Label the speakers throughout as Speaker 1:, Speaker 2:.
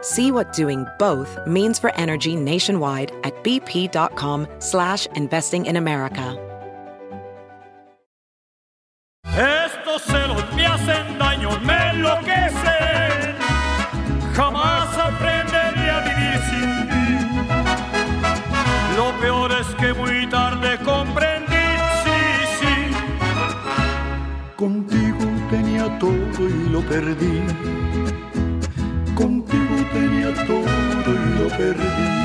Speaker 1: See what doing both means for energy nationwide at bp.com slash investing in America.
Speaker 2: Estos celos me hacen daño, me enloquecen. Jamás aprenderé a vivir sin ti. Lo peor es que muy tarde comprendí, sí, sí.
Speaker 3: Contigo tenía todo y lo perdí. Contigo tenía todo y lo perdí.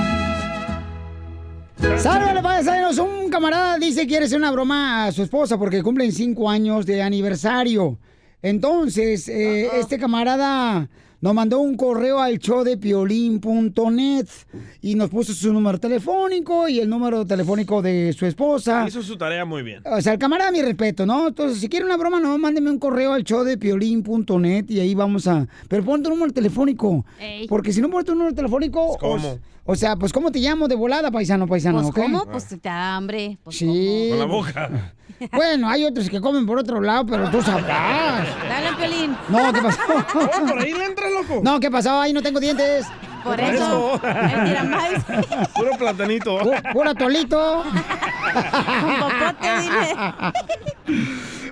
Speaker 4: Sálvale, paisanos. Un camarada dice que quiere hacer una broma a su esposa porque cumplen cinco años de aniversario. Entonces, eh, este camarada nos mandó un correo al show de piolín.net y nos puso su número telefónico y el número telefónico de su esposa.
Speaker 5: Hizo su tarea muy bien.
Speaker 4: O sea, el camarada, mi respeto, ¿no? Entonces, si quiere una broma, no, mándeme un correo al show de piolín.net y ahí vamos a. Pero pon tu número telefónico.
Speaker 6: Ey.
Speaker 4: Porque si no pones tu número telefónico.
Speaker 6: ¿Cómo?
Speaker 4: os- O sea, pues, ¿cómo te llamo de volada, paisano, paisano?
Speaker 6: Pues
Speaker 4: ¿ok?
Speaker 6: cómo, pues te da hambre. Pues,
Speaker 4: Sí.
Speaker 6: ¿cómo?
Speaker 4: boca. Bueno, hay otros que comen por otro lado, pero Pues, tú sabrás.
Speaker 6: Dale, Pelín.
Speaker 4: No, ¿qué pasó?
Speaker 6: Oh, por
Speaker 4: ahí le entra, loco. No, ¿qué pasó? Ahí no tengo dientes.
Speaker 6: Por eso. Mentira, más.
Speaker 4: Puro platanito. Puro tolito.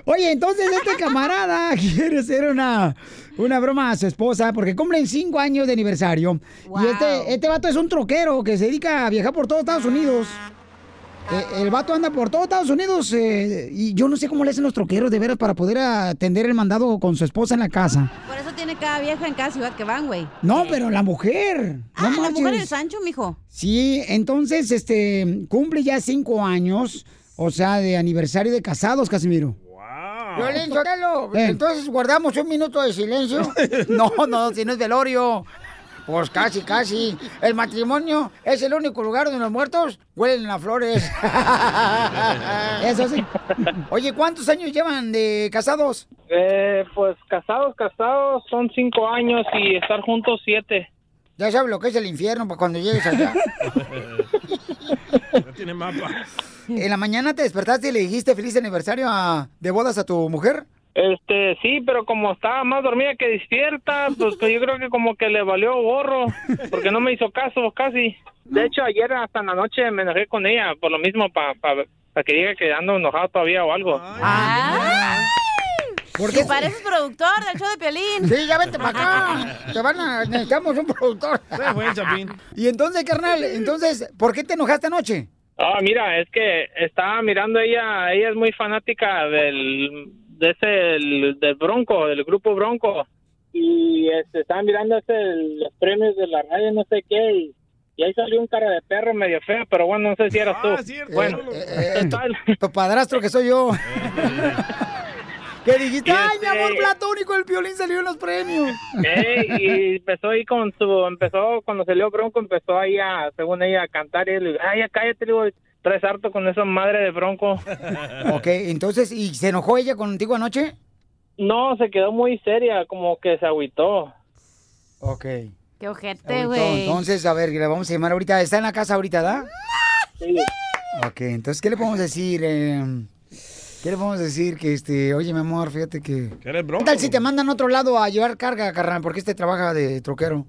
Speaker 4: Oye, entonces este camarada quiere hacer una, una broma a su esposa porque cumplen cinco años de aniversario. Y este, este vato es un troquero que se dedica a viajar por todo Estados Unidos. Eh, El vato anda por todo Estados Unidos eh, y yo no sé cómo le hacen los troqueros de veras para poder atender el mandado con su esposa en la casa.
Speaker 6: Por eso tiene cada vieja en cada ciudad que van, güey.
Speaker 4: No, pero la mujer. No
Speaker 6: Ah, la mujer
Speaker 4: marches.
Speaker 6: del Sancho, mijo.
Speaker 4: Sí, entonces, este, cumple ya cinco años, o sea, de aniversario de casados, Casimiro.
Speaker 7: Violín, Sotelo,
Speaker 4: Eh.
Speaker 7: entonces guardamos un minuto de silencio.
Speaker 4: No, no, si no es velorio.
Speaker 7: Pues casi, casi. El matrimonio es el único lugar donde los muertos huelen las flores.
Speaker 4: Eso sí.
Speaker 7: Oye, ¿cuántos años llevan de casados?
Speaker 8: Eh, pues casados, casados, son cinco años y estar juntos siete.
Speaker 7: Ya sabes lo que es el infierno para cuando llegues allá.
Speaker 5: no tiene mapa.
Speaker 7: ¿En la mañana te despertaste y le dijiste feliz aniversario a- de bodas a tu mujer?
Speaker 8: Este, sí, pero como estaba más dormida que despierta, pues yo creo que como que le valió gorro, porque no me hizo caso casi. De hecho, ayer hasta en la noche me enojé con ella, por lo mismo, para que diga que ando enojado todavía o algo.
Speaker 6: Porque pareces productor del show de Pelín.
Speaker 7: Sí, ya vete para acá. Te van a... Necesitamos un productor.
Speaker 8: Se fue, Chapín.
Speaker 7: Y entonces, carnal, entonces, ¿por qué te enojaste anoche?
Speaker 8: Ah, mira, es que estaba mirando ella, ella es muy fanática del de ese el- del Bronco, del grupo Bronco. Y este estaba mirando ese, el- los premios de la radio no sé qué y, y ahí salió un cara de perro medio feo, pero bueno, no sé si eras tú.
Speaker 7: Eh,
Speaker 8: Bueno, total.
Speaker 7: Tu padrastro que soy yo.
Speaker 8: Eh,
Speaker 7: que dijiste,
Speaker 8: Y
Speaker 7: ay, mi
Speaker 8: este-
Speaker 7: amor platónico, el violín salió en los premios.
Speaker 8: Ey, Eh, y empezó ahí con su, empezó cuando salió Bronco, empezó ahí a, según ella, a cantar y le digo, ay, ya cállate, le digo, traes harto con esa madre de Bronco.
Speaker 7: ok, entonces, ¿y se enojó ella contigo anoche?
Speaker 8: No, se quedó muy seria, como que se agüitó.
Speaker 7: Ok.
Speaker 6: Qué ojete, güey.
Speaker 7: Entonces, a ver, le vamos a llamar ahorita. ¿Está en la casa ahorita, da?
Speaker 8: Sí.
Speaker 7: Ok, entonces, ¿qué le podemos decir? eh? ¿Qué le podemos decir? Que, este, oye, mi amor, fíjate que...
Speaker 5: ¿Qué eres, bro?
Speaker 7: ¿Qué tal si te mandan a otro lado a llevar carga, carnal? Porque este trabaja de troquero.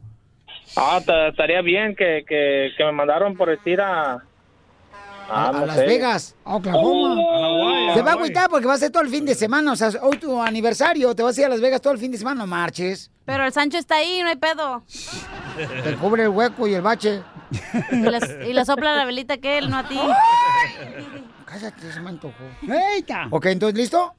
Speaker 8: Ah, ta- estaría bien que, que, que me mandaron por decir a...
Speaker 7: A,
Speaker 8: Ah, no
Speaker 7: a Las
Speaker 8: sé.
Speaker 7: Vegas, a Oklahoma.
Speaker 8: Hawái,
Speaker 7: Se
Speaker 8: a
Speaker 7: va a
Speaker 8: Hawái.
Speaker 7: agüitar porque va a ser todo el fin de semana. O sea, hoy tu aniversario, te vas a ir a Las Vegas todo el fin de semana, no marches.
Speaker 6: Pero el Sancho está ahí, no hay pedo.
Speaker 7: Te cubre el hueco y el bache.
Speaker 6: Y le, y le sopla la velita que él, no a ti.
Speaker 9: Cállate, se me antojó.
Speaker 4: ¡Eita!
Speaker 9: Ok, entonces, ¿listo?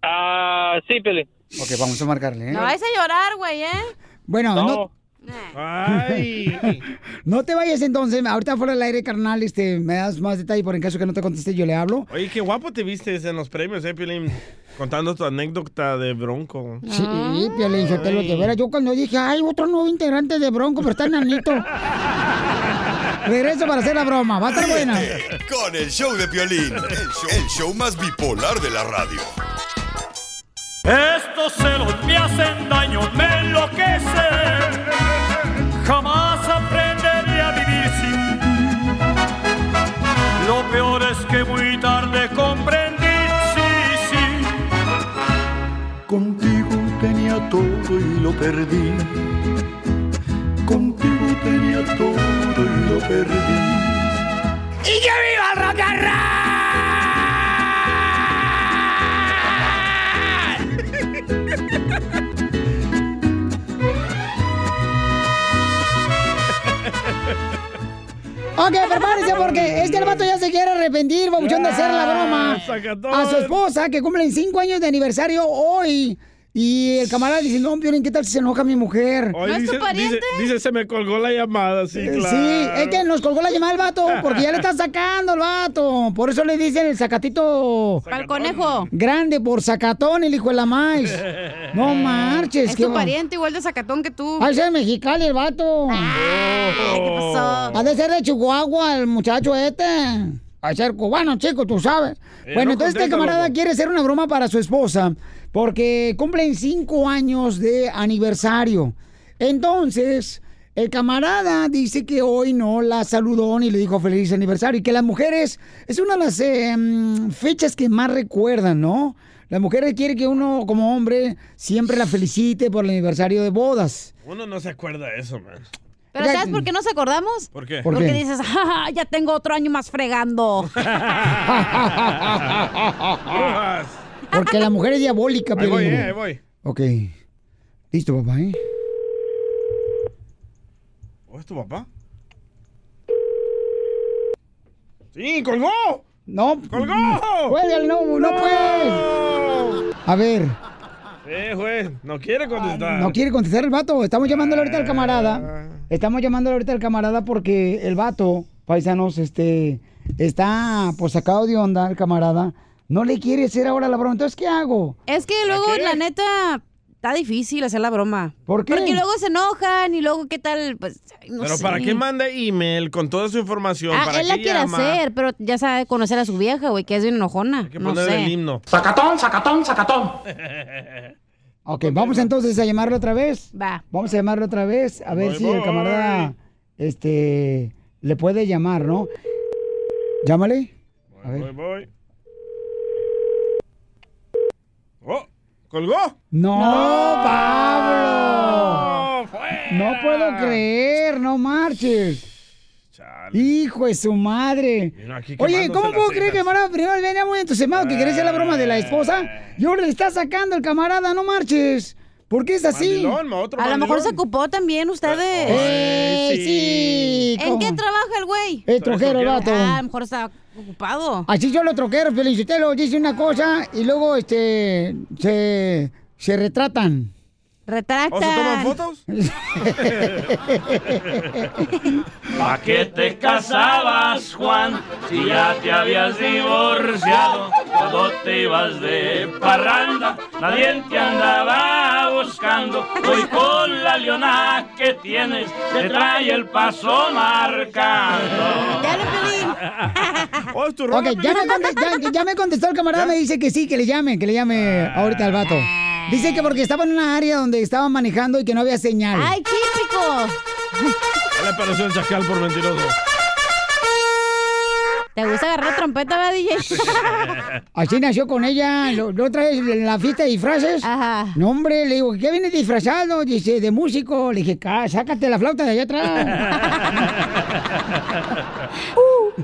Speaker 8: Ah, sí, Pelín.
Speaker 9: Ok, vamos a marcarle, ¿eh?
Speaker 6: No vais a llorar, güey, ¿eh?
Speaker 4: Bueno, no.
Speaker 8: No.
Speaker 4: no te vayas entonces. Ahorita fuera del aire, carnal, este, me das más detalle por en caso que no te conteste, yo le hablo.
Speaker 5: Oye, qué guapo te viste en los premios, eh, Piolín? Contando tu anécdota de bronco.
Speaker 4: Sí,
Speaker 6: Ah.
Speaker 4: Piolín, Sotelo, de veras. Yo cuando dije, ay, otro nuevo integrante de Bronco, pero está enanito. Regreso para hacer la broma, va a estar buena.
Speaker 10: Ríete Con el show de Piolín, el show, el show más bipolar de la radio.
Speaker 2: Estos celos me hacen daño, me enloquecen. Jamás aprenderé a vivir sin ti. Lo peor es que muy tarde comprendí, sí, sí.
Speaker 3: Contigo tenía todo y lo perdí. Contigo tenía todo y lo perdí.
Speaker 4: ¡Y que viva el rock and Ok, prepárense porque es que el vato ya se quiere arrepentir, babuchón, de hacer la broma.
Speaker 5: Sacatón.
Speaker 4: A su esposa, que cumplen cinco años de aniversario hoy. Y el camarada dice, no, Piolín, ¿qué tal si se enoja mi mujer?
Speaker 5: Oye,
Speaker 6: ¿No es tu
Speaker 5: dice,
Speaker 6: pariente?
Speaker 5: dice- dice, se me colgó la llamada, sí,
Speaker 4: Eh,
Speaker 5: claro.
Speaker 4: Sí, es que nos colgó la llamada el vato, porque ya le está sacando el vato. Por eso le dicen el sacatito
Speaker 6: Para el conejo.
Speaker 4: grande, por sacatón, el hijo de la más. No marches.
Speaker 6: Es
Speaker 4: qué
Speaker 6: tu
Speaker 4: va-
Speaker 6: pariente igual de sacatón que tú.
Speaker 4: Ha de ser de mexicali el vato.
Speaker 6: Ay, ¿qué pasó?
Speaker 4: Ha de ser de Chihuahua el muchacho este. Ha de ser cubano, chico, tú sabes.
Speaker 5: Eh,
Speaker 4: bueno,
Speaker 5: no
Speaker 4: entonces este
Speaker 5: contesta,
Speaker 4: camarada
Speaker 5: loco.
Speaker 4: quiere hacer una broma para su esposa, porque cumplen cinco años de aniversario. Entonces, el camarada dice que hoy no la saludó ni le dijo feliz aniversario, y que las mujeres es una de las eh, mm, fechas que más recuerdan, ¿no? Las mujeres quieren que uno como hombre siempre la felicite por el aniversario de bodas.
Speaker 5: Uno no se acuerda de eso, man.
Speaker 6: ¿Pero
Speaker 4: Ya-
Speaker 6: sabes por qué nos acordamos?
Speaker 5: ¿Por qué?
Speaker 4: ¿Por
Speaker 6: Porque
Speaker 4: qué?
Speaker 6: dices, "Ja, ja, ya tengo otro año más fregando.
Speaker 2: Ah.
Speaker 5: Brujas.
Speaker 4: Porque la mujer es diabólica, pues.
Speaker 5: Ahí voy,
Speaker 4: Piolín.
Speaker 5: eh, ahí voy.
Speaker 4: Ok. Listo, papá, ¿eh?
Speaker 5: ¿O es tu papá? ¡Sí, colgó!
Speaker 4: No.
Speaker 5: ¡Colgó!
Speaker 4: Cuélgale, no, no puede.
Speaker 5: ¡Oh!
Speaker 4: A ver,
Speaker 5: Eh, juez, no quiere contestar.
Speaker 4: no quiere contestar el vato. Estamos llamándole ahorita al
Speaker 5: Ah.
Speaker 4: camarada. Estamos llamándole ahorita al camarada porque el vato, paisanos, este, está pues sacado de onda el camarada. No le quiere hacer ahora la broma. Entonces, ¿qué hago?
Speaker 6: es que luego,
Speaker 5: qué?
Speaker 6: la neta, está difícil hacer la broma.
Speaker 4: ¿Por qué?
Speaker 6: Porque luego se enojan y luego, ¿qué tal? Pues, ay, no
Speaker 5: Pero
Speaker 6: sé.
Speaker 5: ¿para qué manda email con toda su información?
Speaker 6: Ah,
Speaker 5: ¿Para
Speaker 6: él la
Speaker 5: qué
Speaker 6: quiere
Speaker 5: llama?
Speaker 6: hacer, pero ya sabe conocer a su vieja, güey, que es bien enojona.
Speaker 5: Hay que
Speaker 6: no
Speaker 5: poner
Speaker 6: sé.
Speaker 5: el himno.
Speaker 4: Ok, vamos entonces a llamarlo otra vez.
Speaker 6: Va.
Speaker 4: Vamos a llamarlo otra vez a ver
Speaker 5: Voy,
Speaker 4: si el
Speaker 5: voy.
Speaker 4: camarada este le puede llamar, ¿no? Llámale. A ver.
Speaker 5: Voy, voy. ¡Oh! ¿Colgó?
Speaker 4: No, Pablo.
Speaker 5: ¡Oh, fue!
Speaker 4: No puedo creer, no marches.
Speaker 5: Chale.
Speaker 4: Hijo de su madre.
Speaker 5: Vino aquí
Speaker 4: Oye,
Speaker 5: quemándose
Speaker 4: ¿cómo
Speaker 5: las
Speaker 4: puedo creer
Speaker 5: cejas.
Speaker 4: que el camarada primero venía muy entusiasmado que quería hacer la broma de la esposa? Y ahora le está sacando el camarada, no marches. ¿Por qué es así?
Speaker 5: Mandilón, ma, otro
Speaker 6: A lo mejor se
Speaker 5: mandilón.
Speaker 6: ocupó también ustedes.
Speaker 4: ¡Eh,
Speaker 5: Ay,
Speaker 4: sí!
Speaker 6: ¿En qué
Speaker 4: ¿cómo?
Speaker 6: trabaja el güey?
Speaker 4: Es troquero el vato.
Speaker 6: Ah, a lo mejor está ocupado.
Speaker 4: Así yo los troqueros, Felicitelo, dice una cosa y luego este se, se retratan.
Speaker 6: Retracta.
Speaker 5: ¿O se toman fotos? Oh,
Speaker 2: ¿Para qué te casabas, Juan? Si ya te habías divorciado, cuando te ibas de parranda, nadie te andaba buscando. Hoy con la leona que tienes, te trae el paso marcando.
Speaker 6: Ya lo Piolín.
Speaker 5: ¡Oh, es tu
Speaker 4: Ok,
Speaker 5: rola,
Speaker 4: ya
Speaker 5: Piolín.
Speaker 4: me, conte- ya- ya me contestó el camarada, me dice que sí, que le llame, que le llame
Speaker 5: Ah.
Speaker 4: ahorita al vato. Dice que porque estaba en una área donde estaba manejando y que no había señal.
Speaker 6: Ay, típico.
Speaker 5: Ya le pareció el chacal por mentiroso.
Speaker 6: ¿Te gusta agarrar trompeta, va, DJ?
Speaker 4: Así nació con ella, lo, lo otra vez en la fiesta de disfraces.
Speaker 6: Ajá.
Speaker 4: No, hombre, le digo, ¿qué vienes disfrazado? Dice, de músico. Le dije, "Cá, sácate la flauta de allá atrás. Uh.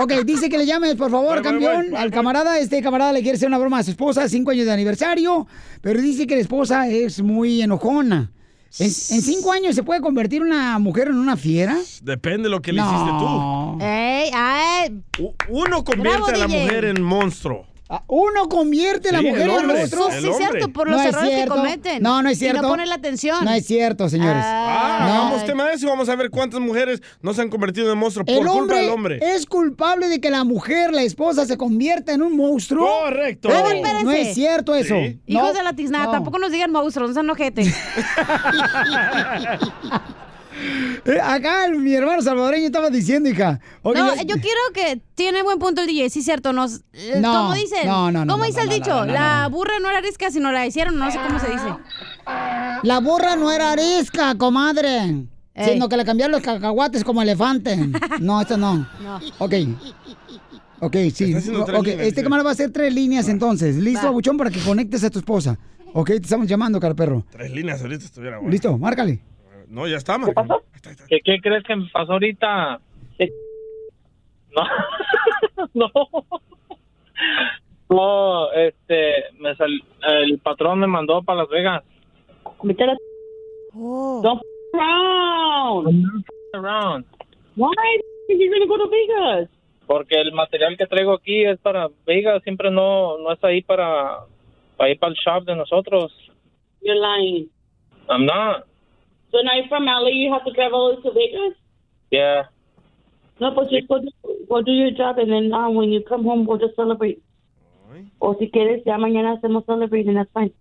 Speaker 4: Ok, dice que le llames, por favor,
Speaker 5: Voy, voy,
Speaker 4: campeón,
Speaker 5: voy, voy,
Speaker 4: al
Speaker 5: voy.
Speaker 4: camarada. Este camarada le quiere hacer una broma a su esposa, cinco años de aniversario, pero dice que la esposa es muy enojona. ¿En, en cinco años se puede convertir una mujer en una fiera?
Speaker 5: Depende de lo que le
Speaker 4: No.
Speaker 5: hiciste tú.
Speaker 6: Ey, ay.
Speaker 5: Uno convierte
Speaker 6: Bravo,
Speaker 5: a la
Speaker 6: DJ.
Speaker 5: mujer en monstruo.
Speaker 4: Ah, Uno convierte a la
Speaker 5: Sí,
Speaker 4: mujer
Speaker 5: el
Speaker 4: en
Speaker 5: hombre,
Speaker 4: otro.
Speaker 5: el Sí, hombre. cierto, por los
Speaker 4: es
Speaker 5: errores que
Speaker 4: cierto.
Speaker 5: cometen.
Speaker 4: No, no es
Speaker 5: Y no
Speaker 4: cierto.
Speaker 5: ponen
Speaker 6: la atención.
Speaker 4: No es cierto, señores.
Speaker 5: Ah,
Speaker 4: No.
Speaker 5: hagamos tema de eso y vamos a ver cuántas mujeres no se han convertido en monstruos por
Speaker 4: el
Speaker 5: culpa
Speaker 4: hombre,
Speaker 5: del hombre.
Speaker 4: es culpable de que la mujer, la esposa, se convierta en un monstruo.
Speaker 5: Correcto.
Speaker 6: A ver, espérense.
Speaker 4: No es cierto eso. No.
Speaker 6: Hijos de la tiznada, tampoco nos digan monstruos, no sean ojetes.
Speaker 4: Eh, Acá el- mi hermano salvadoreño estaba diciendo, hija. oye,
Speaker 6: no, eh,
Speaker 4: le-
Speaker 6: yo quiero que tiene buen punto el DJ, sí cierto, nos eh,
Speaker 4: No,
Speaker 6: ¿cómo dicen?
Speaker 4: no, no, no,
Speaker 6: ¿Cómo
Speaker 4: no,
Speaker 6: dice
Speaker 4: no,
Speaker 6: el
Speaker 4: no,
Speaker 6: dicho?
Speaker 4: no, no,
Speaker 6: la burra no era arisca, sino la hicieron, no sé cómo se dice.
Speaker 4: La burra no era arisca, comadre.
Speaker 6: Ey.
Speaker 4: Sino que le cambiaron los cacahuates como elefante. No, esto no.
Speaker 6: No.
Speaker 4: Ok. Ok, sí.
Speaker 5: haciendo tres
Speaker 4: Ok,
Speaker 5: líneas,
Speaker 4: este
Speaker 5: dice.
Speaker 4: camarada va a hacer tres líneas entonces. Listo, buchón, para que conectes a tu esposa. Ok, te estamos llamando, cara perro.
Speaker 5: Tres líneas ahorita estuviera Ah, bueno.
Speaker 4: Listo, márcale.
Speaker 5: No, ya está, Marco.
Speaker 8: ¿Qué, qué crees que me pasó ahorita? Eh, No. no. No, este, me sal- el patrón me mandó para Las Vegas.
Speaker 4: Oh.
Speaker 8: Don't f- around. Don't f- around.
Speaker 11: Why you gonna go to Vegas?
Speaker 8: Porque el material que traigo aquí es para Vegas, siempre no, no es ahí para, para ir para el shop de nosotros.
Speaker 11: You're lying.
Speaker 8: I'm not.
Speaker 11: So now you're from LA, you have to travel to Vegas?
Speaker 8: Yeah.
Speaker 11: No, but just go do, go do your job and then uh, when you come home, we'll just celebrate. O si quieres, ya mañana hacemos celebrate and that's fine.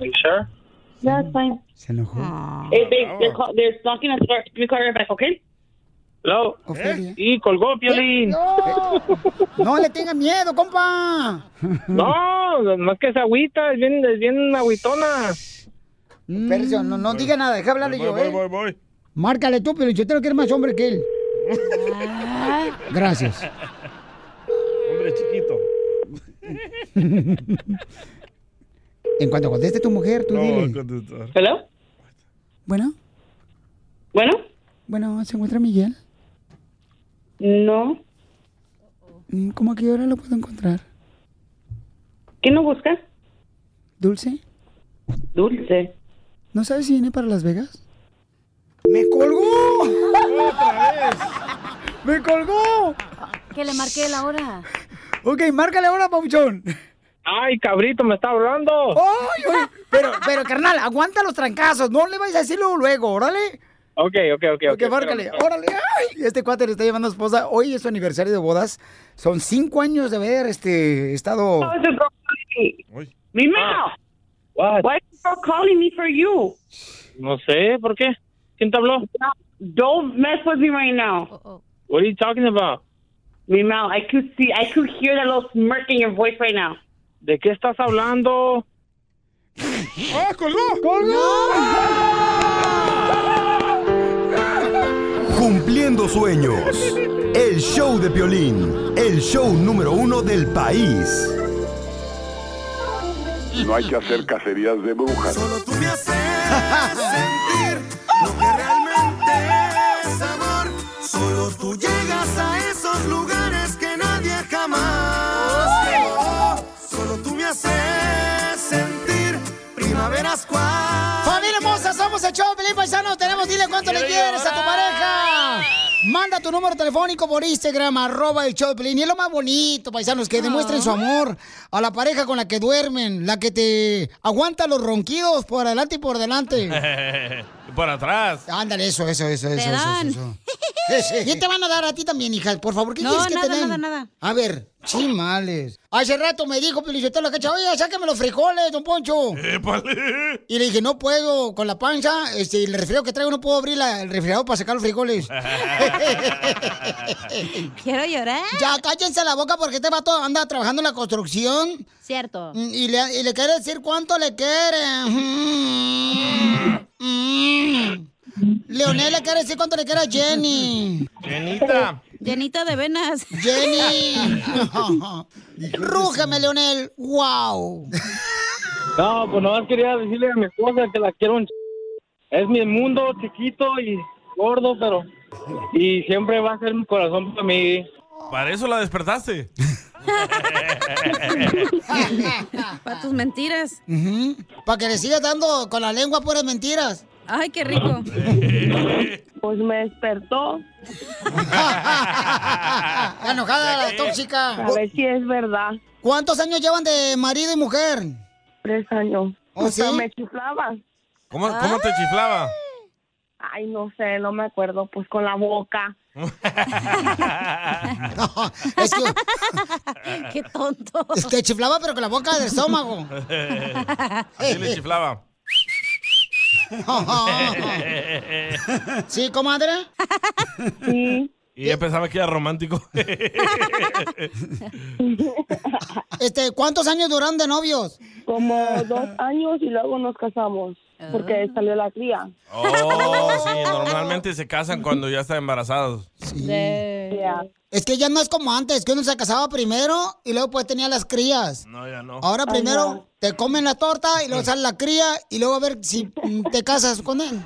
Speaker 8: You sure?
Speaker 11: Yeah, that's fine.
Speaker 4: Se enojó.
Speaker 11: Hey, babe, they're,
Speaker 8: Ah.
Speaker 11: call, they're knocking at the door. Give me a call right back, okay?
Speaker 8: Hello. Y colgó, Piolín.
Speaker 4: No le tenga miedo, compa.
Speaker 8: No, no es que es agüita, es bien, es bien agüitona.
Speaker 4: Espérese, no, no diga nada, deja hablarle yo, ¿eh?
Speaker 5: Voy, voy.
Speaker 4: Márcale tú, pero yo tengo que eres más hombre que él. Ah. Gracias.
Speaker 5: Hombre chiquito.
Speaker 4: En cuanto conteste tu mujer, tú
Speaker 5: No, voy a
Speaker 4: dile.
Speaker 5: contestar.
Speaker 11: Hello?
Speaker 4: Bueno,
Speaker 11: Bueno?
Speaker 4: bueno, ¿se encuentra Miguel?
Speaker 11: No.
Speaker 4: Mm, ¿Cómo a qué hora lo puedo encontrar?
Speaker 11: ¿Quién no busca?
Speaker 4: ¿Dulce?
Speaker 11: Dulce.
Speaker 4: ¿No sabes si viene para Las Vegas?
Speaker 12: ¡Me colgó!
Speaker 4: ¡Me colgó!
Speaker 6: Que le marqué la hora.
Speaker 4: Ok, márcale ahora, Pauchón.
Speaker 8: Ay, cabrito, me está hablando.
Speaker 4: ¡Ay, ay! Pero, pero, carnal, aguanta los trancazos. No le vais a decirlo luego, órale.
Speaker 8: Ok, ok, ok.
Speaker 4: Ok, márcale, órale. Ay, este cuate le está llevando a esposa. Hoy es su aniversario de bodas. Son cinco años de haber este, estado...
Speaker 11: Mi mouth.
Speaker 8: Ah. What?
Speaker 11: Why is you calling me for you?
Speaker 8: No sé, ¿por qué? ¿Quién te habló?
Speaker 11: Don't mess with me right now.
Speaker 8: What are you talking about?
Speaker 11: Mi mouth. I could see, I could hear that little smirk in your voice right now.
Speaker 8: ¿De qué estás hablando?
Speaker 5: ¡Ah, colgó! ¡Ah!
Speaker 10: Cumpliendo sueños. El show de Piolín. El show número uno del país.
Speaker 2: No hay que hacer cacerías de brujas.
Speaker 13: sabor. Solo tú llegas a esos lugares que nadie jamás. llegó. Solo tú me haces sentir primaveras cual.
Speaker 4: Familia hermosa, somos el show, Felipe Paisano. Tenemos, dile cuánto le quieres a tu pareja. Manda tu número telefónico por Instagram, arroba el show de Pelín. Y es lo más bonito, paisanos, que demuestren su amor a la pareja con la que duermen, la que te aguanta los ronquidos por adelante y por delante.
Speaker 5: y por atrás.
Speaker 4: Ándale, eso, eso, eso,
Speaker 5: Te
Speaker 4: eso, eso,
Speaker 5: dan.
Speaker 4: eso, eso. ¿Qué te van a dar a ti también, hija? Por favor, ¿qué
Speaker 6: No,
Speaker 4: quieres que te
Speaker 6: nada,
Speaker 4: den?
Speaker 6: nada, nada.
Speaker 4: A ver, chimales. Hace rato me dijo pues, Pelizotelo Cacha, oye, sáqueme los frijoles, don Poncho. Y le dije, no puedo con la panza, este, y el resfriado que traigo no puedo abrir la- el refrigerador para sacar los frijoles.
Speaker 6: Quiero llorar.
Speaker 4: Ya cállense la boca porque este vato anda trabajando en la construcción
Speaker 6: Cierto.
Speaker 4: mm, y le, y le quiere decir cuánto le quiere. Mm, mm. Leonel le quiere decir cuánto le quiere a Jenny.
Speaker 5: Jenita.
Speaker 6: Llenita de venas.
Speaker 4: Jenny. Rúgeme, Leonel. ¡Wow!
Speaker 8: No, pues nomás quería decirle a mi esposa que la quiero un ch... Es mi mundo chiquito y gordo, pero... Y siempre va a ser mi corazón para mí.
Speaker 5: Para eso la despertaste.
Speaker 6: Para tus mentiras.
Speaker 4: Para que le sigas dando con la lengua puras mentiras.
Speaker 6: Ay, qué rico.
Speaker 4: Pues me despertó. la enojada, la tóxica.
Speaker 14: A ver si es verdad.
Speaker 4: ¿Cuántos años llevan de marido y mujer?
Speaker 14: Tres años.
Speaker 4: ¿Oh, sí?
Speaker 14: Hasta me chiflaba.
Speaker 5: ¿Cómo, cómo te chiflaba?
Speaker 14: Ay, no sé, no me acuerdo. Pues con la boca.
Speaker 4: Es que...
Speaker 6: Qué tonto.
Speaker 4: Es que chiflaba pero con la boca del estómago.
Speaker 5: Así
Speaker 4: Eh,
Speaker 5: le chiflaba.
Speaker 4: ¿Sí, comadre?
Speaker 5: Y ella pensaba que era romántico.
Speaker 4: Este, ¿cuántos años duran de novios?
Speaker 14: Como dos años y luego nos casamos.
Speaker 6: Ah.
Speaker 14: Porque salió la cría.
Speaker 5: Oh, sí, normalmente se casan cuando ya están embarazados.
Speaker 4: Es que ya no es como antes, que uno se casaba primero y luego pues tenía las crías.
Speaker 5: No, ya no.
Speaker 4: Ahora
Speaker 5: Ay,
Speaker 4: primero
Speaker 5: no.
Speaker 4: te comen la torta y luego sale la cría y luego a ver si mm, te casas con él.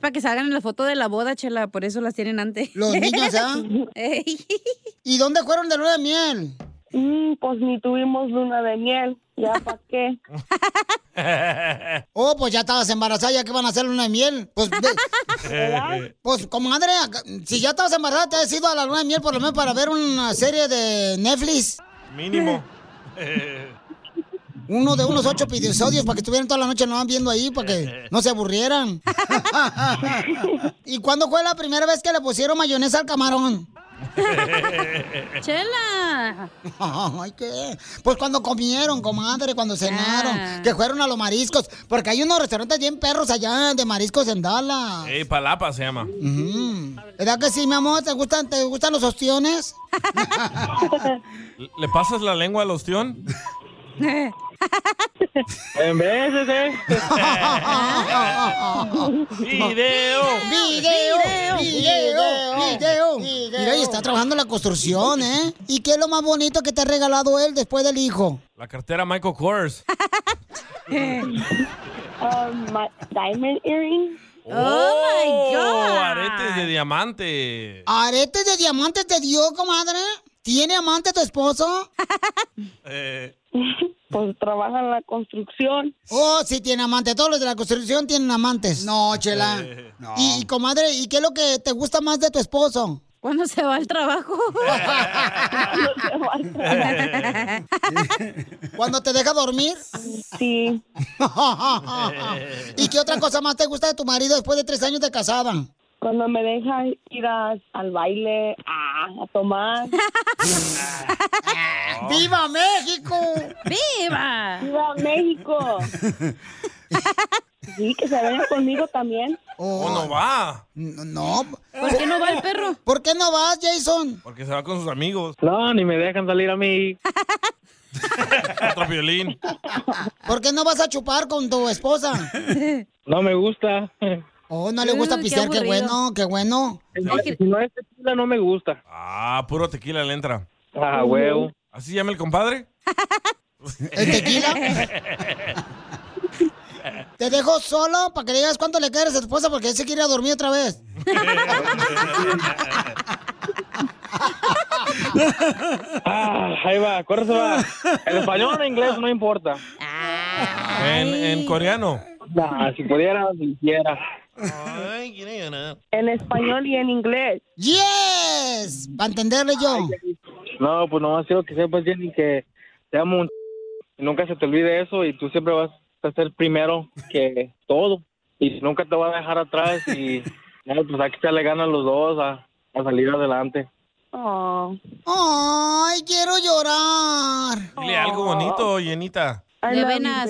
Speaker 6: Para que salgan en la foto de la boda, chela, por eso las tienen antes.
Speaker 4: Los niños, ¿ah? ¿Y dónde fueron de luna de miel?
Speaker 14: pues ni tuvimos luna de miel. ¿Ya para qué?
Speaker 4: Oh, pues ya estabas embarazada, ya que van a hacer luna de miel. Pues, de- pues comadre, acá- si ya estabas embarazada, te has ido a la luna de miel por lo menos para ver una serie de Netflix.
Speaker 5: Mínimo.
Speaker 4: Uno de unos ocho episodios para que estuvieran toda la noche nomás viendo ahí, para que no se aburrieran. ¿Y cuándo fue la primera vez que le pusieron mayonesa al camarón? ¡Chela! Ay, ¿qué? Pues cuando comieron, comadre, cuando cenaron, que fueron a los mariscos. Porque hay unos restaurantes bien perros allá de mariscos en Dallas.
Speaker 5: Ey, Palapa se llama.
Speaker 4: ¿Verdad que sí, mi amor? ¿Te gustan, te gustan los ostiones?
Speaker 5: ¿Le pasas la lengua al ostión?
Speaker 8: En veces, ¿eh?
Speaker 5: Video.
Speaker 4: Video. Video. Video.
Speaker 3: Video.
Speaker 4: Mira, y está trabajando en la construcción, ¿eh? ¿Y qué es lo más bonito que te ha regalado él después del hijo?
Speaker 5: La cartera Michael Kors.
Speaker 14: Um, my diamond earring.
Speaker 5: Oh, aretes de diamante.
Speaker 4: ¿Aretes de diamantes te dio, comadre? ¿Tiene amante tu esposo?
Speaker 5: Eh,
Speaker 4: Pues trabaja en la construcción. Oh, sí tiene amante. Todos los de la construcción tienen amantes. No, chela.
Speaker 3: Eh.
Speaker 4: Y, y, comadre, ¿y qué es lo que te gusta más de tu esposo? Cuando se va al trabajo. ¿Cuando te deja dormir? Sí. ¿Y qué otra cosa más te gusta de tu marido después de tres años de casada?
Speaker 14: Cuando me dejan ir a- al baile a, a tomar.
Speaker 4: ¡Viva México!
Speaker 14: ¡Viva! ¡Viva México! Sí, que se venga conmigo también.
Speaker 4: Oh.
Speaker 5: ¿O no va?
Speaker 4: No.
Speaker 6: ¿Por qué no va el perro?
Speaker 4: ¿Por qué no vas, Jason?
Speaker 5: Porque se va con sus amigos.
Speaker 8: No, ni me dejan salir a mí.
Speaker 5: Otro violín.
Speaker 4: ¿Por qué no vas a chupar con tu esposa?
Speaker 8: No me gusta.
Speaker 4: Oh, no le gusta
Speaker 8: Uy, Mm, qué
Speaker 4: pistear, qué,
Speaker 8: aburrido.
Speaker 4: bueno, qué bueno.
Speaker 8: Si no es tequila, no me gusta.
Speaker 5: Ah, puro tequila le entra.
Speaker 8: Ah, huevo.
Speaker 5: ¿Así llama el compadre?
Speaker 4: ¿El tequila? Te dejo solo para que le digas cuánto le quieres a tu esposa porque él se quiere ir a dormir otra vez.
Speaker 8: Ah, ahí va, corre se va. En español o inglés no importa.
Speaker 5: ¿En, en coreano?
Speaker 8: Nah, si pudiera, si quisiera.
Speaker 14: En español y en inglés.
Speaker 4: ¡Yes! Para entenderle yo.
Speaker 8: No, pues nomás quiero que sepas, Jenny, que te amo un... y nunca se te olvide eso y tú siempre vas a ser primero que todo y nunca te vas a dejar atrás y bueno, pues aquí se le ganan los dos a, a salir adelante.
Speaker 14: Oh.
Speaker 4: ¡Ay, quiero llorar!
Speaker 5: Dile algo bonito, Yenita.
Speaker 4: De venas.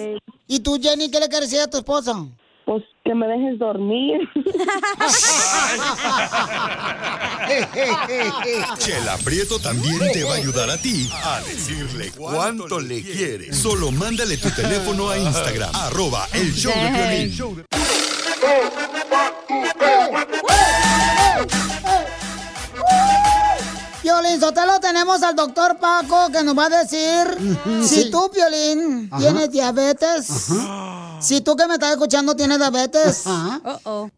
Speaker 4: ¿Y tú, Jenny, qué le quieres decir a tu esposa?
Speaker 14: Pues que me dejes dormir.
Speaker 10: Chela Prieto también te va a ayudar a ti a decirle cuánto le quiere. Solo mándale tu teléfono a Instagram, arroba el show de Piolín.
Speaker 4: Piolín Sotelo, tenemos al doctor Paco que nos va a decir si
Speaker 3: Sí.
Speaker 4: tú, Piolín,
Speaker 3: Ajá.
Speaker 4: tienes Ah. diabetes, si tú que me estás escuchando tienes diabetes,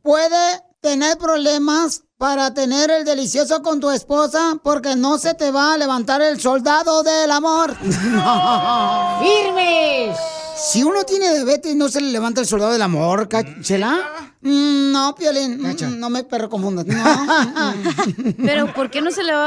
Speaker 4: puede tener problemas para tener el delicioso con tu esposa porque no se te va a levantar el soldado del amor. ¡Firmes! Si uno tiene diabetes, ¿no se le levanta el soldado del amor, Cachela? Mm, No, Piolín, mm, no me perro confundas. No.
Speaker 6: Pero ¿por qué no se le va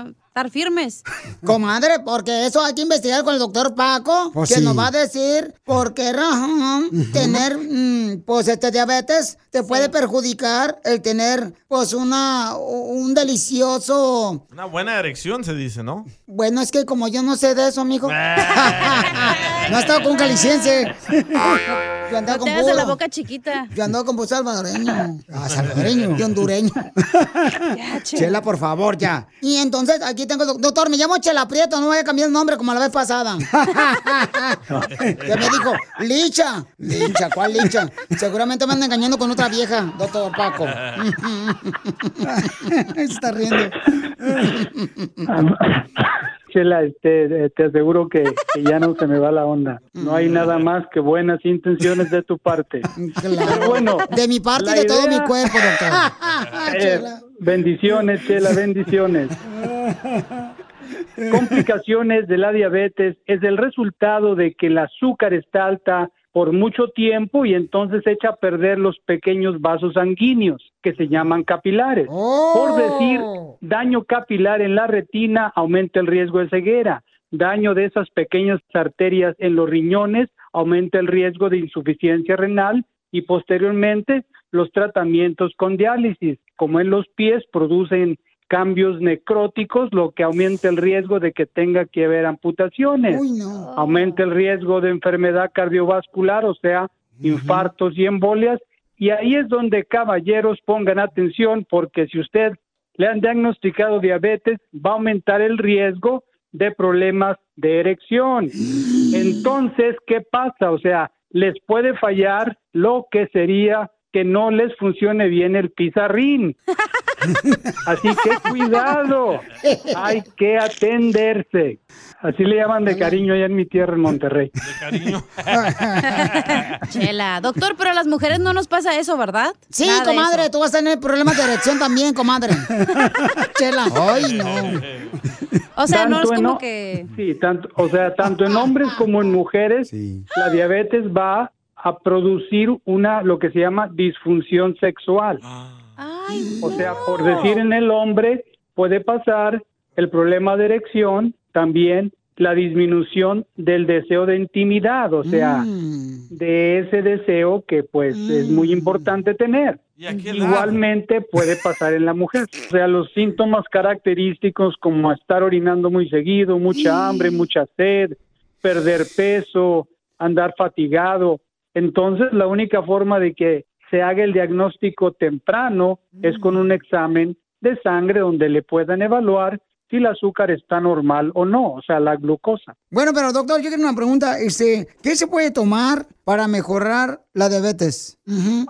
Speaker 6: a estar firmes?
Speaker 4: Comadre, porque eso hay que investigar con el doctor Paco,
Speaker 6: Pues
Speaker 4: que
Speaker 6: sí.
Speaker 4: nos va a decir por qué razón tener, mm, pues, este diabetes te puede perjudicar el tener, pues, una, un delicioso...
Speaker 5: Una buena erección se dice, ¿no?
Speaker 4: Bueno, es que como yo no sé de eso, mijo.
Speaker 5: Ah.
Speaker 4: no he estado con caliciense. Yo andaba
Speaker 6: No
Speaker 4: con
Speaker 6: te hagas de la
Speaker 4: puro.
Speaker 6: boca chiquita.
Speaker 4: Yo andaba con puro salvadoreño. Ah, salvadoreño. Y hondureño. Ah,
Speaker 15: Chela, por favor, ya.
Speaker 4: Y entonces aquí tengo, el doc- doctor, me llamo Chela Prieto, no voy a cambiar el nombre como la vez pasada. que me dijo, Licha. Licha, ¿cuál Licha? Seguramente me anda engañando con otra vieja, doctor Paco. Se está riendo.
Speaker 9: Chela, este, eh, te aseguro que, que ya no se me va la onda. No hay nada más que buenas intenciones de tu parte.
Speaker 4: Claro. de mi parte
Speaker 9: la
Speaker 4: y de todo
Speaker 9: idea-
Speaker 4: mi cuerpo, doctor.
Speaker 9: Eh, bendiciones, Chela, bendiciones. Complicaciones de la diabetes es el resultado de que el azúcar está alta por mucho tiempo y entonces echa a perder los pequeños vasos sanguíneos que se llaman capilares. Por decir, daño capilar en la retina aumenta el riesgo de ceguera. Daño de esas pequeñas arterias en los riñones aumenta el riesgo de insuficiencia renal y posteriormente los tratamientos con diálisis, como en los pies, producen cambios necróticos, lo que aumenta el riesgo de que tenga que haber amputaciones, aumenta el riesgo de enfermedad cardiovascular, o sea, infartos y embolias, y ahí es donde caballeros pongan atención, porque si usted le han diagnosticado diabetes, va a aumentar el riesgo de problemas de erección. Entonces, ¿qué pasa? O sea, les puede fallar lo que sería que no les funcione bien el pizarrín. Así que cuidado, hay que atenderse. Así le llaman de cariño allá en mi tierra, en Monterrey.
Speaker 6: Chela. Doctor, pero a las mujeres no nos pasa eso, ¿verdad?
Speaker 4: Sí, comadre, tú vas a tener problemas de erección también, comadre. Chela. Ay, no.
Speaker 6: O sea, no es
Speaker 4: Tanto
Speaker 6: como
Speaker 4: eno-
Speaker 6: que...
Speaker 9: Sí, tanto, o sea, tanto en hombres como en mujeres, la diabetes va a producir una lo que se llama disfunción sexual. o sea, por decir en el hombre puede pasar el problema de erección, también la disminución del deseo de intimidad, o sea, de ese deseo que pues es muy importante tener. Igualmente puede pasar en la mujer. O sea, los síntomas característicos como estar orinando muy seguido, mucha hambre, mucha sed, perder peso, andar fatigado. Entonces, la única forma de que se haga el diagnóstico temprano es con un examen de sangre donde le puedan evaluar si el azúcar está normal o no, o sea, la glucosa.
Speaker 4: Bueno, pero doctor, yo quiero una pregunta. Este, ¿Qué se puede tomar para mejorar la diabetes?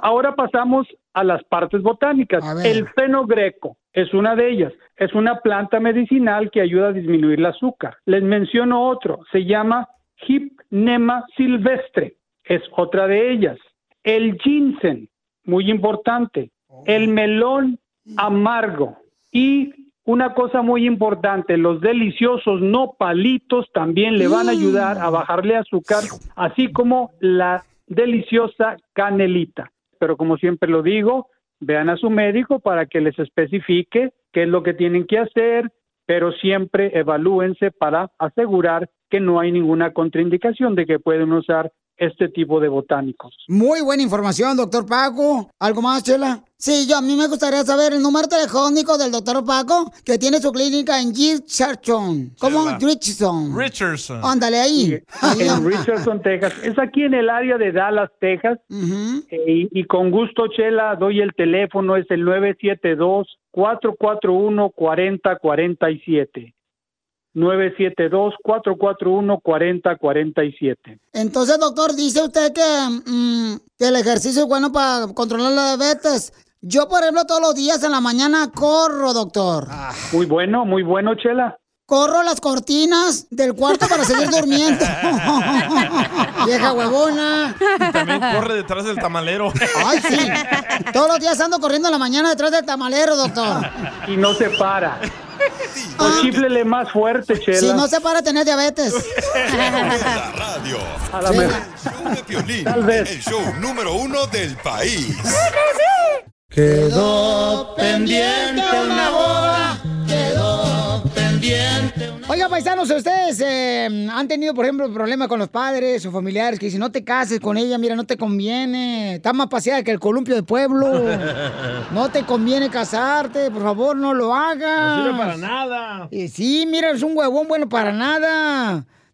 Speaker 9: Ahora pasamos a las partes botánicas. El fenogreco es una de ellas. Es una planta medicinal que ayuda a disminuir el azúcar. Les menciono otro. Se llama Hipnema silvestre. Es otra de ellas. El ginseng, muy importante. El melón amargo. Y una cosa muy importante, los deliciosos nopalitos también le van a ayudar a bajarle azúcar, así como la deliciosa canelita. Pero como siempre lo digo, vean a su médico para que les especifique qué es lo que tienen que hacer, pero siempre evalúense para asegurar que no hay ninguna contraindicación de que pueden usar este tipo de botánicos.
Speaker 4: Muy buena información, doctor Paco. ¿Algo más, Chela? Sí, yo a mí me gustaría saber el número telefónico del doctor Paco, que tiene su clínica en Richardson. ¿Cómo?
Speaker 9: Chela.
Speaker 4: Richardson.
Speaker 5: Richardson.
Speaker 4: Mm. Ándale ahí.
Speaker 9: Sí, En Richardson, Texas. Es aquí en el área de Dallas, Texas. Eh, y, y con gusto, Chela, doy el teléfono, es el 972-441-4047. 972-441-4047.
Speaker 4: Entonces, doctor, dice usted que, mm, que el ejercicio es bueno para controlar la diabetes.
Speaker 5: Ah.
Speaker 4: Yo, por ejemplo, todos los días en la mañana corro, doctor.
Speaker 9: Muy bueno, muy bueno, Chela.
Speaker 16: corro las cortinas del cuarto para seguir durmiendo. Vieja huevona.
Speaker 5: También corre detrás del tamalero.
Speaker 16: Ay, sí. Todos los días ando corriendo en la mañana detrás del tamalero, doctor.
Speaker 9: Y no se para. O
Speaker 4: Ah.
Speaker 9: chíflele más fuerte, Chela.
Speaker 16: Si no se para tener diabetes.
Speaker 10: La radio.
Speaker 9: A la
Speaker 10: El
Speaker 9: mejor.
Speaker 10: show de Piolín,
Speaker 9: Tal vez.
Speaker 10: El show número uno del país.
Speaker 17: Quedó pendiente una boda. Quedó pendiente.
Speaker 4: Oiga, paisanos, si ustedes eh, han tenido, por ejemplo, problemas con los padres o familiares que dicen, no te cases con ella, mira, no te conviene, está más paseada que el columpio de pueblo, no te conviene casarte, por favor, no lo hagas.
Speaker 5: No sirve para nada.
Speaker 4: Y sí, mira, es un huevón bueno para nada.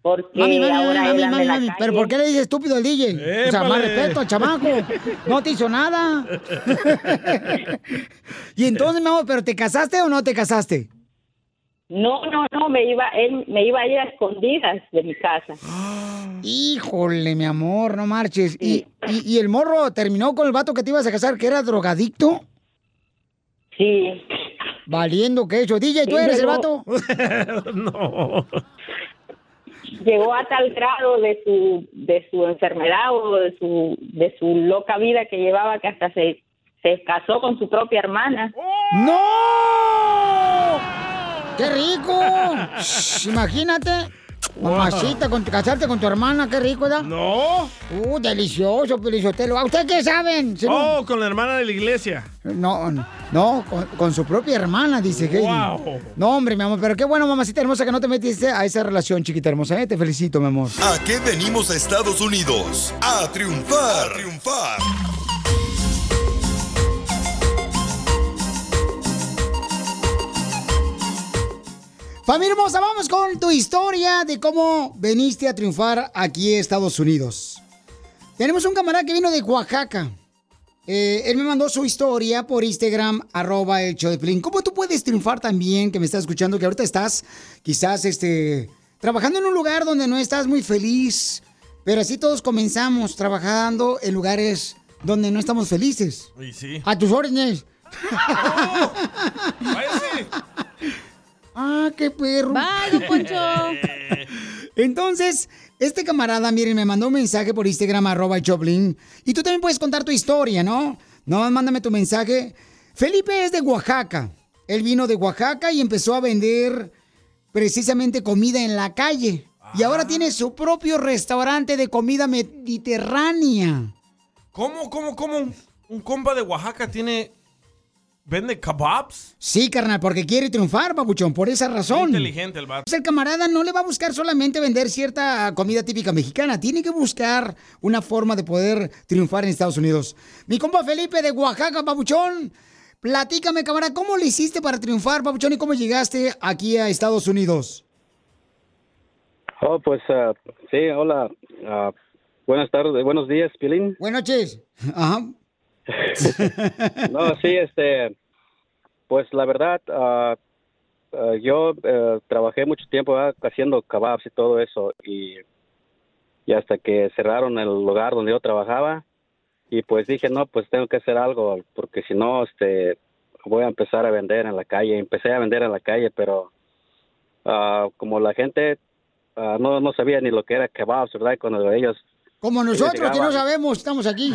Speaker 18: Porque
Speaker 4: Mami, mami,
Speaker 18: ahora
Speaker 4: mami,
Speaker 18: él
Speaker 4: mami,
Speaker 18: anda
Speaker 4: mami,
Speaker 18: en la
Speaker 4: mami.
Speaker 18: calle.
Speaker 4: ¿Pero por qué le dices estúpido al DJ? O sea, más
Speaker 18: Épale.
Speaker 4: respeto al chamaco. No te hizo nada. y entonces, mi amor, ¿pero te casaste o no te casaste?
Speaker 18: No, no, no, me iba, él me iba a ir a escondidas de mi casa.
Speaker 4: Híjole, mi amor, no marches. ¿Y, y, y el morro terminó con el vato que te ibas a casar, que era drogadicto?
Speaker 18: Sí.
Speaker 4: Valiendo que hecho. DJ, ¿tú eres el vato?
Speaker 5: no.
Speaker 18: Llegó a tal grado de su, de su enfermedad o de su, de su loca vida que llevaba que hasta se, se casó con su propia hermana.
Speaker 4: ¡No! ¡Qué rico! Shh, Imagínate. Mamacita, con, casarte con tu hermana, qué rico, ¿verdad?
Speaker 5: No.
Speaker 4: Uh, delicioso, Pelizotelo. ¿A usted qué saben? Si no-
Speaker 5: Oh, con la hermana de la iglesia.
Speaker 4: No, no, con, con su propia hermana, dice que.
Speaker 5: Wow.
Speaker 4: No, hombre, mi amor, pero qué bueno, mamacita hermosa, que no te metiste a esa relación, chiquita hermosa. ¿eh? Te felicito, mi amor.
Speaker 10: ¿A qué venimos a Estados Unidos? A triunfar. A triunfar.
Speaker 4: Familia hermosa, vamos con tu historia de cómo veniste a triunfar aquí en Estados Unidos. Tenemos un camarada que vino de Oaxaca. Eh, él me mandó su historia por Instagram, arroba el show de Piolín. ¿Cómo tú puedes triunfar también, que me estás escuchando, que ahorita estás quizás este, trabajando en un lugar donde no estás muy feliz? Pero así todos comenzamos trabajando en lugares donde no estamos felices.
Speaker 5: Y sí.
Speaker 4: A tus órdenes. ¡Ah, qué perro!
Speaker 2: Vaya, Poncho.
Speaker 4: Entonces, este camarada, miren, me mandó un mensaje por Instagram, arroba el Choplin. Y tú también puedes contar tu historia, ¿no? No, mándame tu mensaje. Felipe es de Oaxaca. Él vino de Oaxaca y empezó a vender precisamente comida en la calle. Y ahora tiene su propio restaurante de comida mediterránea.
Speaker 5: ¿Cómo, cómo, cómo un, un compa de Oaxaca tiene. vende kebabs?
Speaker 4: Sí, carnal, porque quiere triunfar, babuchón, por esa razón.
Speaker 5: Inteligente el vato.
Speaker 4: Pues el camarada no le va a buscar solamente vender cierta comida típica mexicana, tiene que buscar una forma de poder triunfar en Estados Unidos. Mi compa Felipe de Oaxaca, Papuchón, platícame, camarada, ¿cómo le hiciste para triunfar, Papuchón, y cómo llegaste aquí a Estados Unidos?
Speaker 19: Oh, pues ah, sí, hola. ah, buenas tardes, buenos días, Pilín.
Speaker 4: Buenas noches. Ajá.
Speaker 19: no, sí, este, pues la verdad, ah, ah, yo eh, trabajé mucho tiempo ¿verdad? haciendo kebabs y todo eso y, y hasta que cerraron el lugar donde yo trabajaba y pues dije, no, pues tengo que hacer algo porque si no, este, voy a empezar a vender en la calle. Empecé a vender en la calle, pero ah, como la gente ah, no, no sabía ni lo que era kebabs, ¿verdad? Y Cuando ellos...
Speaker 4: Como
Speaker 19: ellos
Speaker 4: nosotros que no
Speaker 19: llegaban-
Speaker 4: sabemos, estamos aquí.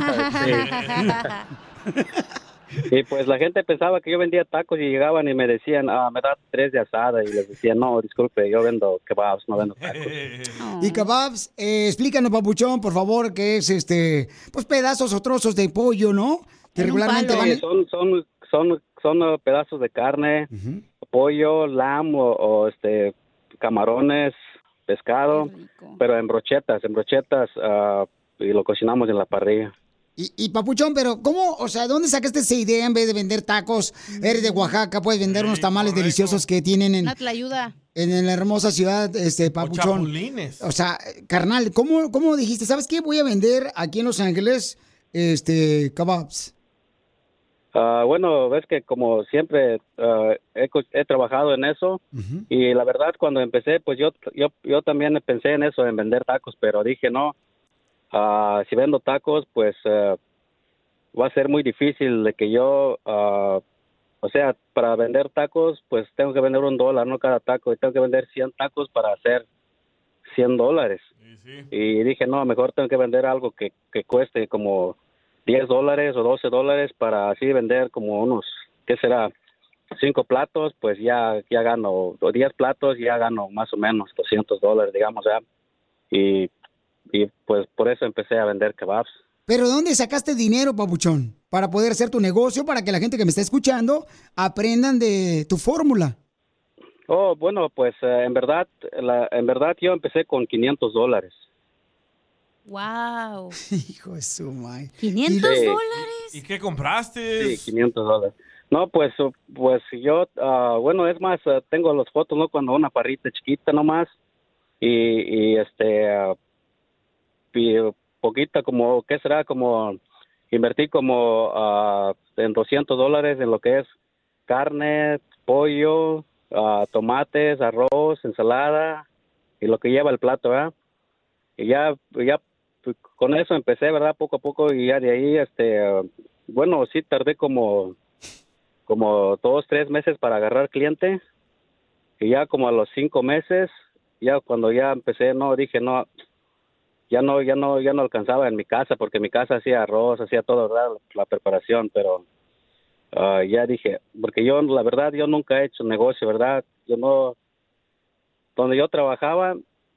Speaker 19: Y pues la gente pensaba que yo vendía tacos y llegaban y me decían, ah, me da tres de asada. Y les decía, no, disculpe, yo vendo kebabs, no vendo tacos.
Speaker 4: Y kebabs, eh, explícanos, Papuchón, por favor, que es este, pues pedazos o trozos de pollo, ¿no? Que regularmente van
Speaker 19: Sí, son, son, son, son eh, pedazos de carne, pollo, lamb o, o, este, camarones, pescado, pero en brochetas, en brochetas ah, y lo cocinamos en la parrilla.
Speaker 4: Y, y, Papuchón, pero ¿cómo? O sea, ¿dónde sacaste esa idea en vez de vender tacos? Eres de Oaxaca, puedes vender unos tamales deliciosos que tienen en,
Speaker 6: Una tlayuda.
Speaker 4: en la hermosa ciudad, este, Papuchón.
Speaker 5: chapulines.
Speaker 4: O sea, carnal, ¿cómo, ¿cómo dijiste? ¿Sabes qué? Voy a vender aquí en Los Ángeles, este, kebabs.
Speaker 19: Ah, bueno, ves que como siempre ah, he, co- he trabajado en eso y la verdad cuando empecé, pues yo, yo, yo también pensé en eso, en vender tacos, pero dije no, ah, si vendo tacos, pues ah, va a ser muy difícil de que yo, ah, o sea, para vender tacos, pues tengo que vender un dólar, no cada taco, y tengo que vender 100 tacos para hacer 100 dólares. Y dije, no, mejor tengo que vender algo que, que cueste como 10 dólares o 12 dólares para así vender como unos, ¿qué será? Cinco platos, pues ya, ya gano, o 10 platos, ya gano más o menos 200 dólares, digamos, ya. Y, y pues por eso empecé a vender kebabs.
Speaker 4: Pero ¿dónde sacaste dinero, Papuchón? Para poder hacer tu negocio, para que la gente que me está escuchando aprendan de tu fórmula.
Speaker 19: Oh, bueno, pues eh, en verdad, la, en verdad yo empecé con 500 dólares.
Speaker 6: Wow.
Speaker 4: Hijo de su madre.
Speaker 6: 500
Speaker 19: Sí.
Speaker 6: dólares.
Speaker 5: ¿Y qué compraste?
Speaker 19: Sí, 500 dólares. No, pues, uh, pues yo, ah, bueno, es más, ah, tengo las fotos, ¿no? Cuando una parrita chiquita nomás y, y este, ah, y poquita como, ¿qué será? Como invertí como ah, en 200 dólares en lo que es carne, pollo, ah, tomates, arroz, ensalada y lo que lleva el plato, ¿verdad? Y ya, ya pues, con eso empecé, ¿verdad? Poco a poco y ya de ahí, este... ah, bueno, sí, tardé como, como dos, tres meses para agarrar cliente. Y ya como a los cinco meses, ya cuando ya empecé, no, dije, no, ya no, ya no, ya no alcanzaba en mi casa, porque en mi casa hacía arroz, hacía todo, ¿verdad? La preparación, pero ah, ya dije, porque yo, la verdad, yo nunca he hecho negocio, ¿verdad? Yo no, donde yo trabajaba,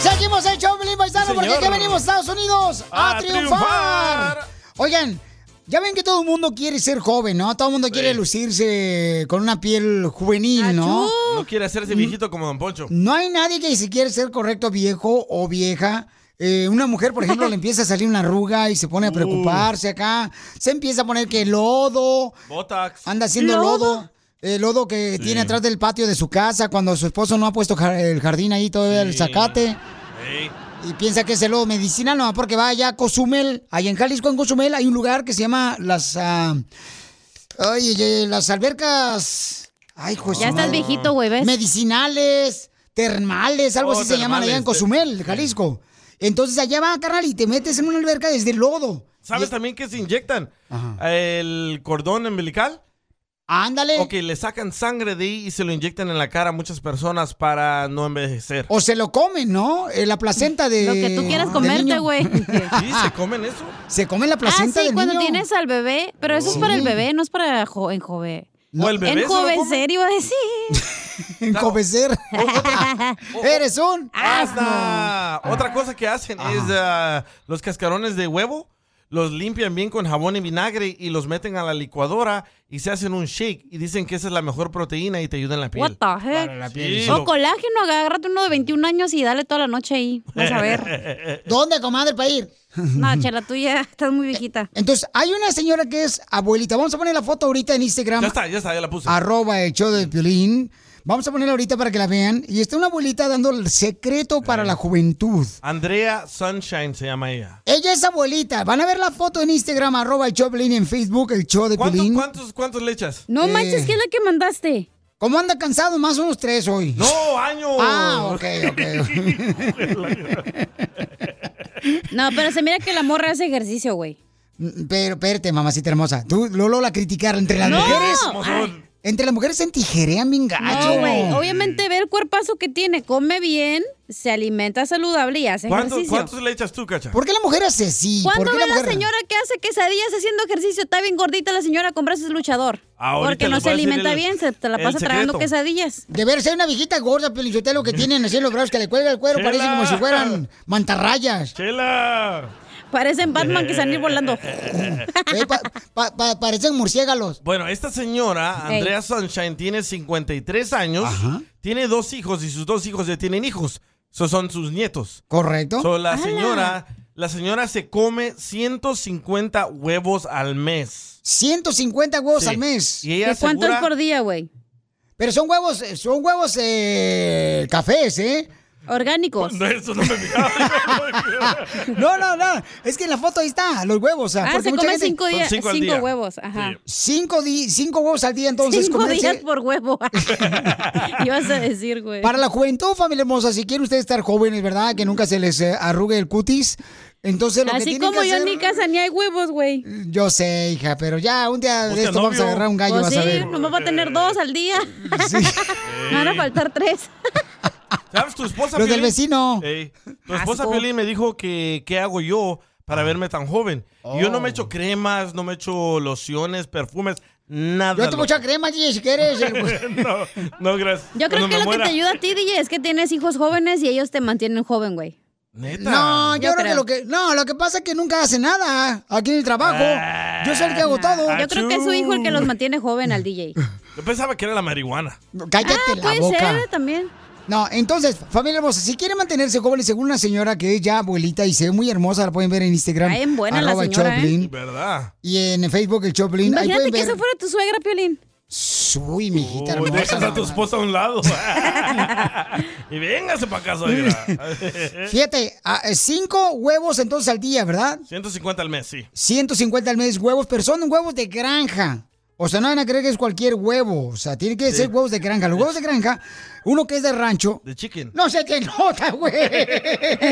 Speaker 4: Seguimos el show, Pelín Paisano,
Speaker 3: Sí,
Speaker 4: porque
Speaker 3: señor.
Speaker 4: aquí venimos a Estados Unidos a,
Speaker 3: A
Speaker 4: triunfar.
Speaker 3: triunfar.
Speaker 4: Oigan, ya ven que todo el mundo quiere ser joven, ¿no? Todo el mundo quiere lucirse con una piel juvenil, ¿no? Mm.
Speaker 5: No quiere hacerse viejito como Don Poncho.
Speaker 4: No hay nadie que si quiere ser correcto viejo o vieja. eh, una mujer, por ejemplo, le empieza a salir una arruga y se pone a preocuparse acá. Se empieza a poner que lodo.
Speaker 5: Botox.
Speaker 4: Anda haciendo lodo. El lodo que tiene atrás del patio de su casa cuando su esposo no ha puesto ja- el jardín ahí todavía el zacate. Y piensa que es el lodo medicinal, no, porque va allá a Cozumel. Allá en Jalisco, en Cozumel, hay un lugar que se llama las... ah, ay, ay, ay, las albercas... Ay, hijo de
Speaker 6: Ya
Speaker 4: su
Speaker 6: estás
Speaker 4: madre.
Speaker 6: viejito, güey, ¿ves?
Speaker 4: Medicinales, termales, algo
Speaker 6: Oh,
Speaker 4: así se llaman allá en
Speaker 6: termales,
Speaker 4: Cozumel, Jalisco. Entonces allá va, carnal, y te metes en una alberca desde el lodo.
Speaker 5: ¿Sabes también que se inyectan? El cordón umbilical.
Speaker 4: Ándale.
Speaker 5: Ok, le sacan sangre de ahí y se lo inyectan en la cara a muchas personas para no envejecer.
Speaker 4: O se lo comen, ¿no? Eh, la placenta de...
Speaker 6: Lo que tú quieras
Speaker 4: del
Speaker 6: comerte,
Speaker 4: niño.
Speaker 6: güey.
Speaker 5: ¿Sí? ¿Se comen eso?
Speaker 4: Se come la placenta
Speaker 6: ah, sí,
Speaker 4: del
Speaker 6: cuando
Speaker 4: niño.
Speaker 6: tienes al bebé, pero eso es para el
Speaker 4: Sí.
Speaker 6: bebé, no es para jo- enjove-
Speaker 4: No, el bebé se lo come.
Speaker 6: Enjovecer, iba a decir.
Speaker 4: Enjovecer. Eres un ¡Ah!
Speaker 5: ¡Asna! Ah, Otra cosa que hacen es ah, los cascarones de huevo. Los limpian bien con jabón y vinagre y los meten a la licuadora y se hacen un shake y dicen que esa es la mejor proteína y te ayuda en la piel.
Speaker 6: What the heck?
Speaker 5: la piel. Sí,
Speaker 6: o
Speaker 5: lo-
Speaker 6: colágeno, agárrate uno de 21 años y dale toda la noche ahí. Vas a ver.
Speaker 4: ¿Dónde, comadre, para ir?
Speaker 6: No, chela, tú ya estás muy viejita.
Speaker 4: Eh, Entonces, hay una señora que es abuelita. Vamos a poner la foto ahorita en Instagram.
Speaker 5: Ya está, ya está, ya la puse.
Speaker 4: Arroba el show de Piolín. Vamos a ponerla ahorita para que la vean. Y está una abuelita dando el secreto para
Speaker 5: Eh.
Speaker 4: la juventud.
Speaker 5: Andrea Sunshine se llama ella.
Speaker 4: Ella es abuelita. Van a ver la foto en Instagram, arroba el show de Piolín, en Facebook, el show de
Speaker 5: ¿Cuánto-
Speaker 4: Piolín.
Speaker 5: ¿Cuántos, cuántos le echas?
Speaker 4: Eh,
Speaker 6: es la que mandaste?
Speaker 4: ¿Cómo anda cansado? Más unos tres hoy.
Speaker 5: ¡No, año!
Speaker 4: Ah, ok, ok.
Speaker 6: No, pero se mira que la morra hace ejercicio, güey.
Speaker 4: Mm, Pero, espérate, mamacita hermosa. Tú, Lolo, la criticar entre las
Speaker 6: No.
Speaker 4: mujeres.
Speaker 6: Ay.
Speaker 4: Entre las mujeres se entijerean bien
Speaker 6: No,
Speaker 4: gacho.
Speaker 6: güey. Obviamente ve el cuerpazo que tiene, come bien, se alimenta saludable y hace
Speaker 5: ¿Cuántos,
Speaker 6: ejercicio.
Speaker 5: cuántos le echas tú, Cacha?
Speaker 4: ¿Por qué la mujer hace así?
Speaker 6: ¿Cuándo
Speaker 4: ¿Por qué
Speaker 6: ve la, señora que hace quesadillas haciendo ejercicio? Está bien gordita la señora, compras es luchador.
Speaker 5: Ahorita
Speaker 6: Porque
Speaker 5: les
Speaker 6: no
Speaker 5: voy
Speaker 6: se
Speaker 5: a decir
Speaker 6: alimenta
Speaker 5: el-
Speaker 6: bien, se te la
Speaker 5: el
Speaker 6: pasa tragando
Speaker 5: secreto.
Speaker 6: quesadillas.
Speaker 4: De ver, ser una viejita gorda, pelichotelo, que tienen así los brazos que le cuelga el cuero,
Speaker 6: Chela.
Speaker 4: parece como si fueran mantarrayas.
Speaker 5: ¡Chela!
Speaker 6: Parecen Batman que se han ido volando.
Speaker 4: Eh, pa- pa- pa- parecen murciélagos.
Speaker 5: Bueno, esta señora,
Speaker 4: Ey.
Speaker 5: Andrea Sunshine, tiene 53 años, tiene dos hijos y sus dos hijos ya tienen hijos. Esos son sus nietos.
Speaker 4: Correcto.
Speaker 5: So, la señora, la señora se come 150 huevos al mes.
Speaker 4: 150 huevos
Speaker 5: Sí.
Speaker 4: al mes.
Speaker 5: Y ella ¿De cuántos asegura- por
Speaker 6: día, güey?
Speaker 4: Pero son huevos, son huevos eh, cafés, ¿eh?
Speaker 6: Orgánicos.
Speaker 4: No, no, no. Es que en la foto ahí está, los huevos. o sea,
Speaker 6: Ah,
Speaker 4: porque
Speaker 6: se
Speaker 4: mucha
Speaker 6: come
Speaker 4: gente-
Speaker 6: cinco días- Son cinco al cinco día. huevos, ajá. Sí.
Speaker 4: Cinco, di- cinco huevos al día, entonces.
Speaker 6: Cinco
Speaker 4: comerse-
Speaker 6: días por huevo. Ibas a decir, güey.
Speaker 4: Para la juventud, familia hermosa, si quieren ustedes estar jóvenes, ¿verdad? Que nunca se les eh, arrugue el cutis. Entonces lo que
Speaker 6: Así
Speaker 4: tienen
Speaker 6: como
Speaker 4: que
Speaker 6: yo en
Speaker 4: hacer...
Speaker 6: mi casa ni hay huevos, güey.
Speaker 4: Yo sé, hija, pero ya un día Ah, de
Speaker 6: Busca
Speaker 4: esto vamos a
Speaker 6: Pues novio.
Speaker 4: agarrar un gallo,
Speaker 6: Pues
Speaker 4: vas a
Speaker 6: sí,
Speaker 4: ver.
Speaker 6: nomás va a tener dos al día. Me van a faltar tres. Pues,
Speaker 5: ¿Sabes? Tu esposa.
Speaker 4: Los del
Speaker 5: Piolín-
Speaker 4: vecino.
Speaker 5: Ey, tu esposa
Speaker 4: Asco.
Speaker 5: Piolín me dijo que qué hago yo
Speaker 4: Ah.
Speaker 5: para verme tan joven. Y yo no me
Speaker 4: Oh.
Speaker 5: echo cremas, no me echo lociones, perfumes, nada.
Speaker 4: Yo te
Speaker 5: loco.
Speaker 4: mucha crema, DJ, si quieres.
Speaker 5: no, no, gracias.
Speaker 6: Yo creo
Speaker 5: Cuando
Speaker 6: que
Speaker 5: me
Speaker 6: lo
Speaker 5: muera-
Speaker 6: que te ayuda a ti, DJ, es que tienes hijos jóvenes y ellos te mantienen joven, güey.
Speaker 5: Neta.
Speaker 4: No, yo,
Speaker 6: Yo
Speaker 4: creo, que
Speaker 6: creo.
Speaker 4: lo que. No, lo que pasa es que nunca hace nada aquí en el trabajo. yo soy el que
Speaker 5: Ah,
Speaker 4: hago todo.
Speaker 6: Yo creo que es su hijo el que los mantiene joven al DJ.
Speaker 5: Yo pensaba que era la marihuana.
Speaker 4: Cállate
Speaker 6: Ah,
Speaker 4: la
Speaker 6: puede
Speaker 4: boca.
Speaker 6: ser también.
Speaker 4: No, entonces, familia hermosa, si quieren mantenerse jóvenes, según una señora que es ya abuelita y se ve muy hermosa, la pueden ver en Instagram.
Speaker 6: Está bien buena la
Speaker 4: arroba el
Speaker 6: señora, ¿eh?
Speaker 4: Choplin,
Speaker 5: ¿Verdad?
Speaker 4: Y en Facebook el Choplin.
Speaker 6: Imagínate
Speaker 4: ahí pueden
Speaker 6: que
Speaker 4: ver.
Speaker 6: esa fuera tu suegra, Piolín.
Speaker 4: Uy, mi hijita
Speaker 5: Oh,
Speaker 4: hermosa.
Speaker 5: dejas a
Speaker 4: no.
Speaker 5: tu esposa a un lado. y véngase para acá, suegra.
Speaker 4: Fíjate, ah, eh, cinco huevos entonces al día, ¿verdad?
Speaker 5: 150 al mes, sí.
Speaker 4: 150 al mes huevos, pero son huevos de granja. O sea, no van a creer que es cualquier huevo. O sea, tiene que ser huevos de granja. Los huevos de granja, uno que es de rancho.
Speaker 5: De chicken.
Speaker 4: No se te nota, güey.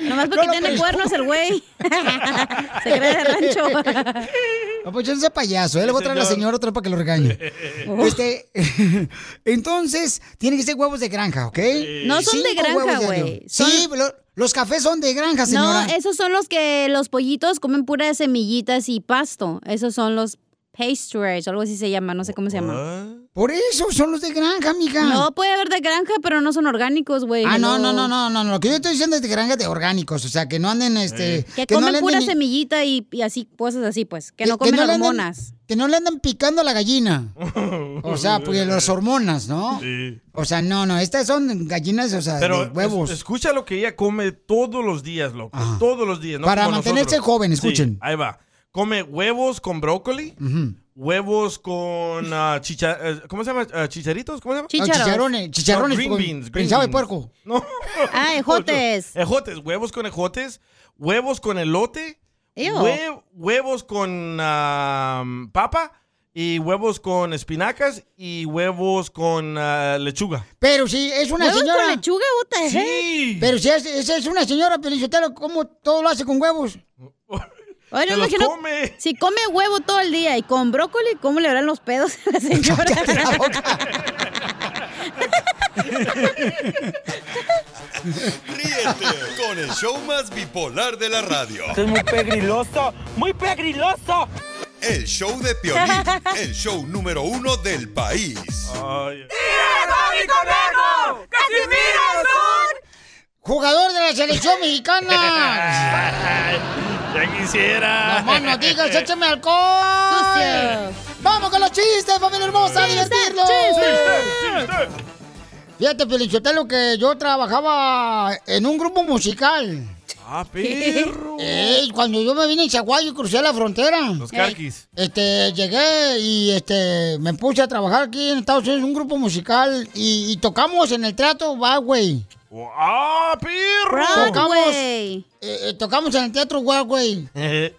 Speaker 6: Nomás porque tiene cuernos el güey. Se cree de rancho.
Speaker 4: No, pues yo no soy payaso. ¿eh? Le voy a traer a la
Speaker 6: Señor.
Speaker 4: señora otra para que lo regañe.
Speaker 6: Oh.
Speaker 4: Este, entonces, tienen que ser huevos de granja, ¿ok?
Speaker 6: No son de
Speaker 4: Cinco
Speaker 6: granja,
Speaker 4: huevos diario.
Speaker 6: güey.
Speaker 4: Sí, lo- los cafés son de granja, señora.
Speaker 6: No, esos son los que los pollitos comen puras semillitas y pasto. Esos son los pastries, algo así se llama, no sé cómo se llama.
Speaker 4: Por eso son los de granja, mija.
Speaker 6: No, puede haber de granja, pero no son orgánicos, güey.
Speaker 4: Ah, no, no,
Speaker 6: hello.
Speaker 4: no, no, no, no, Lo que yo estoy diciendo es de granja de orgánicos, o sea, que no anden, este...
Speaker 6: Que,
Speaker 4: no
Speaker 6: comen
Speaker 4: le anden
Speaker 6: pura
Speaker 4: ni-
Speaker 6: semillita y, y así, cosas así, pues. Que no
Speaker 4: que
Speaker 6: comen
Speaker 4: le anden-
Speaker 6: hormonas.
Speaker 4: que no le anden picando a la gallina. O sea, porque las hormonas, ¿no?
Speaker 5: Sí.
Speaker 4: O sea, no, no, estas son gallinas, o sea,
Speaker 5: Pero
Speaker 4: de huevos. Ah.
Speaker 5: es- escucha lo que ella come todos los días, loco. Todos los días. ¿no?
Speaker 4: Para
Speaker 5: Como
Speaker 4: mantenerse
Speaker 5: nosotros.
Speaker 4: joven,
Speaker 5: Sí,
Speaker 4: escuchen.
Speaker 5: ahí va. Come huevos con brócoli,
Speaker 4: Ujú.
Speaker 5: huevos con ah, chicha- eh, ¿cómo se llama? Ah, ¿Chicharitos? ¿Cómo se llama?
Speaker 4: Chícharos. Ah, chicharrones, chicharrones,
Speaker 5: No, green
Speaker 4: con-
Speaker 5: beans. green
Speaker 4: pensaba de
Speaker 5: beans.
Speaker 4: puerco.
Speaker 5: No.
Speaker 6: Ah, ejotes.
Speaker 5: Ejotes, huevos con ejotes, huevos con elote,
Speaker 6: Ew.
Speaker 5: hue- huevos con ah, papa y huevos con espinacas y huevos con ah, lechuga.
Speaker 4: Pero si es una
Speaker 6: ¿Huevos
Speaker 4: señora.
Speaker 6: con lechuga, what the heck?
Speaker 5: Sí.
Speaker 4: Pero si es, esa es una señora, Pelichotelo, ¿cómo todo lo hace con huevos?
Speaker 6: Oye,
Speaker 4: Se
Speaker 6: me
Speaker 4: los
Speaker 6: imagino,
Speaker 5: come.
Speaker 6: Si come huevo todo el día y con brócoli, ¿cómo le harán los pedos a la señora?
Speaker 10: Ríete con el show más bipolar de la radio.
Speaker 20: Esto es muy pegriloso, muy pegriloso.
Speaker 10: El show de Piolín, el show número uno del país.
Speaker 4: ¡Jugador de la selección mexicana!
Speaker 5: ya quisiera.
Speaker 4: Nomás no digas, échame alcohol. ¡Vamos con los chistes, familia hermosa! ¡A divertirnos! Fíjate, Pelichotelo, que yo trabajaba en un grupo musical.
Speaker 5: Ah, perro.
Speaker 4: Ey, cuando yo me vine en Chaguayo y crucé la frontera.
Speaker 5: Los carquis.
Speaker 4: Este, llegué y este, me puse a trabajar aquí en Estados Unidos, un grupo musical, y, y tocamos en el Teatro Broadway.
Speaker 5: ¡Ah, perro!
Speaker 4: Tocamos, eh, eh, tocamos en el Teatro Broadway.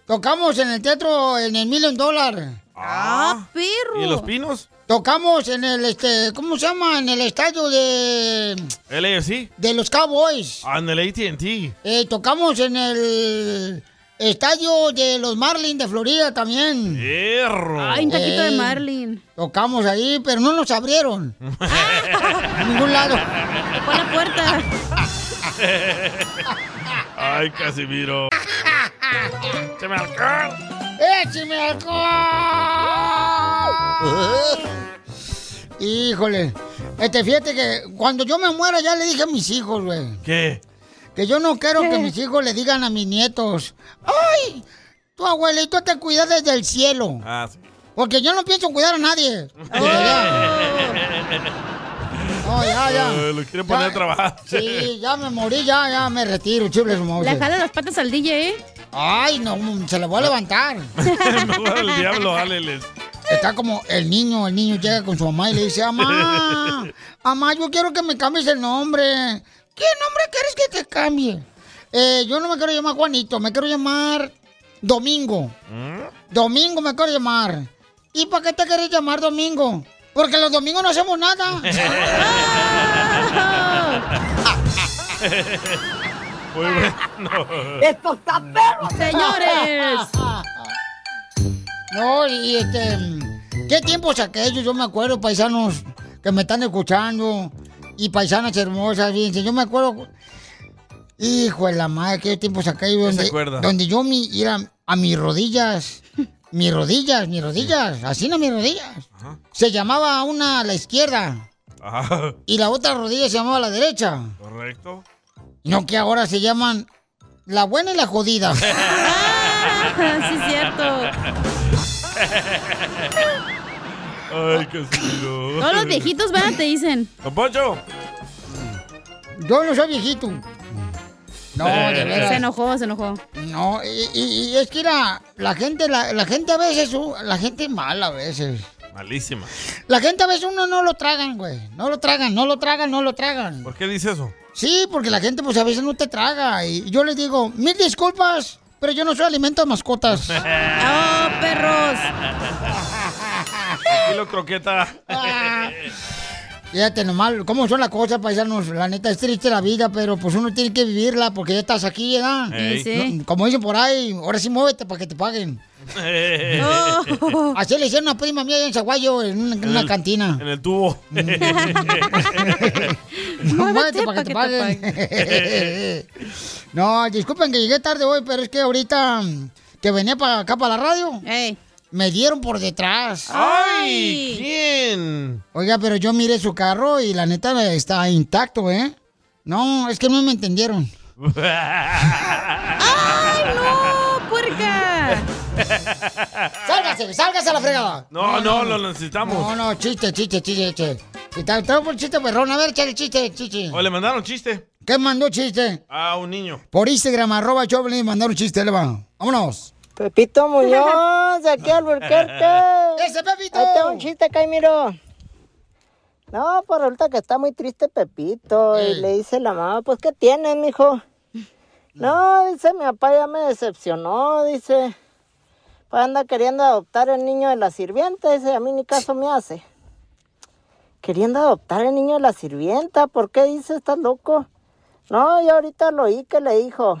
Speaker 4: Tocamos en el Teatro en el Million Dollar.
Speaker 5: ¡Ah,
Speaker 6: perro!
Speaker 5: ¿Y los pinos?
Speaker 4: Tocamos en el, este, ¿cómo se llama? En el estadio de,
Speaker 5: LAFC.
Speaker 4: de los Cowboys.
Speaker 5: Ah, en el ATT.
Speaker 4: Eh, tocamos en el estadio de los Marlins de Florida también.
Speaker 5: Perro.
Speaker 6: Ay, un taquito de
Speaker 4: Ey,
Speaker 6: Marlin.
Speaker 4: Tocamos ahí, pero no nos abrieron.
Speaker 5: en
Speaker 4: ningún lado.
Speaker 6: Por la puerta.
Speaker 5: Ay, Casimiro. ¡Échame alcohol!
Speaker 4: ¡Écheme alcohol! Híjole. Este, fíjate que cuando yo me muera ya le dije a mis hijos, güey.
Speaker 5: ¿Qué?
Speaker 4: Que yo no quiero que
Speaker 5: ¿Qué?
Speaker 4: mis hijos le digan a mis nietos. ¡Ay! Tu abuelito te cuida desde el cielo.
Speaker 5: Ah, sí.
Speaker 4: Porque yo no pienso cuidar a nadie. Desde allá. No, ya, ya.
Speaker 5: Eh, lo quieren poner a trabajar.
Speaker 4: Sí, ya me morí, ya, ya me retiro, chifles
Speaker 6: Le jala las patas al DJ, ¿eh?
Speaker 4: Ay, no, se le voy a levantar.
Speaker 5: Mejor el diablo, áleles.
Speaker 4: Está como el niño, el niño llega con su mamá y le dice, mamá, mamá, yo quiero que me cambies el nombre. ¿Qué nombre quieres que te cambie? Eh, yo no me quiero llamar Juanito, me quiero llamar Domingo. Domingo me quiero llamar. ¿Y para qué te quieres llamar Domingo? Porque los domingos no hacemos nada.
Speaker 2: Muy bueno.
Speaker 4: ¡Esto está perro, señores! No, y este. ¿Qué tiempos aquellos? Yo me acuerdo, paisanos que me están escuchando. Y paisanas hermosas, fíjense. Yo me acuerdo. Hijo de la madre, qué tiempos aquellos.
Speaker 5: se
Speaker 4: Donde,
Speaker 5: acuerda?
Speaker 4: donde yo mi, era a mis rodillas. Mis rodillas, mis rodillas. Así no mis rodillas. Se llamaba una a la izquierda.
Speaker 5: Ah,
Speaker 4: Y la otra rodilla se llamaba a la derecha.
Speaker 5: correcto.
Speaker 4: No que ahora se llaman la buena y la jodida.
Speaker 2: sí,
Speaker 4: es cierto.
Speaker 5: Ay, Casimiro.
Speaker 6: Todos los viejitos van, te dicen.
Speaker 5: Don Poncho.
Speaker 4: Yo no soy viejito. No, de veras.
Speaker 6: Eh, Se enojó, se enojó.
Speaker 4: No, y, y- y es que la, la gente, la, la gente a veces, uh, la gente es mala a veces.
Speaker 5: Malísima.
Speaker 4: La gente a veces uno no lo tragan, güey. No lo tragan, no lo tragan, no lo tragan.
Speaker 5: ¿Por qué dice eso?
Speaker 4: Sí, porque la gente pues a veces no te traga. Y yo les digo, mil disculpas, pero yo no soy alimento de mascotas.
Speaker 2: ¡Oh,
Speaker 4: perros!
Speaker 5: lo croqueta.
Speaker 4: Fíjate nomás, cómo son las cosas, paisanos. La neta es triste la vida, pero pues uno tiene que vivirla porque ya estás aquí, ¿verdad?
Speaker 2: Ey. Sí, sí.
Speaker 4: No, como dicen por ahí, ahora sí muévete para que te paguen. Así le hicieron a una prima mía allá en Zaguayo, en una, en una
Speaker 5: el-
Speaker 4: cantina.
Speaker 5: En el tubo.
Speaker 4: Muévete para que te paguen. no, disculpen que llegué tarde hoy, pero es que ahorita mm, que venía para acá para la radio, me dieron por detrás.
Speaker 5: ¡Ay! ¿Quién?
Speaker 4: Oiga, pero yo miré su carro y la neta está intacto, ¿eh? No, es que no me entendieron.
Speaker 2: ¡Ay,
Speaker 4: no! ¡Puerca! ¡Sálgase! ¡Sálgase a la fregada!
Speaker 5: No, no, lo necesitamos.
Speaker 4: No, no, chiste, chiste, chiste, chiste. Está, está por chiste, perrón. A ver, échale chiste, chiste.
Speaker 5: O le mandaron chiste
Speaker 4: ¿Qué mandó chiste?
Speaker 5: a un niño.
Speaker 4: Por Instagram, arroba Choplin, mandaron chiste, le va. Vámonos.
Speaker 21: Pepito Muñoz, aquí Alburquerque.
Speaker 4: ¡Ese Pepito!
Speaker 21: Ahí está un chiste, Caimiro. No, pues resulta que está muy triste Pepito. Y le dice la mamá, pues, ¿qué tiene, mijo? No, dice, mi papá ya me decepcionó, dice. Pues anda queriendo adoptar el niño de la sirvienta, dice, a mí ni caso me hace. Queriendo adoptar el niño de la sirvienta, ¿por qué dice, estás loco? No, y ahorita lo oí que le dijo.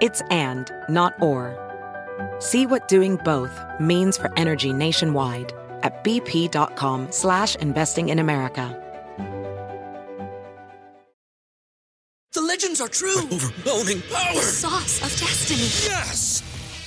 Speaker 1: It's and, not or. See what doing both means for energy nationwide at bp.com slash investing in America.
Speaker 22: The legends are true. overwhelming power! sauce of destiny. Yes!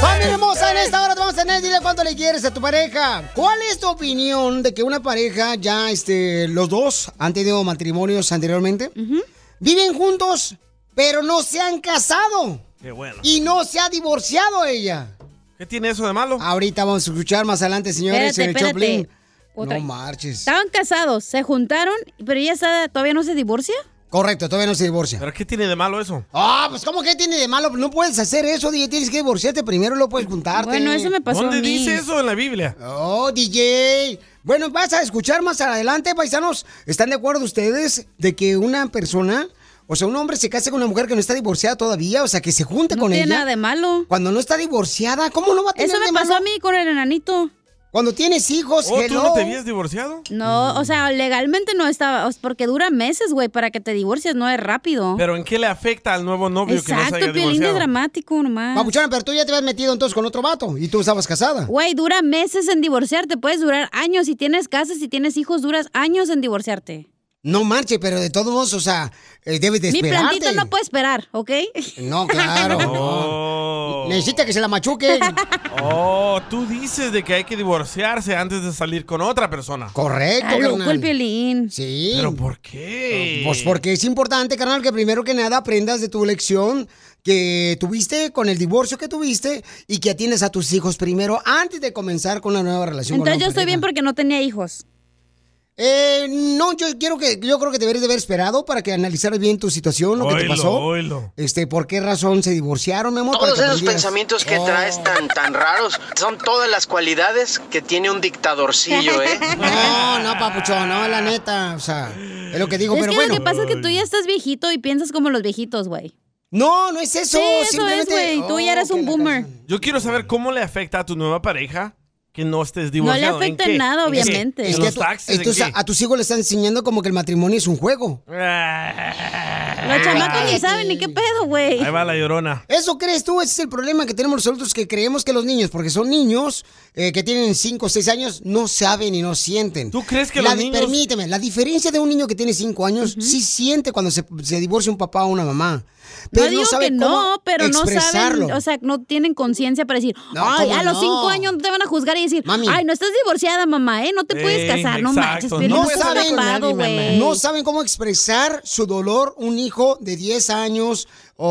Speaker 4: ¡Familia hermosa! En esta hora te vamos a tener, dile cuánto le quieres a tu pareja. ¿Cuál es tu opinión de que una pareja ya, este, los dos han tenido matrimonios anteriormente? Viven juntos, pero no se han casado.
Speaker 5: Qué bueno.
Speaker 4: Y no se ha divorciado ella.
Speaker 5: ¿Qué tiene eso de malo?
Speaker 4: Ahorita vamos a escuchar más adelante, señores,
Speaker 6: Espérate,
Speaker 4: en el
Speaker 6: espérate.
Speaker 4: Choplin.
Speaker 6: Otra.
Speaker 4: No marches.
Speaker 6: Estaban casados, se juntaron, pero ella está, todavía no se divorcia.
Speaker 4: Correcto, todavía no se divorcia.
Speaker 5: ¿Pero qué tiene de malo eso?
Speaker 4: Ah, pues ¿cómo que tiene de malo? No puedes hacer eso, DJ. Tienes que divorciarte primero, lo puedes juntarte.
Speaker 5: ¿Dónde dice eso en la Biblia?
Speaker 4: Oh, DJ. Bueno, vas a escuchar más adelante, paisanos. ¿Están de acuerdo ustedes de que una persona, o sea, un hombre se case con una mujer que no está divorciada todavía? O sea, que se junte con
Speaker 6: tiene
Speaker 4: ella.
Speaker 6: nada de malo.
Speaker 4: Cuando no está divorciada, ¿cómo no va a tener
Speaker 6: Eso me
Speaker 4: de
Speaker 6: pasó
Speaker 4: malo?
Speaker 6: a mí con el enanito.
Speaker 4: Cuando tienes hijos,
Speaker 5: Oh, ¿tú no
Speaker 4: hello.
Speaker 5: te habías divorciado?
Speaker 6: No, o sea, legalmente no estaba, o sea, porque dura meses, güey, para que te divorcies, no es rápido.
Speaker 5: Pero ¿en qué le afecta al nuevo novio que no se haya
Speaker 6: Exacto, Piolín de
Speaker 5: divorciado?
Speaker 6: dramático nomás.
Speaker 4: Papuchona, pero tú ya te habías metido entonces con otro vato y tú estabas casada.
Speaker 6: Güey, dura meses en divorciarte, puedes durar años. Si tienes casa, si tienes hijos, duras años en divorciarte.
Speaker 4: No marche, pero de todos modos, o sea, eh, debes de
Speaker 6: Mi
Speaker 4: esperarte.
Speaker 6: plantita no puede esperar, ¿ok?
Speaker 4: No, claro. no. Necesita que se la machuque.
Speaker 5: Oh, tú dices de que hay que divorciarse antes de salir con otra persona.
Speaker 4: Correcto,
Speaker 6: Está loco
Speaker 4: carnal.
Speaker 6: el Piolín.
Speaker 4: Sí.
Speaker 5: ¿Pero por qué?
Speaker 4: Pues porque es importante, carnal, que primero que nada aprendas de tu lección que tuviste con el divorcio que tuviste y que atiendes a tus hijos primero antes de comenzar con una nueva relación.
Speaker 6: Entonces yo estoy bien porque no tenía hijos.
Speaker 4: Eh, no, yo quiero que, yo creo que deberías de haber esperado para que analizaras bien tu situación, lo que te
Speaker 5: Oilo,
Speaker 4: pasó.
Speaker 5: oilo.
Speaker 4: Este, ¿por qué razón se divorciaron, mi amor? Para
Speaker 23: Todos
Speaker 4: que
Speaker 23: esos
Speaker 4: aprendieras.
Speaker 23: pensamientos que
Speaker 4: Oh.
Speaker 23: traes tan, tan raros son todas las cualidades que tiene un dictadorcillo, ¿eh?
Speaker 4: No, no, papuchón, no, la neta, o sea, es lo que digo,
Speaker 6: es
Speaker 4: pero
Speaker 6: que
Speaker 4: bueno.
Speaker 6: lo que pasa es que tú ya estás viejito y piensas como los viejitos, güey.
Speaker 4: No, no es eso.
Speaker 6: Sí, eso es,
Speaker 4: simplemente- oh,
Speaker 6: güey. Tú ya eres un boomer.
Speaker 5: Yo quiero saber cómo le afecta a tu nueva pareja que no estés
Speaker 6: No le
Speaker 5: divorciado. ¿En
Speaker 6: afecta
Speaker 5: qué?
Speaker 6: en nada,
Speaker 5: ¿En qué?
Speaker 6: obviamente.
Speaker 5: ¿En
Speaker 4: Es que a
Speaker 5: los
Speaker 4: tu-
Speaker 5: taxis? ¿En
Speaker 4: entonces,
Speaker 5: qué?
Speaker 4: a tus hijos le están enseñando como que el matrimonio es un juego.
Speaker 6: Ah. Los chamacos ni saben ni qué pedo, güey.
Speaker 5: Ahí va la llorona.
Speaker 4: ¿Eso crees tú? Ese es el problema que tenemos nosotros que creemos que los niños, porque son niños eh, que tienen 5 o 6 años, no saben y no sienten. ¿Tú
Speaker 5: crees que los niños-
Speaker 4: Permíteme, la diferencia de un niño que tiene 5 años sí siente cuando se, se divorcia un papá o una mamá. Pero
Speaker 6: no digo
Speaker 4: sabe
Speaker 6: que
Speaker 4: cómo
Speaker 6: no, pero no
Speaker 4: expresarlo.
Speaker 6: saben, o sea, no tienen conciencia para decir,
Speaker 4: No,
Speaker 6: ay,
Speaker 4: ¿cómo
Speaker 6: a los
Speaker 4: no?
Speaker 6: cinco años no te van a juzgar y decir, ay, no estás divorciada, mamá, ¿eh? No te puedes
Speaker 4: Ey,
Speaker 6: casar, no
Speaker 4: exacto,
Speaker 6: manches, Piolín,
Speaker 4: no
Speaker 6: no estás
Speaker 4: saben,
Speaker 6: tapado, güey.
Speaker 4: no saben cómo expresar su dolor un hijo de 10 años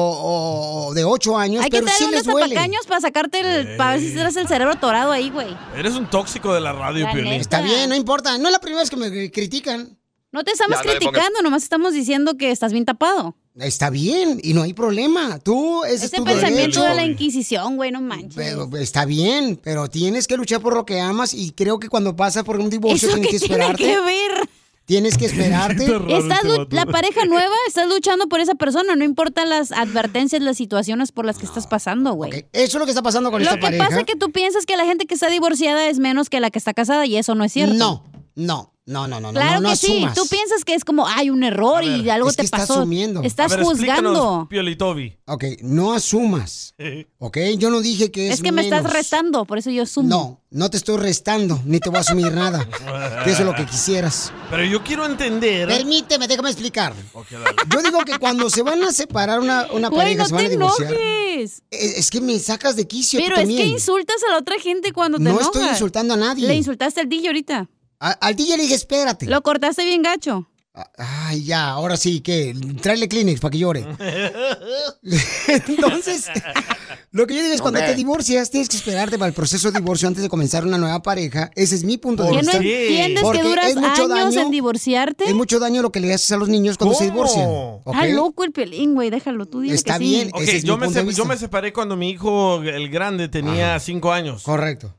Speaker 4: o, o- o de 8 años,
Speaker 6: Hay que
Speaker 4: pero
Speaker 6: traer
Speaker 4: sí
Speaker 6: unos
Speaker 4: les duele.
Speaker 6: zapacaños para sacarte el, para ver si tienes el cerebro atorado ahí, güey.
Speaker 5: Eres un tóxico de la radio,
Speaker 6: La
Speaker 5: Piolín.
Speaker 6: neta.
Speaker 4: Está bien, ¿eh? no importa, no es la primera vez que me critican.
Speaker 6: No te estamos
Speaker 4: Ya, no le pongas-
Speaker 6: criticando, nomás estamos diciendo que estás bien tapado.
Speaker 4: Está bien y no hay problema. Tú ese es
Speaker 6: Ese
Speaker 4: tu
Speaker 6: pensamiento
Speaker 4: derecho.
Speaker 6: de la Inquisición, güey, no manches.
Speaker 4: Pero pues, está bien, pero tienes que luchar por lo que amas y creo que cuando pasas por un divorcio
Speaker 6: ¿Eso
Speaker 4: tienes
Speaker 6: qué
Speaker 4: que
Speaker 6: tiene
Speaker 4: esperarte.
Speaker 6: que ver?
Speaker 4: Tienes que esperarte.
Speaker 6: Estás
Speaker 5: este
Speaker 6: lu- la pareja nueva, estás luchando por esa persona, no importan las advertencias, las situaciones por las que estás pasando, güey.
Speaker 4: Eso es lo que está pasando con
Speaker 6: lo
Speaker 4: esta
Speaker 6: que
Speaker 4: pareja.
Speaker 6: pasa es que tú piensas que la gente que está divorciada es menos que la que está casada y eso no es cierto.
Speaker 4: No, no, no, no, no, no,
Speaker 6: Claro
Speaker 4: no, no
Speaker 6: que
Speaker 4: asumas.
Speaker 6: sí, tú piensas que es como hay un error y algo
Speaker 4: es
Speaker 6: te
Speaker 4: que estás
Speaker 6: pasó.
Speaker 4: asumiendo.
Speaker 6: Estás
Speaker 5: A ver, explícanos,
Speaker 6: juzgando.
Speaker 5: Piolitobi.
Speaker 4: Ok, no asumas. Ok, yo no dije que es
Speaker 6: Es, que me estás
Speaker 4: menos.
Speaker 6: restando, por eso yo sumo.
Speaker 4: No, no te estoy restando, ni te voy a asumir nada. Que eso es lo que quisieras.
Speaker 5: Pero yo quiero entender.
Speaker 4: Permíteme, déjame explicar.
Speaker 5: Ok, dale.
Speaker 4: Yo digo que cuando se van a separar una, una
Speaker 6: Güey,
Speaker 4: pareja,
Speaker 6: no
Speaker 4: se van
Speaker 6: te
Speaker 4: a divorciar. Eh,
Speaker 6: enojes.
Speaker 4: Es, es que me sacas de quicio.
Speaker 6: Pero
Speaker 4: tú
Speaker 6: es que
Speaker 4: también.
Speaker 6: insultas a la otra gente cuando te
Speaker 4: No
Speaker 6: enojas.
Speaker 4: estoy insultando a nadie.
Speaker 6: Le insultaste al DJ ahorita.
Speaker 4: al DJ le dije, espérate.
Speaker 6: Lo cortaste bien gacho.
Speaker 4: Ah, Ay, ya, ahora sí, que tráele Kleenex para que llore. Entonces, lo que yo digo es cuando
Speaker 6: Ok.
Speaker 4: te divorcias, tienes que esperarte para el proceso de divorcio antes de comenzar una nueva pareja. Ese es mi punto de
Speaker 6: ¿Que no
Speaker 4: vista.
Speaker 6: entiendes que duras años en divorciarte?
Speaker 4: Es mucho daño lo que le haces a los niños cuando se
Speaker 5: ¿Cómo?
Speaker 4: divorcian. ¿ok?
Speaker 6: Está loco el pelín, güey. Déjalo, tú dile que sí.
Speaker 5: Ok, yo, me se- yo me separé cuando mi hijo, el grande, tenía cinco años.
Speaker 4: Correcto.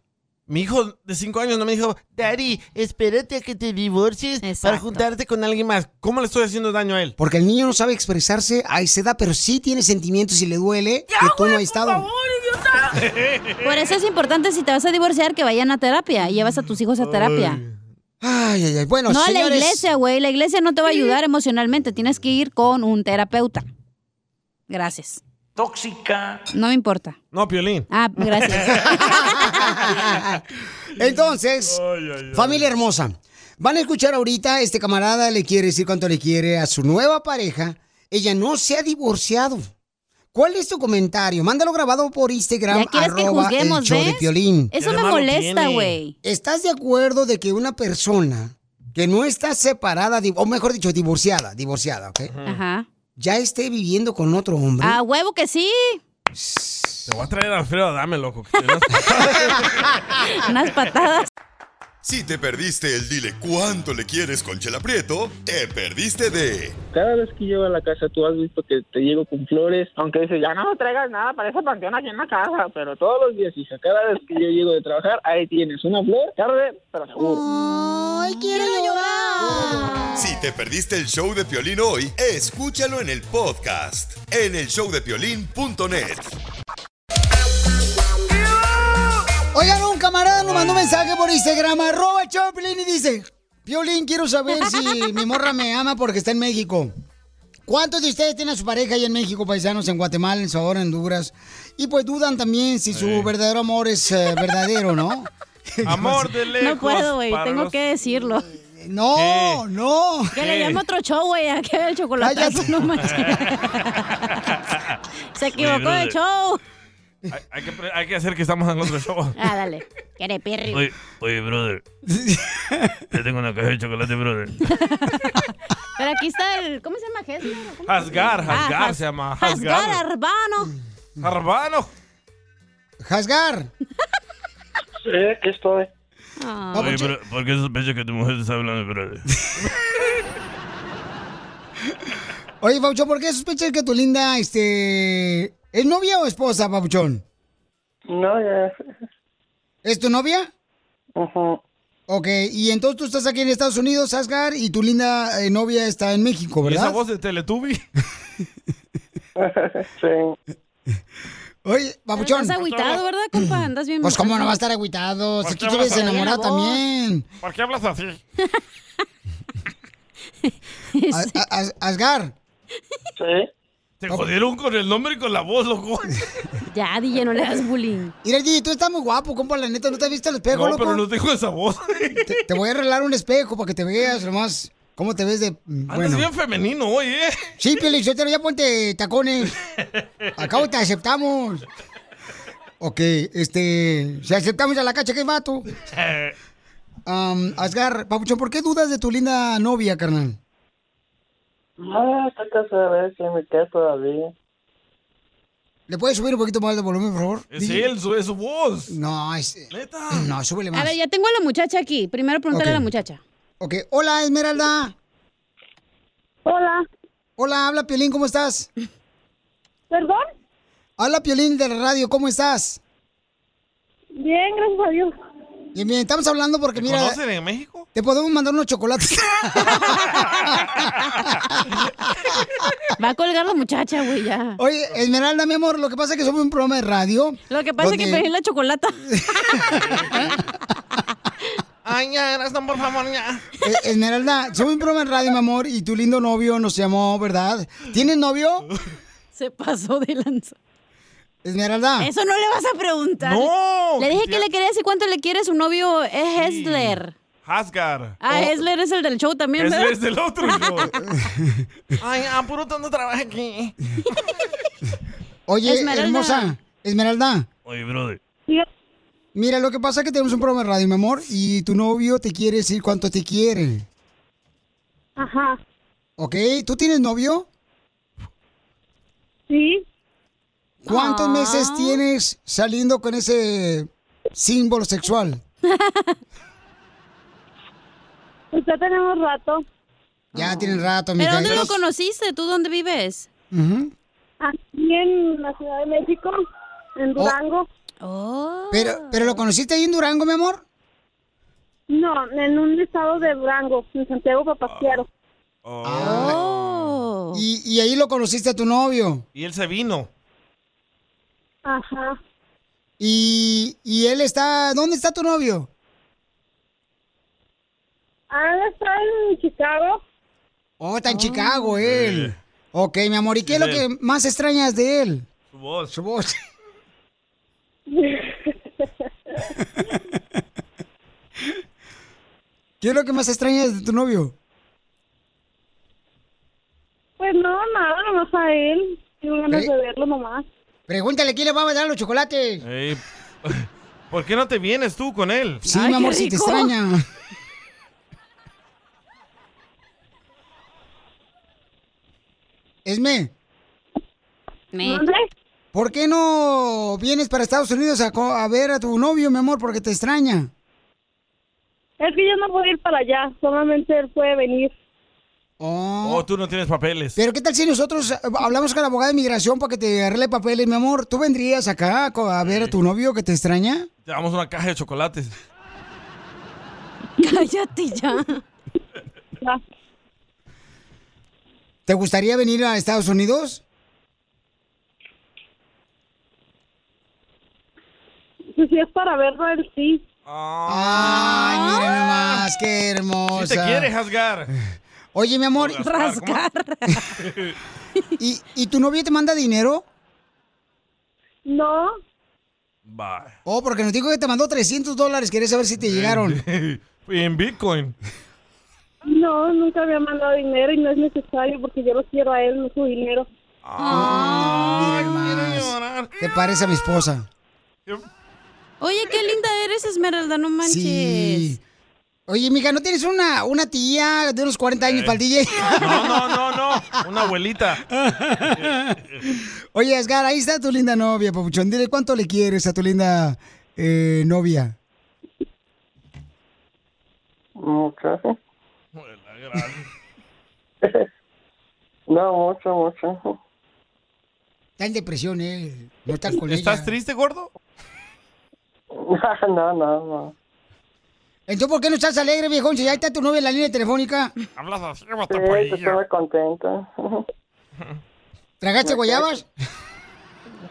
Speaker 5: Mi hijo de cinco años no me dijo, Daddy, espérate a que te divorcies para juntarte con alguien más. ¿Cómo le estoy haciendo daño a él?
Speaker 4: Porque el niño no sabe expresarse a esa edad, pero sí tiene sentimientos y le duele que tú no has estado.
Speaker 6: Por eso es importante si te vas a divorciar que vayan a terapia y llevas a tus hijos a terapia.
Speaker 4: Ay, ay, ay. Bueno,
Speaker 6: no a la
Speaker 4: señores,
Speaker 6: iglesia, güey. La iglesia no te va a ayudar emocionalmente. Tienes que ir con un terapeuta. Gracias.
Speaker 5: Tóxica.
Speaker 6: No me importa.
Speaker 5: No, Piolín.
Speaker 6: Ah, gracias.
Speaker 4: Entonces, familia hermosa, van a escuchar ahorita, este camarada le quiere decir cuánto le quiere a su nueva pareja. Ella no se ha divorciado. ¿Cuál es tu comentario? Mándalo grabado por
Speaker 6: Ya
Speaker 4: Instagram.
Speaker 6: quieres que
Speaker 4: arroba el
Speaker 6: juzguemos,
Speaker 4: show de
Speaker 6: ¿ves?
Speaker 4: Piolín.
Speaker 6: Eso me molesta, güey.
Speaker 4: ¿Estás de acuerdo de que una persona que no está separada, di- o mejor dicho, divorciada, divorciada, ¿ok?
Speaker 6: Ajá.
Speaker 4: Ya esté viviendo con otro hombre.
Speaker 6: A huevo que sí.
Speaker 5: Te voy a traer a Alfredo, dame, loco. que tienes-
Speaker 6: Unas patadas.
Speaker 10: Si te perdiste el dile cuánto le quieres con Chela Prieto, te perdiste de
Speaker 8: Cada vez que llego a la casa, tú has visto que te llego con flores, aunque dice ya no traigas nada para esa panteón aquí en la casa, pero todos los días, hija, cada vez que yo llego de trabajar, ahí tienes una flor, tarde, pero seguro.
Speaker 4: Ay, quiero llorar.
Speaker 10: Si te perdiste el show de Piolín hoy, escúchalo en el podcast en el showdepiolín.net.
Speaker 4: Oigan, un camarada nos mandó un mensaje por Instagram, arroba el show de Piolín, y dice, Piolín, quiero saber si mi morra me ama porque está en México. ¿Cuántos de ustedes tienen a su pareja ahí en México, paisanos, en Guatemala, en Salvador, en Honduras? Y pues dudan también si su verdadero amor es eh, verdadero, ¿no?
Speaker 6: Amor de No puedo, güey, lejos, tengo que decirlo.
Speaker 4: No,
Speaker 6: ¿Qué?
Speaker 4: no.
Speaker 6: Que le
Speaker 4: ¿Qué?
Speaker 6: llame otro show, güey, a que haga el chocolatazo, no manches. Se equivocó de show.
Speaker 5: Hay, hay que, pre- hay que hacer que estamos en otro show.
Speaker 6: Ah, dale. Quiere perri.
Speaker 24: Oye, oye, brother. Te tengo una caja de chocolate, brother.
Speaker 6: Pero aquí está el. ¿Cómo se llama Gessler? ¿Cómo?
Speaker 5: Hasgar, Hasgar
Speaker 6: Ah,
Speaker 5: se llama.
Speaker 6: Hasgar
Speaker 5: Hasgar.
Speaker 6: Arbano.
Speaker 5: Arbano.
Speaker 4: Hasgar.
Speaker 24: Sí, aquí estoy. Oye,
Speaker 6: Papuchón.
Speaker 24: bro, ¿por qué sospechas que tu mujer te está hablando, brother?
Speaker 4: Oye, Papuchón, ¿por qué sospechas que tu linda, este, es novia o esposa, Papuchón?
Speaker 24: No, ya.
Speaker 4: ¿Es tu novia?
Speaker 24: Ajá.
Speaker 4: Ok, y entonces tú estás aquí en Estados Unidos, Asgar, y tu linda eh, novia está en México,
Speaker 5: ¿Y esa
Speaker 4: ¿verdad?
Speaker 5: voz de Teletubi?
Speaker 24: sí.
Speaker 4: Oye, Papuchón.
Speaker 6: Estás agüitado, ¿verdad, compa? Andas bien.
Speaker 4: Pues cómo no va a estar agüitado, si
Speaker 6: ¿Por
Speaker 4: Pues
Speaker 6: Pues, qué
Speaker 4: aquí te ves
Speaker 6: vas a-
Speaker 4: enamorado
Speaker 6: Oye, la voz.
Speaker 4: también.
Speaker 5: ¿Por qué hablas así?
Speaker 4: As- as- Asgar.
Speaker 24: Sí. Te jodieron con el nombre y con la voz, loco.
Speaker 6: Ya, DJ, no le hagas bullying.
Speaker 4: Mira, DJ, tú estás muy guapo, compa, la neta, ¿no te has visto el espejo,
Speaker 5: No,
Speaker 4: loco?
Speaker 5: pero no dijo esa voz.
Speaker 4: Te, te voy a arreglar un espejo para que te veas nomás cómo te ves de... mm,
Speaker 5: Andas bien femenino hoy, ¿eh?
Speaker 4: Sí, Piolín, Sotelo, ya ponte tacones. Acabo te aceptamos. Ok, este... Si aceptamos a la cacha, que vato. Am, Asgar, Papuchón, ¿por qué dudas de tu linda novia, carnal?
Speaker 24: Ah, está casada, a ver si me queda todavía.
Speaker 4: ¿Le puedes subir un poquito más de volumen, por favor?
Speaker 5: Es él, su, es su voz.
Speaker 4: No, es... No, súbele más.
Speaker 6: A ver, ya tengo a la muchacha aquí. Primero pregúntale
Speaker 4: pues. Ok.
Speaker 6: a la muchacha.
Speaker 4: Ok, hola Esmeralda. Hola. Hola, habla Piolín, ¿cómo estás? ¿Perdón? Habla Piolín de la radio, ¿cómo estás? Bien, gracias a Dios. Bien, bien, estamos hablando porque mira...
Speaker 5: ¿Conocen en México?
Speaker 4: Te podemos mandar unos chocolates.
Speaker 6: Va a colgar la muchacha, güey, ya.
Speaker 4: Oye, Esmeralda, mi amor, lo que pasa es que somos un programa de radio.
Speaker 6: Lo que pasa es que pedí la chocolata.
Speaker 5: Ay, ya, eras, no, por favor, ya.
Speaker 4: Eh, Esmeralda, somos un programa de radio, mi amor, y tu lindo novio nos llamó, ¿verdad? ¿Tienes novio?
Speaker 6: Se pasó de lanza.
Speaker 4: Esmeralda.
Speaker 6: Eso no le vas a preguntar.
Speaker 5: Ah. No.
Speaker 6: Le dije que le quería decir cuánto le quiere su novio. Es Hesler.
Speaker 5: Hasgar.
Speaker 6: Ah, Hesler es el del show también,
Speaker 5: Ese
Speaker 6: ¿verdad?
Speaker 5: Oh. es del otro.
Speaker 24: Ay, ah, apuro tanto trabajo aquí.
Speaker 4: Oye,
Speaker 24: Esmeralda.
Speaker 4: hermosa, Esmeralda.
Speaker 24: Oye, brother.
Speaker 4: Mira, lo que pasa es que tenemos un programa de radio, mi amor, y tu novio te quiere decir cuánto te quiere.
Speaker 22: Ajá.
Speaker 4: ¿Ok? ¿Tú tienes novio? Sí. ¿Cuántos
Speaker 22: Ah.
Speaker 4: meses tienes saliendo con ese símbolo sexual?
Speaker 22: Pues ya tenemos rato.
Speaker 4: Ya tienen rato, mi
Speaker 6: ¿Pero dónde lo conociste? ¿Tú dónde vives?
Speaker 22: Aquí en la Ciudad de México,
Speaker 4: Oh.
Speaker 22: en Durango.
Speaker 6: Oh.
Speaker 4: Pero, pero lo conociste ahí en Durango, mi amor.
Speaker 22: No, en un estado de Durango, en Santiago Papasquiaro.
Speaker 4: Ah. Y, y ahí lo conociste a tu novio.
Speaker 5: Y él se vino.
Speaker 22: Ajá.
Speaker 4: Y, y él está. ¿Dónde está tu novio?
Speaker 22: Ahora Ah, está en Chicago. Ah.
Speaker 4: Oh, está en Chicago, él. Ok, mi amor. ¿Y qué es lo
Speaker 24: Sí.
Speaker 4: que más extrañas de él?
Speaker 5: Su voz.
Speaker 4: Su voz. ¿Qué es lo que más extrañas de tu novio?
Speaker 22: Pues no, nada, nomás a él. Tengo ganas
Speaker 4: ¿Eh?
Speaker 22: de verlo nomás.
Speaker 4: Pregúntale quién le va a dar los chocolates.
Speaker 5: Ey, ¿Por qué no te vienes tú con él?
Speaker 4: Sí, mi amor, si te extraña. Esme.
Speaker 22: ¿Dónde?
Speaker 4: ¿Por qué no vienes para Estados Unidos a, co- a ver a tu novio, mi amor? Porque te extraña.
Speaker 22: Es que yo no puedo ir para allá, solamente él puede venir.
Speaker 5: Oh, tú no tienes papeles.
Speaker 4: Pero ¿qué tal si nosotros eh, hablamos con la abogada de migración para que te arregle papeles, mi amor? ¿Tú vendrías acá co- a ver a tu novio que te extraña?
Speaker 5: Te damos una caja de chocolates.
Speaker 6: Cállate ya.
Speaker 4: ¿Te gustaría venir a Estados Unidos?
Speaker 22: Pues si es para verlo, él sí.
Speaker 4: Ay, miren nomás, qué hermosa.
Speaker 5: Si te quiere jazgar.
Speaker 4: Oye, mi amor.
Speaker 5: Rascar,
Speaker 4: ¿Y, ¿Y tu novio te manda dinero?
Speaker 25: No.
Speaker 4: Oh, porque nos dijo que te mandó 300 dólares. Quería saber si te llegaron.
Speaker 5: en Bitcoin.
Speaker 25: No, nunca me ha mandado dinero y no es necesario porque yo lo quiero a él, no su dinero.
Speaker 4: Ay, llorar. ¿Te parece a mi esposa?
Speaker 6: Oye, qué linda eres, Esmeralda, no manches.
Speaker 4: Sí. Oye, mija, ¿no tienes una, una tía de unos 40
Speaker 5: Eh.
Speaker 4: años para el DJ?
Speaker 5: No, no, no, no. Una abuelita.
Speaker 4: Oye, Asgar, ahí está tu linda novia, papuchón. Dile cuánto le quieres a tu linda eh, novia.
Speaker 15: Mucho. No, mucho, mucho.
Speaker 4: Está en depresión, ¿eh? No está con
Speaker 5: ¿Estás
Speaker 4: ella.
Speaker 5: triste, gordo?
Speaker 15: No, no, no.
Speaker 4: Entonces, ¿por qué no estás alegre, viejón? Si ya está tu novia en la línea telefónica.
Speaker 5: Hablas así,
Speaker 15: Sí, pues, estoy muy contenta.
Speaker 4: ¿Tragaste guayabas?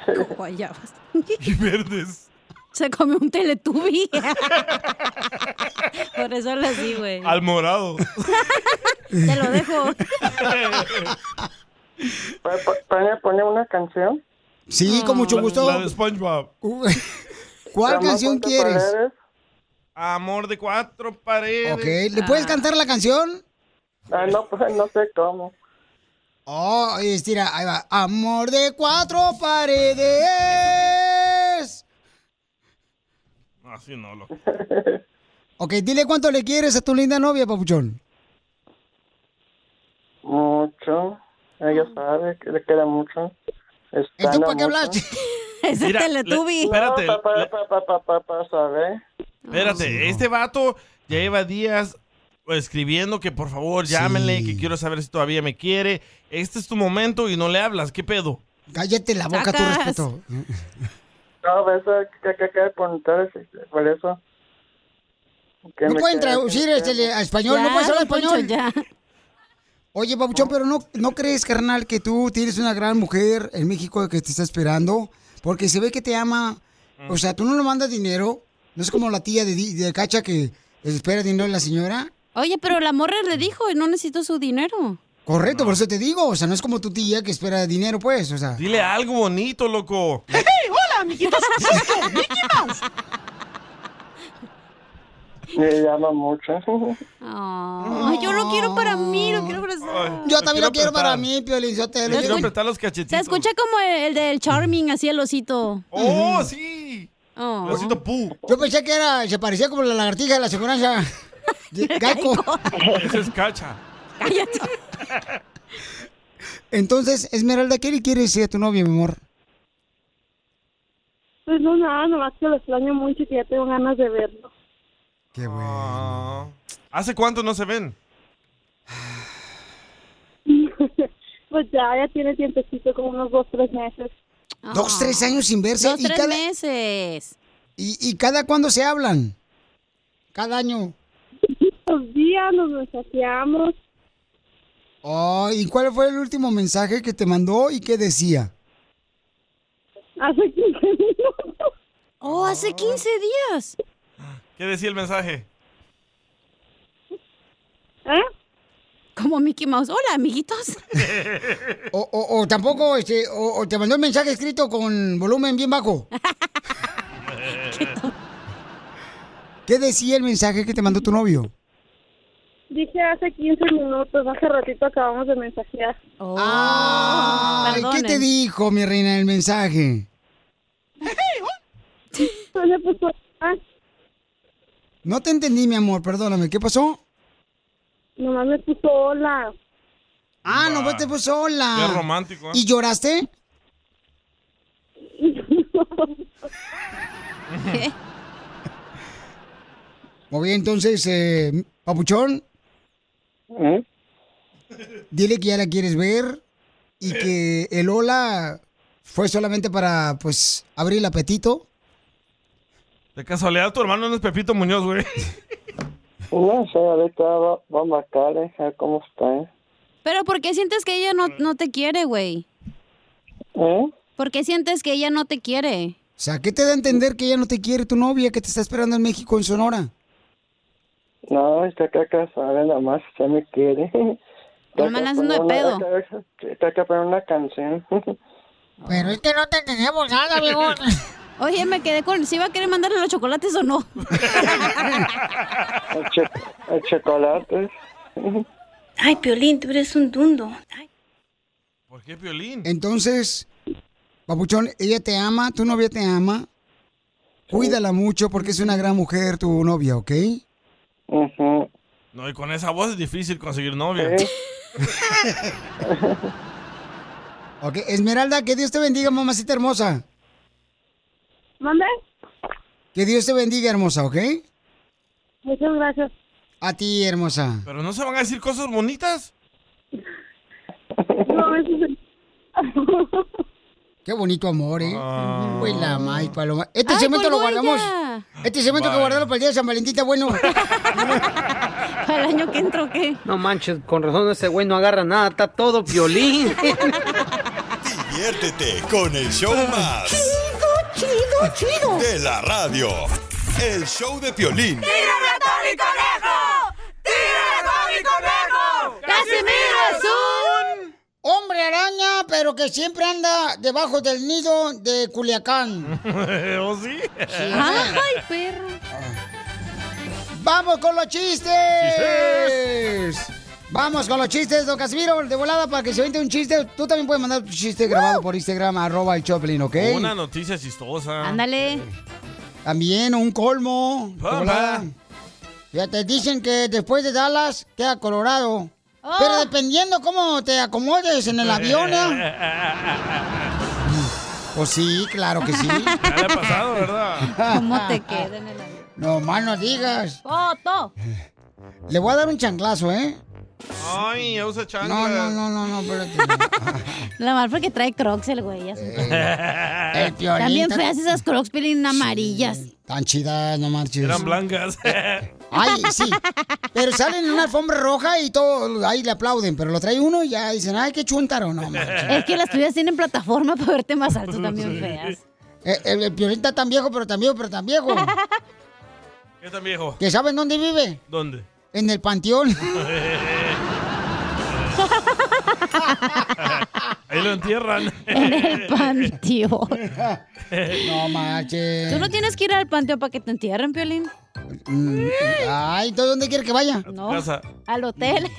Speaker 6: Pues, Guayabas.
Speaker 5: Y verdes.
Speaker 6: Se comió un teletubi. Por eso lo así, güey.
Speaker 5: Al morado.
Speaker 6: Te lo dejo.
Speaker 15: Pues, ¿Pueden poner una canción?
Speaker 4: Sí, con mucho gusto.
Speaker 5: La de SpongeBob.
Speaker 4: ¿Cuál canción quieres?
Speaker 5: Amor de cuatro paredes. Ah.
Speaker 4: Ok, ¿le puedes cantar la canción?
Speaker 15: Ah, no, pues, no sé cómo.
Speaker 4: Oh, estira, ahí va. Amor de cuatro paredes.
Speaker 5: Así Ah, no, loco.
Speaker 4: Ok, dile cuánto le quieres a tu linda novia, papuchón.
Speaker 15: Mucho. Ella
Speaker 6: Ah.
Speaker 15: sabe que le queda mucho.
Speaker 4: ¿Entonces para qué hablaste?
Speaker 6: Ese
Speaker 5: Mira, le- espérate,
Speaker 15: No, para,
Speaker 5: le-
Speaker 15: para, para, para, para saber.
Speaker 5: Espérate, este vato ya lleva días escribiendo que por favor llámenle, que quiero saber si todavía me quiere. Este es tu momento y no le hablas, ¿qué pedo?
Speaker 4: Cállate la boca, tu
Speaker 15: Sacas.
Speaker 4: respeto.
Speaker 15: No, por eso que que que preguntar por eso. Que
Speaker 4: No
Speaker 15: me
Speaker 4: pueden
Speaker 15: quede-
Speaker 4: traducir
Speaker 15: que me
Speaker 4: este,
Speaker 15: quede.
Speaker 4: a español, no puedes hablar español. Oye, Papuchón, pero no, ¿no crees, carnal, que tú tienes una gran mujer en México que te está esperando? Porque se ve que te ama. O sea, tú no le mandas dinero. No es como la tía de, Di- de Cacha que espera dinero de la señora.
Speaker 6: Oye, pero la morra le dijo, no necesito su dinero.
Speaker 4: Correcto, por eso te digo. O sea, no es como tu tía que espera dinero, pues. O sea.
Speaker 5: Dile algo bonito, loco.
Speaker 4: ¡Hey! ¡Hola, amiguitos!
Speaker 15: Me llama mucho.
Speaker 6: Ay, yo lo quiero para mí, lo quiero para
Speaker 4: Yo también lo quiero para
Speaker 5: apretar.
Speaker 4: mí, Piolín. Yo te
Speaker 5: Le quiero apretar los cachetitos.
Speaker 6: Se escucha como el, el del Charming, así el osito.
Speaker 5: ¡Oh, sí!
Speaker 6: Oh.
Speaker 5: Osito Pú.
Speaker 4: Yo pensé que era, se parecía como la lagartija de la seguridad. Gaico.
Speaker 5: Ese es cacha.
Speaker 6: Cállate.
Speaker 4: Entonces, Esmeralda, ¿qué le quieres decir a tu novio, mi amor?
Speaker 25: Pues no, nada, nomás que lo extraño mucho y que ya tengo ganas de verlo.
Speaker 4: Qué
Speaker 5: bueno. Ah. ¿Hace cuánto no se ven?
Speaker 25: Pues ya, ya tiene tiempecito, como unos dos, tres meses.
Speaker 4: Dos, tres años sin verse.
Speaker 6: Ah. Dos,
Speaker 4: y
Speaker 6: tres
Speaker 4: cada,
Speaker 6: meses.
Speaker 4: y, y cada cuándo se hablan? Cada año.
Speaker 25: Los días nos mensajeamos.
Speaker 4: Oh, ¿Y cuál fue el último mensaje que te mandó y qué decía?
Speaker 25: Hace 15 minutos.
Speaker 6: Oh, hace 15 días.
Speaker 5: ¿Qué decía el mensaje?
Speaker 4: ¿Eh?
Speaker 6: Como Mickey Mouse. Hola, amiguitos.
Speaker 4: O, o- o tampoco, este, o, o te mandó un mensaje escrito con volumen bien bajo. ¿Qué decía el mensaje que te mandó tu novio?
Speaker 25: Dije hace 15 minutos, hace ratito acabamos de mensajear.
Speaker 6: Oh. Ah,
Speaker 4: Ay, ¿Qué te dijo, mi reina, el mensaje?
Speaker 25: pues,
Speaker 4: No te entendí, mi amor, perdóname. ¿Qué pasó?
Speaker 25: Nomás me puso hola.
Speaker 4: Ah, no, pues te puso hola.
Speaker 5: Qué romántico, ¿eh?
Speaker 4: ¿Y lloraste? Muy bien, entonces, eh, Papuchón.
Speaker 25: ¿Eh?
Speaker 4: Dile que ya la quieres ver y
Speaker 25: Eh.
Speaker 4: que el hola fue solamente para, pues, abrir el apetito.
Speaker 5: De casualidad, tu hermano no es Pepito Muñoz, güey.
Speaker 15: No sé, ahorita va- vamos a marcarle, a ver cómo está.
Speaker 6: Pero ¿por qué sientes que ella no, no te quiere, güey?
Speaker 15: ¿Eh?
Speaker 6: ¿Por qué sientes que ella no te quiere?
Speaker 4: sea, ¿qué te da a entender que ya no te quiere tu novia que te está esperando en México, en Sonora?
Speaker 24: No, está acá casada, nada más, ya me quiere.
Speaker 4: No
Speaker 24: Está
Speaker 4: me
Speaker 24: acá
Speaker 4: la haciendo de
Speaker 24: poniendo una-
Speaker 4: pedo.
Speaker 24: acá- Está acá para una canción.
Speaker 4: Pero es que no te entendemos nada, viejón.
Speaker 6: Oye, me quedé con si iba a querer mandarle los chocolates o no.
Speaker 24: El cho- el chocolate.
Speaker 7: Ay, Piolín, tú eres un dundo.
Speaker 5: ¿Por qué violín?
Speaker 4: Entonces, Papuchón, ella te ama, tu novia te ama. Cuídala mucho porque es una gran mujer tu novia, ¿ok?
Speaker 5: No, y con esa voz es difícil conseguir novia.
Speaker 4: Ok, Esmeralda, que Dios te bendiga, mamacita hermosa.
Speaker 22: ¿Mande?
Speaker 4: Que Dios te bendiga, hermosa, ¿ok?
Speaker 22: Muchas gracias.
Speaker 4: A ti, hermosa.
Speaker 5: ¿Pero no se van a decir cosas bonitas?
Speaker 22: No, eso es-
Speaker 4: Qué bonito amor, ¿eh?
Speaker 13: Ah.
Speaker 4: Uy, la may, paloma. Este
Speaker 15: Ay,
Speaker 4: cemento lo
Speaker 15: colgó ella.
Speaker 4: guardamos. Este cemento que
Speaker 15: Vaya.
Speaker 4: guardamos para el día de San Valentín está bueno.
Speaker 6: Para el año que entra, ¿o ¿qué?
Speaker 26: No manches, con razón ese güey no agarra nada, está todo violín.
Speaker 10: Diviértete con el show más. Chido, chido, chido. De la radio. El show de Piolín.
Speaker 3: ¡Tírame a Tony Conejo! ¡Tírame a Tony Conejo!
Speaker 4: un hombre araña, pero que siempre anda debajo del nido de Culiacán.
Speaker 5: ¿O ¿Oh, sí?
Speaker 4: Ay,
Speaker 6: perro.
Speaker 4: Ah. Vamos con los chistes. Vamos con los chistes, don Casimiro, de volada para que se vente un chiste. Tú también puedes mandar tu chiste grabado por Instagram, arroba el Choplin, ¿ok?
Speaker 5: O Una noticia chistosa.
Speaker 6: Ándale.
Speaker 4: También un colmo. de
Speaker 5: Pamba.
Speaker 4: volada. Ya te dicen que después de Dallas queda Colorado.
Speaker 6: Oh.
Speaker 4: Pero dependiendo cómo te acomodes en el avión, ¿eh? Pues sí, claro que sí.
Speaker 5: Ya le ha pasado, ¿verdad?
Speaker 6: ¿Cómo te queda
Speaker 5: Eh,
Speaker 6: en el avión?
Speaker 4: No, mal no digas.
Speaker 6: ¡Foto!
Speaker 4: Le voy a dar un chanclazo, ¿eh?
Speaker 5: Ay, ya usa chancla.
Speaker 4: No, no, no, no, no, espérate.
Speaker 6: La mal porque trae crocs el güey. ya sé.
Speaker 4: El Eh, Piolín
Speaker 6: También
Speaker 4: tan-
Speaker 6: feas esas crocs, pelín amarillas.
Speaker 4: Tan chidas, no marches.
Speaker 5: Eran blancas.
Speaker 4: Ay, sí. Pero salen en una alfombra roja y todos ahí le aplauden. Pero lo trae uno y ya dicen, ay, qué chuntaro, no manches.
Speaker 6: Es que las tuyas tienen plataforma para verte más alto también, feas.
Speaker 4: Eh, El, el Piolín está tan viejo, pero tan viejo, pero tan viejo.
Speaker 5: ¿Qué tan viejo?
Speaker 4: ¿Que saben dónde vive?
Speaker 5: ¿Dónde?
Speaker 4: En el panteón.
Speaker 5: Ahí lo entierran.
Speaker 6: En el panteón.
Speaker 4: No manches.
Speaker 6: Tú no tienes que ir al panteón para que te entierren, Piolín.
Speaker 4: Mm, Ay, ¿tú dónde quieres que vaya?
Speaker 6: No. Al hotel.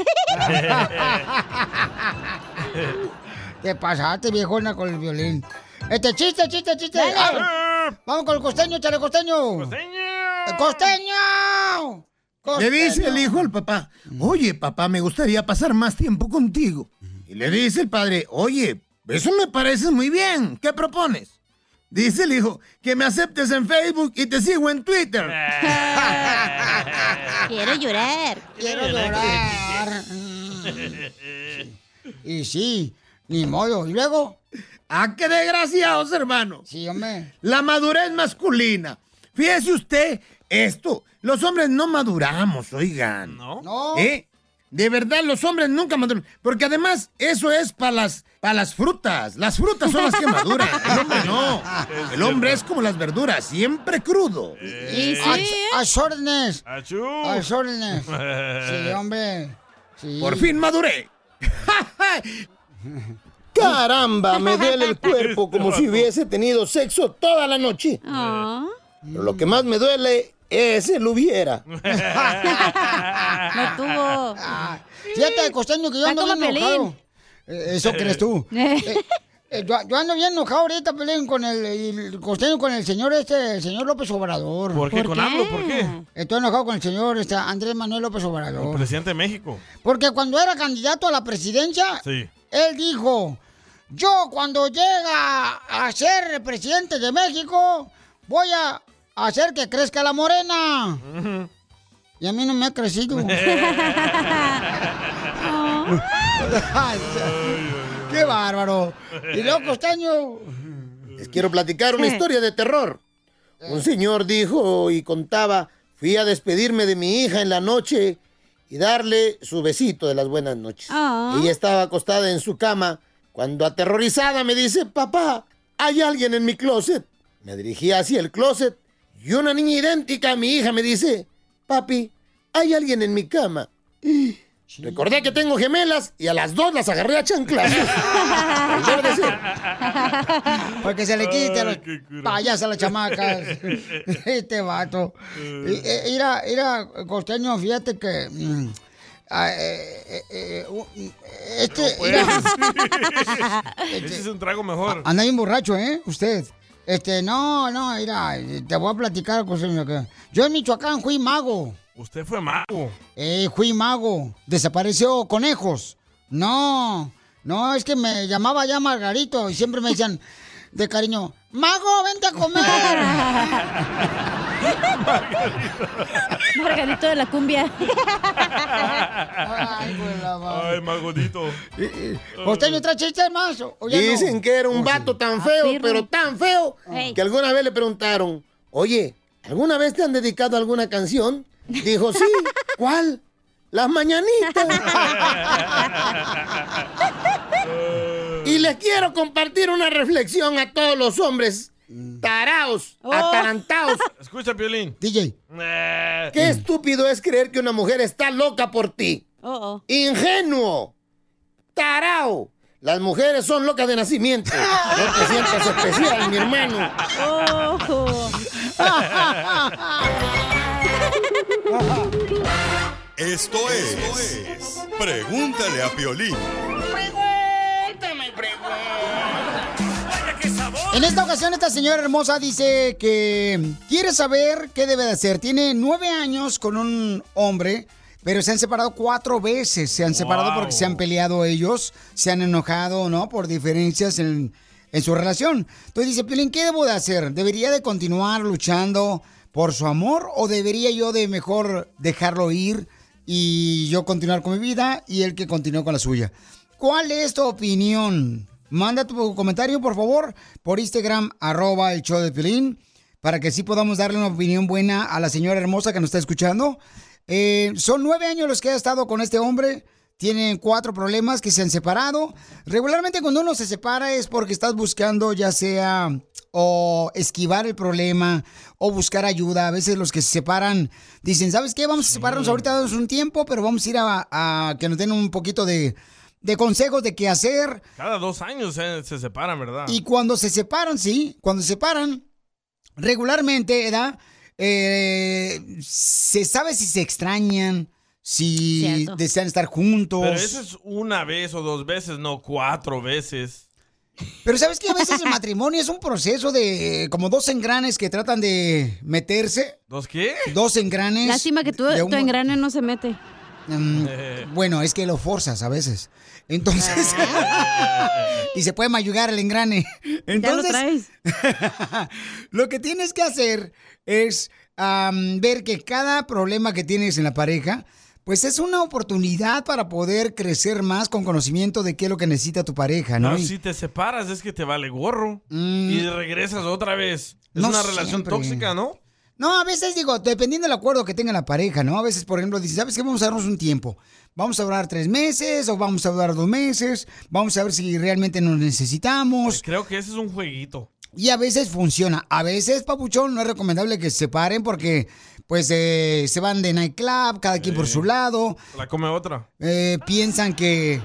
Speaker 4: Te pasaste, viejona, con el violín. Este chiste, chiste, chiste.
Speaker 3: Dale.
Speaker 4: Ah, vamos con el costeño, chale, costeño.
Speaker 5: Costeño.
Speaker 4: Costeño.
Speaker 13: Le dice
Speaker 4: Costeño.
Speaker 13: el hijo al papá, oye papá, me gustaría pasar más tiempo contigo. Y le dice el padre, oye, eso me parece muy bien, ¿qué propones? Dice el hijo, que me aceptes en Facebook y te sigo en Twitter.
Speaker 2: Eh.
Speaker 6: Quiero llorar.
Speaker 4: Quiero llorar. Y sí, ni modo. ¿Y luego?
Speaker 13: ¡Ah, qué desgraciados, hermano!
Speaker 4: Sí, hombre.
Speaker 13: La madurez masculina. Fíjese usted esto. Los hombres no maduramos, oigan. ¿No?
Speaker 4: Oh.
Speaker 13: ¿Eh? De verdad, los hombres nunca maduran. Porque además, eso es para las, pa' las frutas. Las frutas son las que maduran. El hombre no. El hombre es como las verduras, siempre crudo.
Speaker 4: A, a órdenes.
Speaker 5: Achú.
Speaker 4: A órdenes. ¿eh? Sí, hombre. Sí.
Speaker 13: Por fin maduré. Caramba, me duele el cuerpo como si hubiese tenido sexo toda la noche.
Speaker 4: Ah.
Speaker 13: Pero lo que más me duele es el hubiera.
Speaker 4: No tuvo. Fíjate, Ah, costeño, que yo
Speaker 3: Está
Speaker 4: ando
Speaker 3: como
Speaker 4: bien
Speaker 3: Pelín.
Speaker 4: enojado. Eh, Eso crees tú. Eh, eh, yo, yo ando bien enojado ahorita, Pelín, con el, el costeño, con el señor este, el señor López Obrador.
Speaker 5: ¿Por qué? ¿Por ¿Con qué? AMLO? ¿Por qué?
Speaker 4: Estoy enojado con el señor este, Andrés Manuel López
Speaker 5: El
Speaker 4: Obrador.
Speaker 5: presidente de México.
Speaker 4: Porque cuando era candidato a la presidencia,
Speaker 5: Sí.
Speaker 4: él dijo, yo cuando llega a ser presidente de México, voy a hacer que crezca la morena. Y a mí no me ha crecido. Ay, ¡Qué bárbaro! Y luego costeño.
Speaker 13: Les quiero platicar una historia de terror.
Speaker 4: Eh.
Speaker 13: Un señor dijo y contaba, fui a despedirme de mi hija en la noche y darle su besito de las buenas noches.
Speaker 3: Ah.
Speaker 13: Ella estaba acostada en su cama cuando aterrorizada me dice, papá, hay alguien en mi closet. Me dirigí hacia el closet y una niña idéntica a mi hija me dice, papi, hay alguien en mi cama. Recordé que tengo gemelas y a las dos las agarré a chanclas.
Speaker 4: Porque se le quite a los payas a las chamacas. este vato. Y- eh, Mira, mira, costeño, fíjate que. mm, ah, eh, eh, eh, u- mm, este. mira.
Speaker 5: Ese es un trago mejor.
Speaker 4: Anda bien borracho, ¿eh? Usted. Este, no, no, mira, te voy a platicar, costeño. que Yo en Michoacán fui mago.
Speaker 5: Usted fue mago.
Speaker 4: Eh, fui mago. Desapareció conejos. No, no, es que me llamaba ya Margarito y siempre me decían de cariño, mago, vente a comer.
Speaker 6: Margarito de la cumbia.
Speaker 5: Ay, magodito.
Speaker 4: ¿Usted no trae chistes más? o- o ya no? Oh,
Speaker 13: Dicen que era un vato tan feo,
Speaker 4: Afirmo.
Speaker 13: pero tan feo,
Speaker 4: Ey.
Speaker 13: que alguna vez le preguntaron, oye, ¿alguna vez te han dedicado alguna canción? Dijo, sí, ¿cuál? Las mañanitas. y les quiero compartir una reflexión a todos los hombres taraos, atarantaos.
Speaker 5: Oh. Escucha, Piolín.
Speaker 4: DJ.
Speaker 13: Qué estúpido es creer que una mujer está loca por ti.
Speaker 6: Oh,
Speaker 13: Ingenuo. Tarao. Las mujeres son locas de nacimiento. No te sientas especial, mi hermano.
Speaker 10: Esto es Pregúntale a Piolín.
Speaker 4: En esta ocasión, esta señora hermosa dice que quiere saber qué debe de hacer. Tiene nueve años con un hombre, pero se han separado cuatro veces. Se han separado
Speaker 15: Wow.
Speaker 4: porque se han peleado ellos, se han enojado, ¿no? Por diferencias en, en su relación. Entonces dice, Piolín, ¿qué debo de hacer? ¿Debería de continuar luchando por su amor o debería yo de mejor dejarlo ir y yo continuar con mi vida y él que continúe con la suya? ¿Cuál es tu opinión? Manda tu comentario, por favor, por Instagram, arroba el show de Piolín, para que sí podamos darle una opinión buena a la señora hermosa que nos está escuchando. Eh, son nueve años los que ha estado con este hombre. Tienen cuatro problemas que se han separado. Regularmente cuando uno se separa es porque estás buscando ya sea o esquivar el problema o buscar ayuda. A veces los que se separan dicen, ¿sabes qué? Vamos a separarnos ahorita, damos un tiempo, pero vamos a ir a, a que nos den un poquito de, de consejos de qué hacer.
Speaker 5: Cada dos años eh, se separan, ¿verdad?
Speaker 4: Y cuando se separan, sí, cuando se separan, regularmente, ¿verdad? Eh, se sabe si se extrañan, si
Speaker 5: Cierto.
Speaker 4: desean estar juntos.
Speaker 5: Pero eso es una vez o dos veces, no cuatro veces.
Speaker 4: Pero sabes que a veces el matrimonio es un proceso de eh, como dos engranes que tratan de meterse.
Speaker 5: ¿Dos qué?
Speaker 4: Dos engranes.
Speaker 6: Lástima que tú,
Speaker 4: de un-
Speaker 6: tu engrane no se mete.
Speaker 4: Mm, bueno, es que lo forzas a veces. Entonces. y se puede mayugar el engrane. Entonces. lo que tienes que hacer es am, ver que cada problema que tienes en la pareja. Pues es una oportunidad para poder crecer más con conocimiento de qué es lo que necesita tu pareja, ¿no?
Speaker 5: No,
Speaker 4: Y- Mm.
Speaker 5: si te separas es que te vale gorro y regresas otra vez. Es
Speaker 4: No
Speaker 5: una relación
Speaker 4: siempre.
Speaker 5: tóxica, ¿no?
Speaker 4: No, a veces digo, dependiendo del acuerdo que tenga la pareja, ¿no? A veces, por ejemplo, dices, ¿sabes qué? Vamos a darnos un tiempo. Vamos a durar tres meses o vamos a durar dos meses. Vamos a ver si realmente nos necesitamos.
Speaker 5: Creo que ese es un jueguito.
Speaker 4: Y a veces funciona. A veces, papuchón, no es recomendable que se separen porque, pues, eh, se van de nightclub, cada quien por su lado.
Speaker 5: La come otra.
Speaker 4: Eh, piensan que,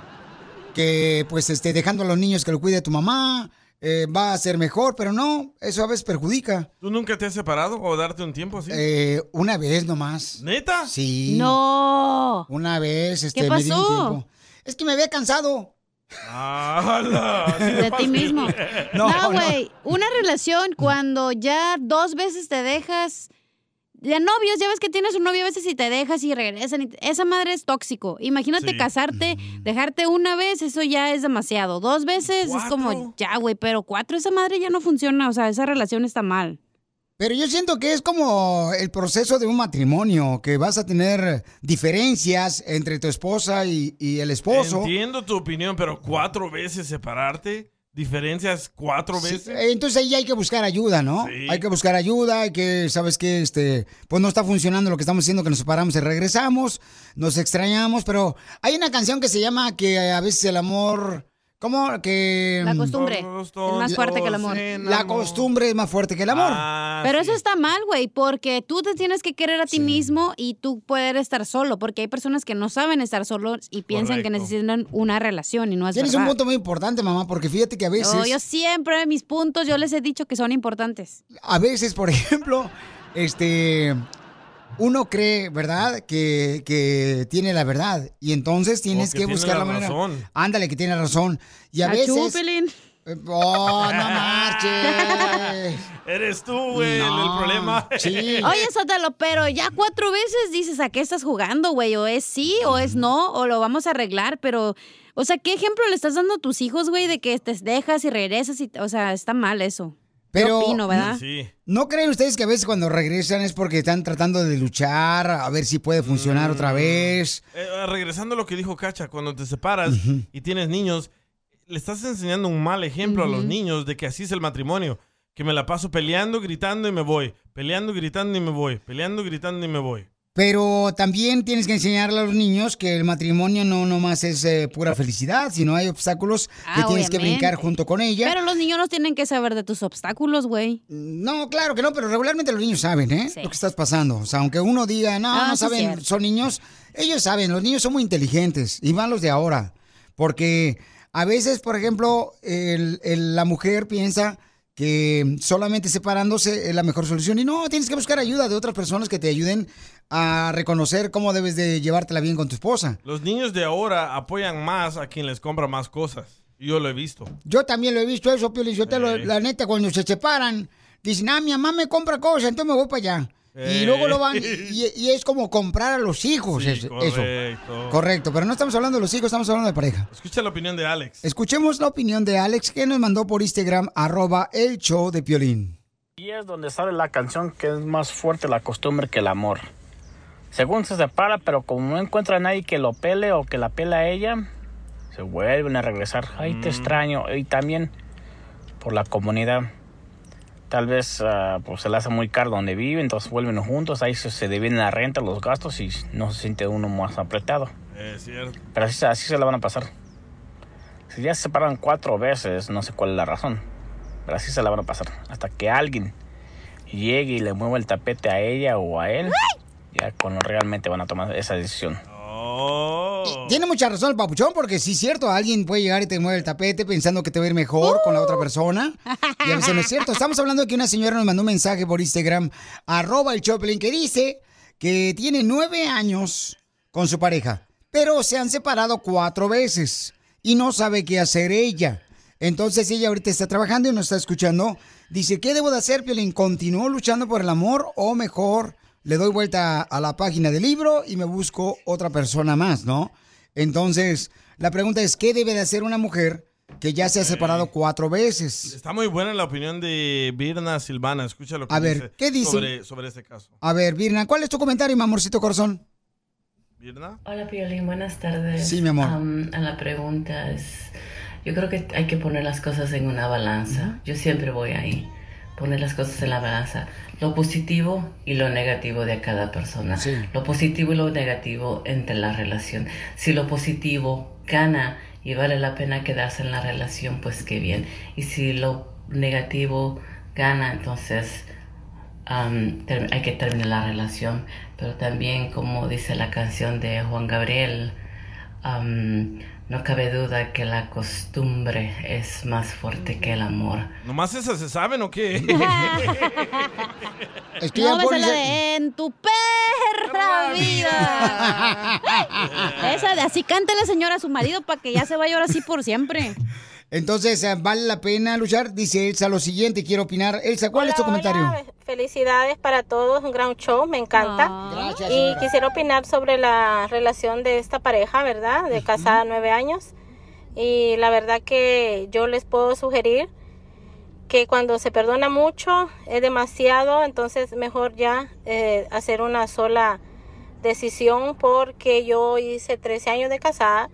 Speaker 4: que, pues, este, dejando a los niños que lo cuide tu mamá, eh, va a ser mejor, pero no, eso a veces perjudica.
Speaker 5: ¿Tú nunca te has separado o darte un tiempo así?
Speaker 4: Eh, una vez nomás.
Speaker 5: ¿Neta?
Speaker 4: Sí.
Speaker 6: No.
Speaker 4: Una vez, este,
Speaker 6: ¿Qué
Speaker 4: me di un
Speaker 6: pasó?
Speaker 4: tiempo. Es que me había cansado.
Speaker 5: ¡Hala! Así
Speaker 6: De ti
Speaker 5: fácil.
Speaker 6: mismo.
Speaker 4: No,
Speaker 6: No,
Speaker 4: no.
Speaker 6: güey. Una relación cuando ya dos veces te dejas. De novios, ya ves que tienes un novio a veces y te dejas y regresan. y- esa madre es tóxico. Imagínate
Speaker 14: Sí.
Speaker 6: casarte, dejarte una vez, eso ya es demasiado. Dos veces es como, ya, güey, pero cuatro, esa madre ya no funciona. O sea, esa relación está mal.
Speaker 4: Pero yo siento que es como el proceso de un matrimonio, que vas a tener diferencias entre tu esposa y, y el esposo.
Speaker 5: Entiendo tu opinión, pero cuatro veces separarte, diferencias cuatro
Speaker 4: Sí,
Speaker 5: veces.
Speaker 4: entonces ahí hay que buscar ayuda, ¿no? Hay que buscar ayuda, hay que, ¿sabes qué? Este, pues no está funcionando lo que estamos haciendo, que nos separamos y regresamos, nos extrañamos, pero hay una canción que se llama que a veces el amor, ¿Cómo que...? mm,
Speaker 6: La costumbre es más fuerte que el amor.
Speaker 4: La costumbre es más fuerte que el amor.
Speaker 5: Ah,
Speaker 6: Pero eso está mal, güey, porque tú te tienes que querer a ti mismo y tú poder estar solo, porque hay personas que no saben estar solos y piensan que
Speaker 4: Correcto.
Speaker 6: necesitan una relación y no es
Speaker 4: Tienes un
Speaker 6: verdad. Oh,
Speaker 4: punto muy importante, mamá, porque fíjate que a veces...
Speaker 6: Yo, yo siempre mis puntos, yo les he dicho que son importantes.
Speaker 4: a veces, por ejemplo, este, uno cree, ¿verdad?, que, que tiene la verdad. Y entonces tienes
Speaker 5: que
Speaker 4: que,
Speaker 5: tiene
Speaker 4: buscar
Speaker 5: la
Speaker 4: la, manera.
Speaker 5: razón.
Speaker 4: Ándale, que tiene razón. Y a
Speaker 6: Achú,
Speaker 4: veces.
Speaker 6: Pelín.
Speaker 4: Oh, no marches.
Speaker 5: Eres tú, güey, el- el,
Speaker 4: No,
Speaker 5: problema.
Speaker 6: Oye, Sótalo, pero ya cuatro veces dices a qué estás jugando, güey. O es sí, o es no, o lo vamos a arreglar, pero. O sea, ¿qué ejemplo le estás dando a tus hijos, güey, de que te dejas y regresas? Y, o sea, está mal eso.
Speaker 4: Pero,
Speaker 6: Yo
Speaker 4: Mm,
Speaker 6: opino,
Speaker 5: Mm,
Speaker 6: ¿verdad?
Speaker 4: ¿no creen ustedes que a veces cuando regresan es porque están tratando de luchar, a ver si puede funcionar otra
Speaker 5: Mm.
Speaker 4: vez?
Speaker 5: Eh, regresando a lo que dijo Cacha, cuando te separas y tienes niños, le estás enseñando un mal ejemplo a los
Speaker 4: Ujú.
Speaker 5: niños de que así es el matrimonio. Que me la paso peleando, gritando y me voy. Peleando, gritando y me voy. Peleando, gritando y me voy.
Speaker 4: Pero también tienes que enseñarle a los niños que el matrimonio no nomás es eh, pura felicidad, sino hay obstáculos que
Speaker 6: Ah,
Speaker 4: tienes que
Speaker 6: obviamente.
Speaker 4: brincar junto con ella.
Speaker 6: Pero los niños no tienen que saber de tus obstáculos, güey.
Speaker 4: No, claro que no, pero regularmente los niños saben, ¿eh? Lo que estás pasando. O sea, aunque uno diga, no,
Speaker 6: Ah,
Speaker 4: no
Speaker 6: sí es
Speaker 4: saben,
Speaker 6: cierto.
Speaker 4: son niños, ellos saben, los niños son muy inteligentes, y van los de ahora. Porque a veces, por ejemplo, el- el- la mujer piensa que solamente separándose es la mejor solución. Y no, tienes que buscar ayuda de otras personas que te ayuden a reconocer cómo debes de llevártela bien con tu esposa.
Speaker 5: Los niños de ahora apoyan más a quien les compra más cosas. Yo lo he visto.
Speaker 4: Yo también lo he visto eso, Pio Lizotelo,
Speaker 5: Ey.
Speaker 4: la neta, cuando se separan, dicen, ah, mi mamá me compra cosas, entonces me voy para allá.
Speaker 5: Ey.
Speaker 4: Y luego lo van, y, y es como comprar a los hijos, es- eso.
Speaker 5: Correcto.
Speaker 4: Correcto, pero no estamos hablando de los hijos, estamos hablando de pareja.
Speaker 5: Escucha la opinión de Alex.
Speaker 4: Escuchemos la opinión de Alex que nos mandó por Instagram, arroba el show de Piolín.
Speaker 14: Y es donde sale la canción que es más fuerte la costumbre que el amor. Según se separa, pero como no encuentra a nadie que lo pele o que la pela a ella, se vuelven a regresar. Ay, te extraño. Y también por la comunidad. Tal vez ah, pues se le hace muy caro donde vive, entonces vuelven juntos. Ahí se, se dividen la renta, los gastos y no se siente uno más apretado.
Speaker 5: Es cierto.
Speaker 14: Pero así, se- así se la van a pasar. Si ya se separan cuatro veces, no sé cuál es la razón. Pero así se la van a pasar. Hasta que alguien llegue y le mueva el tapete a ella o a él, ya cuando realmente van a tomar esa decisión.
Speaker 4: Tiene mucha razón el papuchón, porque sí es cierto, alguien puede llegar y te mueve el tapete pensando que te va a ir mejor con la otra persona. Y a veces no es cierto. Estamos hablando de que una señora nos mandó un mensaje por Instagram, arroba el Choplin, que dice que tiene nueve años con su pareja, pero se han separado cuatro veces y no sabe qué hacer ella. Entonces ella ahorita está trabajando y nos está escuchando. Dice, ¿qué debo de hacer, Piolín? ¿Continúo luchando por el amor o mejor le doy vuelta a la página del libro y me busco otra persona más, ¿no? Entonces, la pregunta es, ¿qué debe de hacer una mujer que ya se ha separado cuatro veces?
Speaker 5: Está muy buena la opinión de Birna Silvana. Escucha lo que
Speaker 4: A ver, ¿qué dice?
Speaker 5: Sobre, sobre este caso.
Speaker 4: A ver, Virna, ¿cuál es tu comentario, mi amorcito corazón?
Speaker 27: Hola Piolín, buenas tardes.
Speaker 4: Sí, mi amor.
Speaker 27: Am, a la pregunta es, yo creo que hay que poner las cosas en una balanza. Yo siempre voy ahí, poner las cosas en la balanza. Lo positivo y lo negativo de cada persona. Lo positivo y lo negativo entre la relación. Si lo positivo gana y vale la pena quedarse en la relación, pues qué bien. Y si lo negativo gana, entonces um, ter- hay que terminar la relación, pero también como dice la canción de Juan Gabriel, um, no cabe duda que la costumbre es más fuerte que el amor.
Speaker 5: ¿Nomás esas se saben o qué?
Speaker 6: no me sale de en tu perra vida. Esa de así canta la señora a su marido para que ya se vaya ahora sí por siempre.
Speaker 4: Entonces, eh, ¿vale la pena luchar? Dice Elsa lo siguiente, quiero opinar. Elsa, ¿cuál es tu comentario?
Speaker 28: Felicidades para todos, un gran show, me encanta.
Speaker 4: Gracias,
Speaker 28: y
Speaker 4: señora.
Speaker 28: quisiera opinar sobre la relación de esta pareja, ¿verdad? De casada nueve años. Y la verdad que yo les puedo sugerir que cuando se perdona mucho, es demasiado, entonces mejor ya eh, hacer una sola decisión porque yo hice 13 años de casada,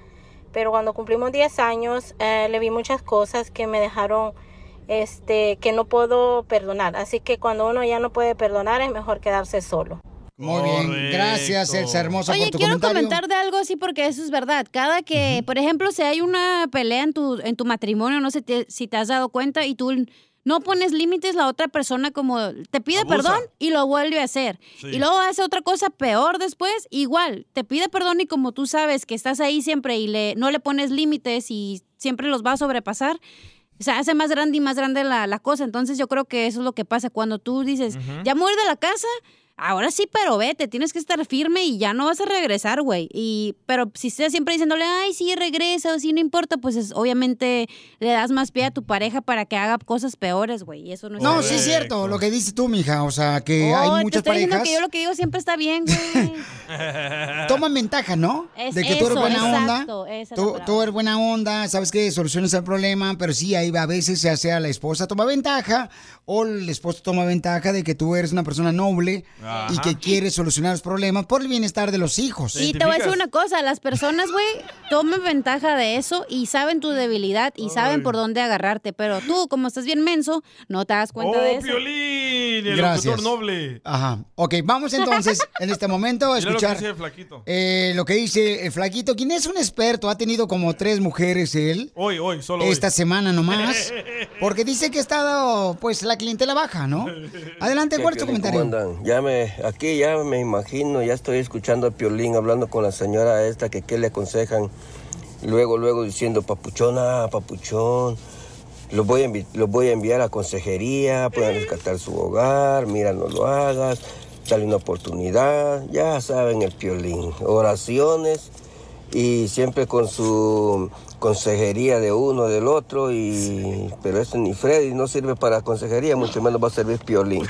Speaker 28: pero cuando cumplimos 10 años eh, le vi muchas cosas que me dejaron este que no puedo perdonar, así que cuando uno ya no puede perdonar es mejor quedarse solo.
Speaker 4: Muy bien, gracias, Elsa hermosa,
Speaker 6: Oye,
Speaker 4: por tu
Speaker 6: quiero
Speaker 4: comentario.
Speaker 6: comentar de algo así porque eso es verdad. Cada que, por ejemplo, si hay una pelea en tu, en tu matrimonio, no sé te- si te has dado cuenta y tú no pones límites, la otra persona como te pide
Speaker 2: Abusa.
Speaker 6: perdón y lo vuelve a hacer.
Speaker 2: Sí.
Speaker 6: Y luego hace otra cosa peor después, igual, te pide perdón y como tú sabes que estás ahí siempre y le, no le pones límites y siempre los va a sobrepasar, se hace más grande y más grande la, la cosa. Entonces yo creo que eso es lo que pasa cuando tú dices,
Speaker 2: Ujú.
Speaker 6: ya me voy de la casa, ahora sí, pero vete, tienes que estar firme y ya no vas a regresar, güey. Y, pero si estás siempre diciéndole, ay, sí, regresa o sí, no importa, pues es- obviamente le das más pie a tu pareja para que haga cosas peores, güey. Y eso no es
Speaker 4: No, sí es cierto
Speaker 5: pues.
Speaker 4: lo que dices tú, mija. O sea, que
Speaker 6: Oh,
Speaker 4: hay
Speaker 6: te
Speaker 4: muchas
Speaker 6: estoy diciendo
Speaker 4: parejas.
Speaker 6: que yo lo que digo siempre está bien, güey.
Speaker 4: Toman ventaja, ¿no?
Speaker 6: Es
Speaker 4: de que
Speaker 6: eso,
Speaker 4: tú eres buena
Speaker 6: exacto,
Speaker 4: onda.
Speaker 6: esa es la
Speaker 4: Tú,
Speaker 6: palabra.
Speaker 4: tú eres buena onda, sabes que soluciones el problema, pero sí, ahí a veces ya sea la esposa toma ventaja o el esposo toma ventaja de que tú eres una persona noble
Speaker 6: Ajá.
Speaker 4: y que quiere solucionar los problemas por el bienestar de los hijos.
Speaker 6: Y te voy a decir una cosa, las personas, güey, toman ventaja de eso y saben tu debilidad y saben por dónde agarrarte, pero tú, como estás bien menso, no te das cuenta de
Speaker 5: ¡Oh,
Speaker 6: eso.
Speaker 5: Piolín! El
Speaker 4: Gracias.
Speaker 5: locutor noble.
Speaker 4: Ajá. Ok, vamos entonces en este momento a
Speaker 5: Mira lo que
Speaker 4: escuchar
Speaker 5: dice el flaquito.
Speaker 4: eh, lo que dice el flaquito, quien es un experto, ha tenido como tres mujeres él.
Speaker 5: Hoy, hoy, solo hoy.
Speaker 4: esta semana nomás. Porque dice que ha estado, pues, la clientela baja, ¿no? Adelante,
Speaker 19: ¿Qué,
Speaker 4: ¿cuál es tu
Speaker 19: Piolín,
Speaker 4: comentario?
Speaker 19: cómo andan? Ya me, aquí ya me imagino, ya estoy escuchando a Piolín hablando con la señora esta que qué le aconsejan. Luego, luego diciendo, papuchona, papuchón, los voy a, envi- los voy a enviar a consejería, pueden rescatar su hogar, mira, no lo hagas, dale una oportunidad. Ya saben el Piolín, oraciones y siempre con su consejería de uno, del otro, y pero este ni Freddy no sirve para consejería, mucho menos va a servir Piolín.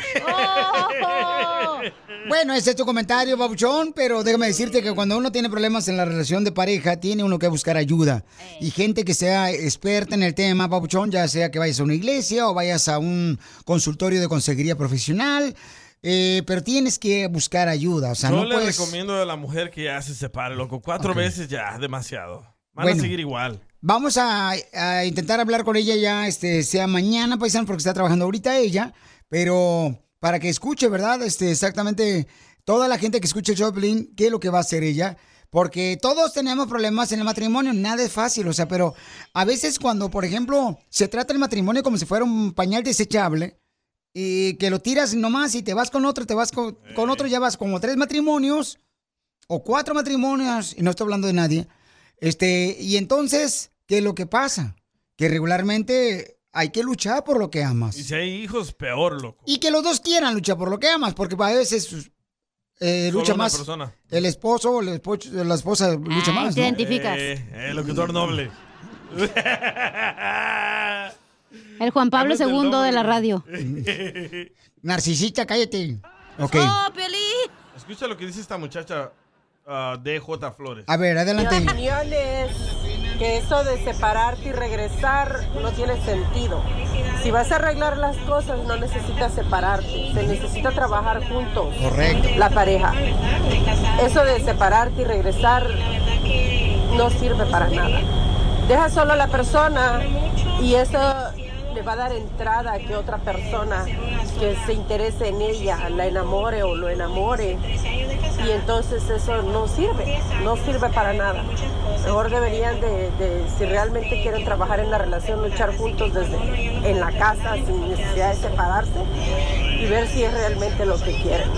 Speaker 4: Bueno, ese es tu comentario, Babuchón, pero déjame decirte que cuando uno tiene problemas en la relación de pareja, tiene uno que buscar ayuda. Y gente que sea experta en el tema, Babuchón, ya sea que vayas a una iglesia o vayas a un consultorio de consejería profesional, eh, pero tienes que buscar ayuda. O sea,
Speaker 5: Yo
Speaker 4: no
Speaker 5: le
Speaker 4: puedes...
Speaker 5: recomiendo a la mujer que ya se separe, loco. Cuatro veces ya, demasiado. Van
Speaker 4: Bueno.
Speaker 5: a seguir igual.
Speaker 4: Vamos a, a intentar hablar con ella ya, este, sea mañana, paisano, porque está trabajando ahorita ella, pero para que escuche, ¿verdad? Este, exactamente toda la gente que escuche el Joplin, qué es lo que va a hacer ella. Porque todos tenemos problemas en el matrimonio, nada es fácil, o sea, pero a veces cuando, por ejemplo, se trata el matrimonio como si fuera un pañal desechable, y que lo tiras nomás y te vas con otro, te vas con, con otro, ya vas como tres matrimonios o cuatro matrimonios, y no estoy hablando de nadie. Este, y entonces, ¿qué es lo que pasa? Que regularmente hay que luchar por lo que
Speaker 5: Y
Speaker 4: amas.
Speaker 5: si hay hijos, peor, loco.
Speaker 4: Y que los dos quieran luchar por lo que amas, porque a veces eh,
Speaker 5: Solo
Speaker 4: lucha
Speaker 5: una
Speaker 4: más
Speaker 5: persona.
Speaker 4: el esposo o el esposo- la esposa
Speaker 6: Ah,
Speaker 4: lucha más. ¿no?
Speaker 5: Eh, eh, locutor noble.
Speaker 6: El Juan Pablo
Speaker 4: Háblate del
Speaker 6: II de la
Speaker 4: nombre.
Speaker 6: radio.
Speaker 4: Narcisista, cállate. Ok.
Speaker 6: Oh,
Speaker 5: Escucha lo que dice esta muchacha ah, DJ Flores.
Speaker 4: A ver, adelante.
Speaker 20: Mi opinión es que eso de separarte y regresar no tiene sentido. Si vas a arreglar las cosas, no necesitas separarte. Se necesita trabajar juntos.
Speaker 4: Correcto.
Speaker 20: La pareja. Eso de separarte y regresar no sirve para nada. Deja solo a la persona y eso le va a dar entrada a que otra persona que se interese en ella la enamore o lo enamore. Y entonces eso no sirve, no sirve para nada. Mejor deberían de, de, si realmente quieren trabajar en la relación, luchar juntos desde en la casa sin necesidad de separarse y ver si es realmente lo que quieren.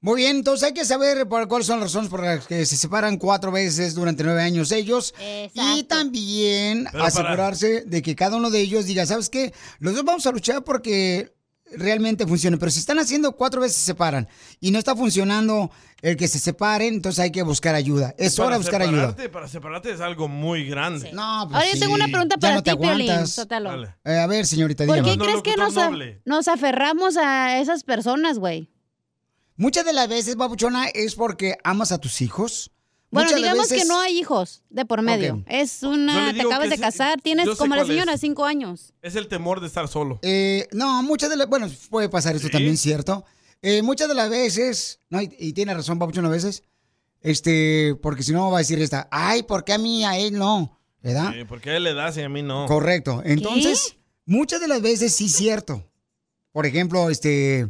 Speaker 4: Muy bien, entonces hay que saber por cuáles son las razones por las que se separan cuatro veces durante nueve años ellos. Y también
Speaker 2: Pero para-
Speaker 4: asegurarse de que cada uno de ellos diga, ¿sabes qué? Los dos vamos a luchar porque realmente funcione. Pero si están haciendo cuatro veces se separan y no está funcionando el que se separen, entonces hay que buscar ayuda. Es hora de buscar ayuda.
Speaker 5: separarte- Para separarte es algo muy grande.
Speaker 4: No, pues
Speaker 6: Ahora yo tengo
Speaker 4: sí,
Speaker 6: una pregunta
Speaker 4: ya
Speaker 6: para
Speaker 4: no
Speaker 6: ti,
Speaker 4: te
Speaker 6: Piolín.
Speaker 4: aguantas.
Speaker 6: Sótalo.
Speaker 4: Eh, a ver, señorita,
Speaker 6: ¿Por
Speaker 4: dígame.
Speaker 6: qué crees que nos, a- nos aferramos a esas personas, güey?
Speaker 4: Muchas de las veces, babuchona, es porque amas a tus hijos.
Speaker 6: Bueno,
Speaker 4: Muchas de las
Speaker 6: digamos que
Speaker 4: veces-
Speaker 6: no hay hijos de por medio.
Speaker 4: Ok.
Speaker 6: Es
Speaker 5: Yo le
Speaker 6: una, te
Speaker 5: digo
Speaker 6: acabas
Speaker 5: que
Speaker 6: de
Speaker 5: ese-
Speaker 6: casar, tienes
Speaker 5: yo sé
Speaker 6: como la
Speaker 5: cuál es.
Speaker 6: señora cinco años.
Speaker 5: Es el temor de estar solo.
Speaker 4: Eh, no, muchas de las... Bueno, puede pasar esto también, ¿cierto? Eh, muchas de las veces... No, y, y tiene razón, Papuchón, a veces. Este, porque si no va a decir esta... Ay, ¿por qué a mí, a él no? ¿Verdad?
Speaker 5: Eh, porque a él le das y a mí no.
Speaker 4: Correcto. Entonces, muchas de las veces sí es cierto. Por ejemplo, este...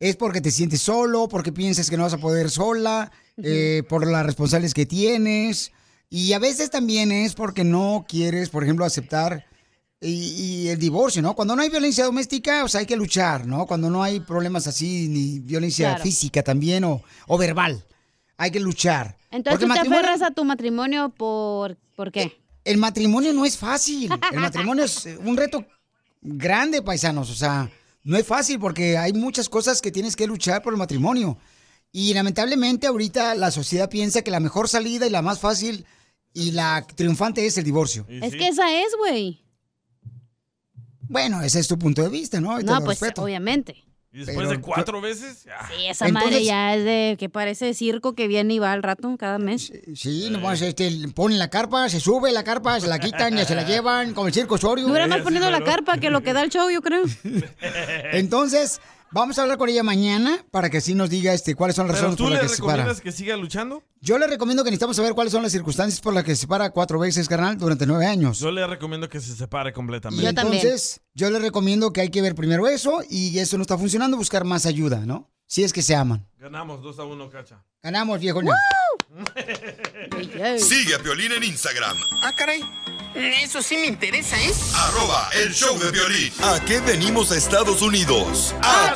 Speaker 4: es porque te sientes solo, porque piensas que no vas a poder sola, eh, por las responsabilidades que tienes. Y a veces también es porque no quieres, por ejemplo, aceptar y, y el divorcio, ¿no? Cuando no hay violencia doméstica, o sea, hay que luchar, ¿no? Cuando no hay problemas así, ni violencia
Speaker 6: Claro.
Speaker 4: física también o, o verbal, hay que luchar.
Speaker 6: Entonces
Speaker 4: Porque
Speaker 6: tú te
Speaker 4: matrimonio-
Speaker 6: aferras a tu matrimonio por, ¿por qué?
Speaker 4: el matrimonio no es fácil. El matrimonio es eh, un reto grande, paisanos. O sea, no es fácil porque hay muchas cosas que tienes que luchar por el matrimonio. Y lamentablemente ahorita la sociedad piensa que la mejor salida y la más fácil y la triunfante es el divorcio.
Speaker 6: Es que esa es, güey.
Speaker 4: Bueno, ese es tu punto de vista, ¿no? Y te
Speaker 6: No,
Speaker 4: lo
Speaker 6: pues
Speaker 4: respeto.
Speaker 6: obviamente.
Speaker 5: Y después
Speaker 4: Pero
Speaker 5: de cuatro veces, ya.
Speaker 6: Sí, esa madre
Speaker 4: Entonces-
Speaker 6: ya es de que parece circo que viene y va al rato cada mes.
Speaker 4: Sí, nomás este, ponen la carpa, se sube la carpa, se la quitan, ya se la llevan, como el circo Osorio.
Speaker 6: Dura más poniendo la carpa que lo que da el show, yo creo.
Speaker 4: Entonces, vamos a hablar con ella mañana para que así nos diga este, cuáles son las
Speaker 5: ¿Pero
Speaker 4: razones
Speaker 5: tú
Speaker 4: por
Speaker 5: le
Speaker 4: las que se separa.
Speaker 5: recomiendas que siga luchando?
Speaker 4: Yo le recomiendo que necesitamos saber cuáles son las circunstancias por las que se separa cuatro veces, carnal, durante nueve años.
Speaker 5: Yo le recomiendo que se separe completamente.
Speaker 4: Y entonces, yo le recomiendo que hay que ver primero eso y eso no está funcionando, buscar más ayuda, ¿no? Si es que se aman.
Speaker 5: Ganamos 2 a 1, cacha.
Speaker 4: Ganamos, viejo.
Speaker 10: Sigue a Piolín en Instagram,
Speaker 3: Ah, caray. Eso sí me interesa, ¿eh?
Speaker 10: arroba el show de Piolín. ¿A qué venimos a Estados Unidos? A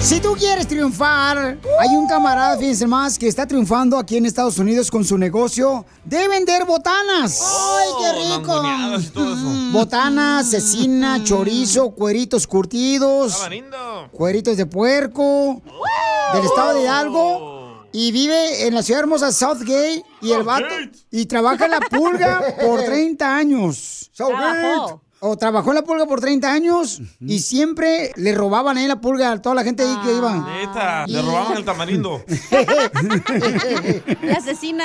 Speaker 4: Si tú quieres triunfar, hay un camarada, fíjense más, que está triunfando aquí en Estados Unidos con su negocio de vender botanas.
Speaker 2: Oh.
Speaker 4: ¡Ay,
Speaker 3: Oh,
Speaker 4: qué rico! Mm, Botanas, cecina, chorizo, cueritos curtidos. Cueritos de puerco. Del estado de Hidalgo. Y vive en la ciudad hermosa Southgate. Y el vato. Y trabaja en la pulga por 30 años.
Speaker 3: Trabajó.
Speaker 4: O trabajó en la pulga por 30 años. Y siempre le robaban ahí la pulga a toda la gente ahí que iba.
Speaker 5: Neta, le robaban el tamarindo.
Speaker 6: La asesina.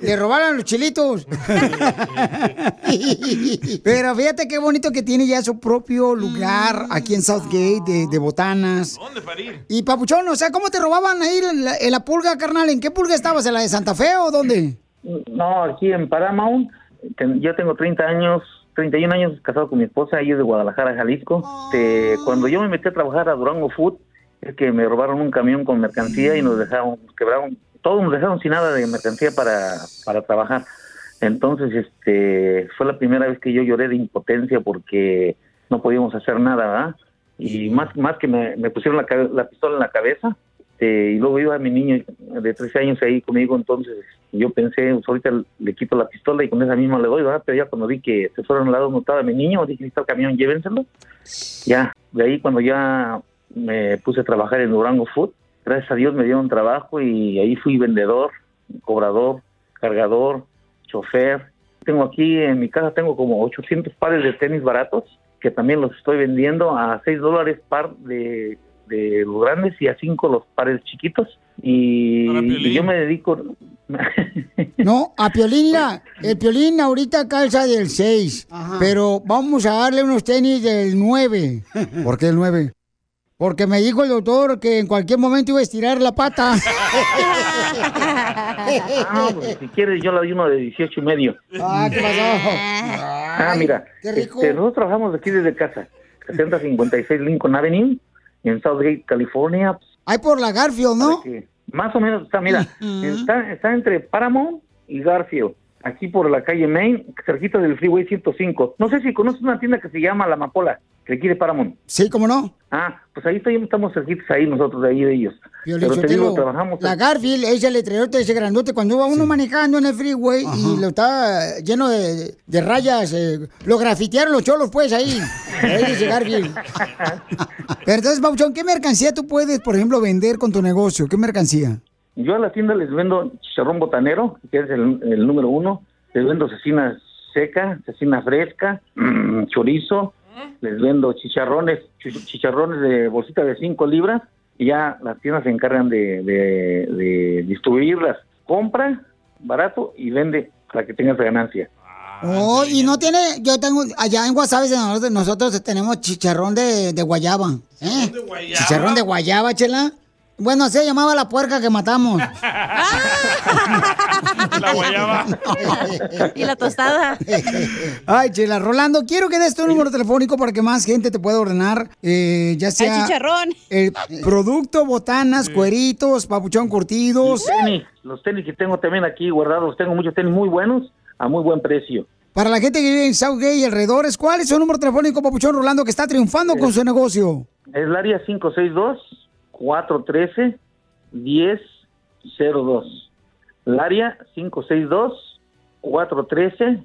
Speaker 4: Le robaron los chilitos. Pero fíjate qué bonito que tiene ya su propio lugar aquí en Southgate de, de botanas.
Speaker 5: ¿Dónde parir?
Speaker 4: Y papuchón, o sea, ¿cómo te robaban ahí en la, en la pulga, carnal? ¿En qué pulga estabas? ¿En la de Santa Fe o dónde?
Speaker 29: No, aquí en Paramount, ten- yo tengo 30 años, 31 años casado con mi esposa, ella es de Guadalajara, Jalisco. Este, cuando yo me metí a trabajar a Durango Food, es que me robaron un camión con mercancía y nos dejaron, nos quebraron, todos nos dejaron sin nada de mercancía para, para trabajar. Entonces, este, fue la primera vez que yo lloré de impotencia porque no podíamos hacer nada, ¿verdad? Y más, más que me, me pusieron la, cabe- la pistola en la cabeza, este, y luego iba mi niño de 13 años ahí conmigo, entonces yo pensé, pues, ahorita le quito la pistola y con esa misma le doy, ¿verdad? Pero ya cuando vi que se fueron al lado donde estaba mi niño, dije, "Ahí está el camión, llévenselo. Ya, de ahí cuando ya me puse a trabajar en Durango Food, gracias a Dios me dieron trabajo y ahí fui vendedor, cobrador, cargador, chofer. Tengo aquí en mi casa, tengo como 800 pares de tenis baratos, que también los estoy vendiendo a 6 dólares par de, de los grandes y a 5 los pares chiquitos. Y, y yo me dedico...
Speaker 4: No, a Piolín, mira, el Piolín ahorita calza del 6, pero vamos a darle unos tenis del 9. ¿Por qué el 9? Porque me dijo el doctor que en cualquier momento iba a estirar la pata.
Speaker 29: Ah, pues, si quieres, yo le doy uno de 18 y medio.
Speaker 4: Ah, ¿qué pasó?
Speaker 29: Ah, mira.
Speaker 4: qué rico.
Speaker 29: este, nosotros trabajamos aquí desde casa. 6056 Lincoln Avenue, en Southgate, California.
Speaker 4: Ahí por la Garfield, ¿no?
Speaker 29: Más o menos está, mira, está, está entre Paramount y Garfield. Aquí por la calle Main, cerquita del Freeway 105. No sé si conoces una tienda que se llama La Amapola, que aquí de Paramount.
Speaker 4: Sí, ¿cómo no?
Speaker 29: Ah, pues ahí estoy- estamos cerquitos ahí nosotros, de ahí de ellos.
Speaker 4: Piolín
Speaker 29: Pero te
Speaker 4: Sotelo,
Speaker 29: digo, trabajamos...
Speaker 4: La Garfield es el letrerote ese grandote. Cuando va uno manejando en el freeway y lo está lleno de, de rayas, eh, lo grafitearon los cholos, pues ahí. Ahí dice Garfield. Pero entonces, Pauchón, ¿qué mercancía tú puedes, por ejemplo, vender con tu negocio? ¿Qué mercancía?
Speaker 29: Yo a la tienda les vendo chicharrón botanero, que es el, el número uno. Les vendo cecina seca, cecina fresca, mm, chorizo. Les vendo chicharrones, chi- chicharrones de bolsita de 5 libras. Y ya las tiendas se encargan de, de- de distribuirlas. Compra barato y vende para que tengas ganancia.
Speaker 4: Oh, y no tiene, yo tengo, allá en Guasave nosotros, nosotros tenemos chicharrón de, de guayaba. ¿eh? Chicharrón de guayaba, chela. Bueno, se llamaba la puerca que matamos.
Speaker 3: La guayaba.
Speaker 4: y la tostada. Ay, chela. Rolando, quiero que des tu número telefónico para que más gente te pueda ordenar, eh, ya sea...
Speaker 6: chicharrón.
Speaker 4: El producto, botanas, cueritos, papuchón curtidos.
Speaker 29: Tenis, los tenis que tengo también aquí guardados, tengo muchos tenis muy buenos a muy buen precio.
Speaker 4: Para la gente que vive en Southgate y alrededores, ¿cuál es su número telefónico, papuchón Rolando, que está triunfando con su negocio?
Speaker 29: Es el área 562-413-1002. El área 562-413-1002.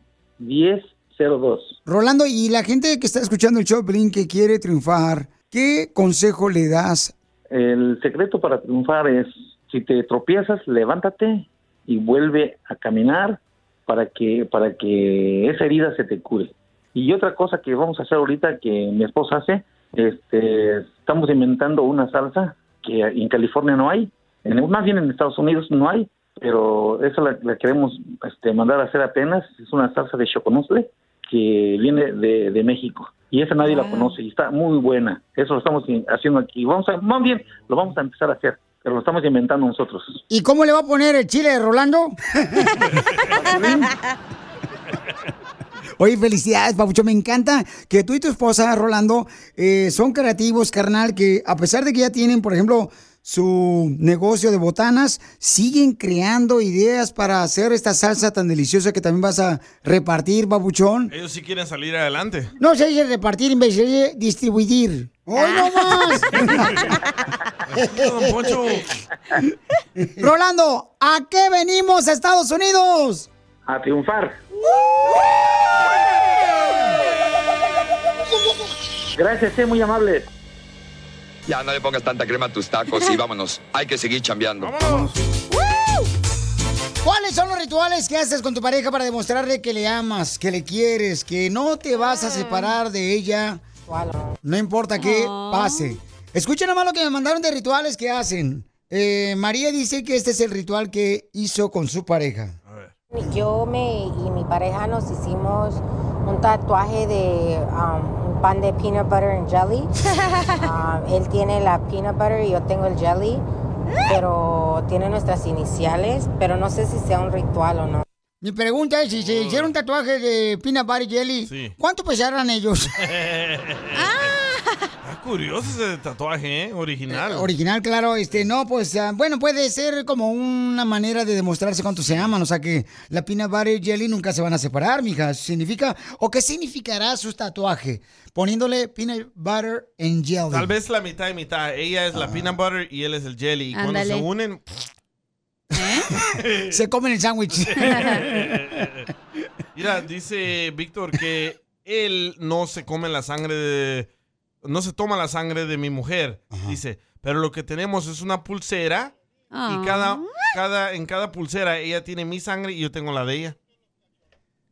Speaker 4: Rolando, y la gente que está escuchando el show, Blin, que quiere triunfar, ¿qué consejo le das?
Speaker 29: El secreto para triunfar es, si te tropiezas, levántate y vuelve a caminar para que, para que esa herida se te cure. Y otra cosa que vamos a hacer ahorita que mi esposa hace, este, estamos inventando una salsa que en California no hay, en- más bien en Estados Unidos no hay, pero esa la, la queremos este, mandar a hacer apenas, es una salsa de choconosle que viene de, de México. Y esa nadie la conoce y está muy buena. Eso lo estamos in- haciendo aquí. Vamos a, más bien, lo vamos a empezar a hacer, pero lo estamos inventando nosotros.
Speaker 4: ¿Y cómo le va a poner el chile de Rolando? Oye, felicidades, Papucho. Me encanta que tú y tu esposa, Rolando, eh, son creativos, carnal, que a pesar de que ya tienen, por ejemplo, su negocio de botanas, siguen creando ideas para hacer esta salsa tan deliciosa que también vas a repartir, Papuchón.
Speaker 5: Ellos sí quieren salir adelante.
Speaker 4: No se dice repartir, imbécil, se dice distribuir. ¡Hoy no más!
Speaker 3: Ah. Don Poncho.
Speaker 4: Rolando, ¿a qué venimos a Estados Unidos?
Speaker 29: A triunfar. Gracias, sí, muy amables.
Speaker 2: Ya no le pongas tanta crema a tus tacos y vámonos. Hay que seguir chambeando.
Speaker 4: ¿Cuáles son los rituales que haces con tu pareja para demostrarle que le amas, que le quieres, que no te vas a separar de ella? No importa qué pase. Escuchen nomás lo que me mandaron de rituales que hacen. Eh, María dice que este es el ritual que hizo con su pareja.
Speaker 21: Yo me, y mi pareja nos hicimos un tatuaje de um, un pan de peanut butter and jelly. Um, él tiene la peanut butter y yo tengo el jelly, pero tiene nuestras iniciales, pero no sé si sea un ritual o no.
Speaker 4: Mi pregunta es si
Speaker 5: Oh.
Speaker 4: se hicieron un tatuaje de peanut butter y jelly, ¿cuánto pesarán ellos?
Speaker 6: Ah.
Speaker 5: Está curioso ese tatuaje, ¿eh? Original.
Speaker 4: Original, claro, este, no, pues, ah, bueno, puede ser como una manera de demostrarse cuánto se aman, o sea que la peanut butter y jelly nunca se van a separar, mija, Eso significa, o qué significará su tatuaje, poniéndole peanut butter and jelly.
Speaker 5: Tal vez la mitad y mitad. Ella
Speaker 4: Ah.
Speaker 5: es la peanut butter y él es el jelly. Y cuando se
Speaker 4: Ándale.
Speaker 5: unen,
Speaker 4: Se comen el sándwich.
Speaker 5: Mira, dice Víctor que él no se come la sangre de... No se toma la sangre de mi mujer. Dice, pero lo que tenemos es una pulsera
Speaker 6: Ah.
Speaker 5: y cada, cada, en cada pulsera ella tiene mi sangre y yo tengo la de ella.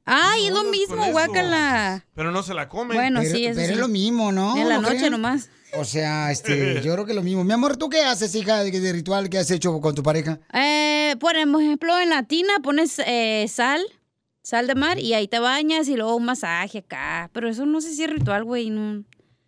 Speaker 6: Ay, es lo
Speaker 5: con
Speaker 6: mismo,
Speaker 5: eso.
Speaker 6: guácala.
Speaker 5: Pero no se la come.
Speaker 6: Bueno,
Speaker 4: Pero-
Speaker 6: sí, eso
Speaker 4: pero
Speaker 6: sí.
Speaker 4: es lo mismo, ¿no?
Speaker 6: En la
Speaker 4: ¿No
Speaker 6: noche
Speaker 4: creen?
Speaker 6: nomás.
Speaker 4: O sea, este, yo creo que es lo mismo. Mi amor, ¿tú qué haces, hija, de, de ritual que has hecho con tu pareja?
Speaker 6: Eh, por ejemplo, en la tina pones eh, sal, sal de mar, y ahí te bañas y luego un masaje acá. Pero eso no sé si es ritual, güey. No.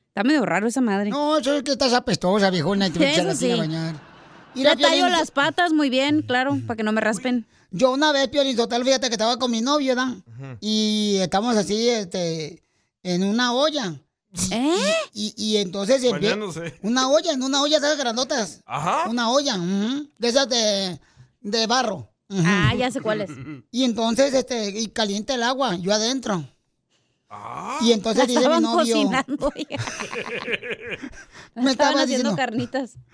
Speaker 6: Está medio raro esa madre.
Speaker 4: No, eso es que estás apestosa, viejona, y te metes a la
Speaker 6: Eso
Speaker 4: tina a
Speaker 6: sí.
Speaker 4: bañar.
Speaker 6: Y
Speaker 4: Mira,
Speaker 6: le tallo
Speaker 4: Piolín,
Speaker 6: las patas muy bien, claro, para que no me raspen.
Speaker 4: Yo una vez, Piolín, total, fíjate que estaba con mi novio, ¿verdad? Y estamos así, este, en una olla. Y-
Speaker 6: ¿Eh?
Speaker 4: Y, y entonces... empie-
Speaker 3: Bañándose.
Speaker 4: Una olla, en una olla de esas grandotas.
Speaker 3: Ajá.
Speaker 4: Una olla, ujú, de esas de, de barro. ujú.
Speaker 6: Ah, ya sé cuál es.
Speaker 4: Y entonces, este, y caliente el agua, yo adentro.
Speaker 3: Ah.
Speaker 4: Y entonces
Speaker 6: La
Speaker 4: dice mi
Speaker 6: estaban
Speaker 4: novio...
Speaker 6: cocinando, ya.
Speaker 4: Me
Speaker 6: Estaban
Speaker 4: estaba
Speaker 6: haciendo
Speaker 4: diciendo-
Speaker 6: carnitas.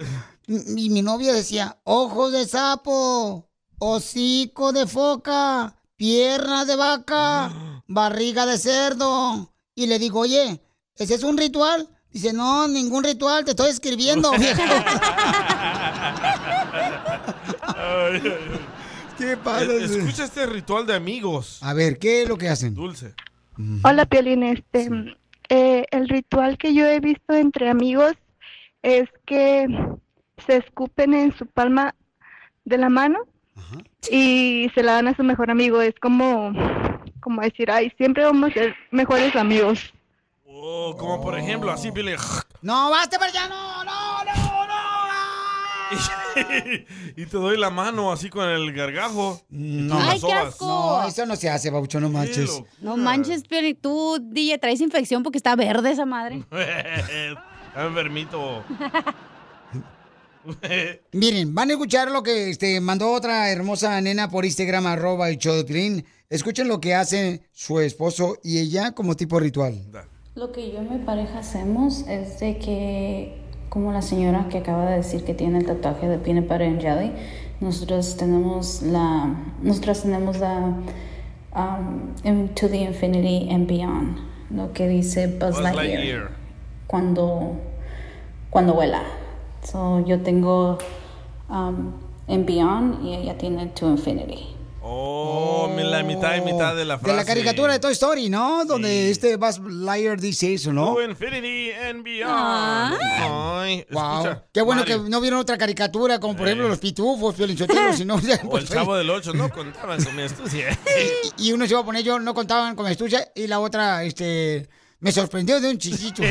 Speaker 4: Y y mi novio decía, ojos de sapo, hocico de foca, pierna de vaca, barriga de cerdo. Y le digo, oye, ¿ese es un ritual? Dice, no, ningún ritual, te estoy escribiendo, viejo. ¿Qué
Speaker 5: Eh, Escucha este ritual de amigos.
Speaker 4: A ver, ¿qué es lo que hacen?
Speaker 5: Dulce.
Speaker 28: Hola, Piolín. Este, eh, el ritual que yo he visto entre amigos es que se escupen en su palma de la mano y se la dan a su mejor amigo. Es como, como decir, ay, siempre vamos a ser mejores amigos.
Speaker 5: Oh, como por ejemplo, así, Billy.
Speaker 4: No, basta para allá, no, no, no, no.
Speaker 5: y te doy la mano así con el gargajo. y con
Speaker 6: Ay,
Speaker 5: las
Speaker 6: qué
Speaker 5: sobas.
Speaker 6: asco.
Speaker 4: No, eso no se hace, Babuchón, no manches.
Speaker 6: No manches, Piolín, tú, DJ, traes infección porque está verde esa madre.
Speaker 5: Está enfermito.
Speaker 4: Miren, van a escuchar lo que este, mandó otra hermosa nena por Instagram, arroba el show de Piolín. Escuchen lo que hacen su esposo y ella como tipo ritual.
Speaker 8: Lo que yo y mi pareja hacemos es de que, como la señora que acaba de decir que tiene el tatuaje de peanut butter and jelly, nosotros tenemos la, nosotros tenemos la um, into the infinity and beyond, lo que dice
Speaker 4: Pues,
Speaker 8: Buzz
Speaker 1: Buzz
Speaker 8: Lightyear,
Speaker 1: Lightyear.
Speaker 8: cuando cuando vuela. So, yo tengo um, and beyond y ella tiene to infinity.
Speaker 5: Oh, mi- la mitad y mitad de la
Speaker 4: De
Speaker 5: frase.
Speaker 4: la caricatura de Toy Story, ¿no? Donde este Buzz Lightyear dice eso, ¿no?
Speaker 5: To infinity and beyond. Ay,
Speaker 4: Wow.
Speaker 5: escucha,
Speaker 4: Qué bueno
Speaker 5: Mario.
Speaker 4: que no vieron otra caricatura, como por ejemplo los pitufos, Piolín Sotelo, si no, ya,
Speaker 5: O el
Speaker 4: pues,
Speaker 5: chavo del 8 no contaban con mi astucia.
Speaker 4: y, y uno se iba a poner yo, no contaban con la astucia, y la otra, este, me sorprendió de un chiquito.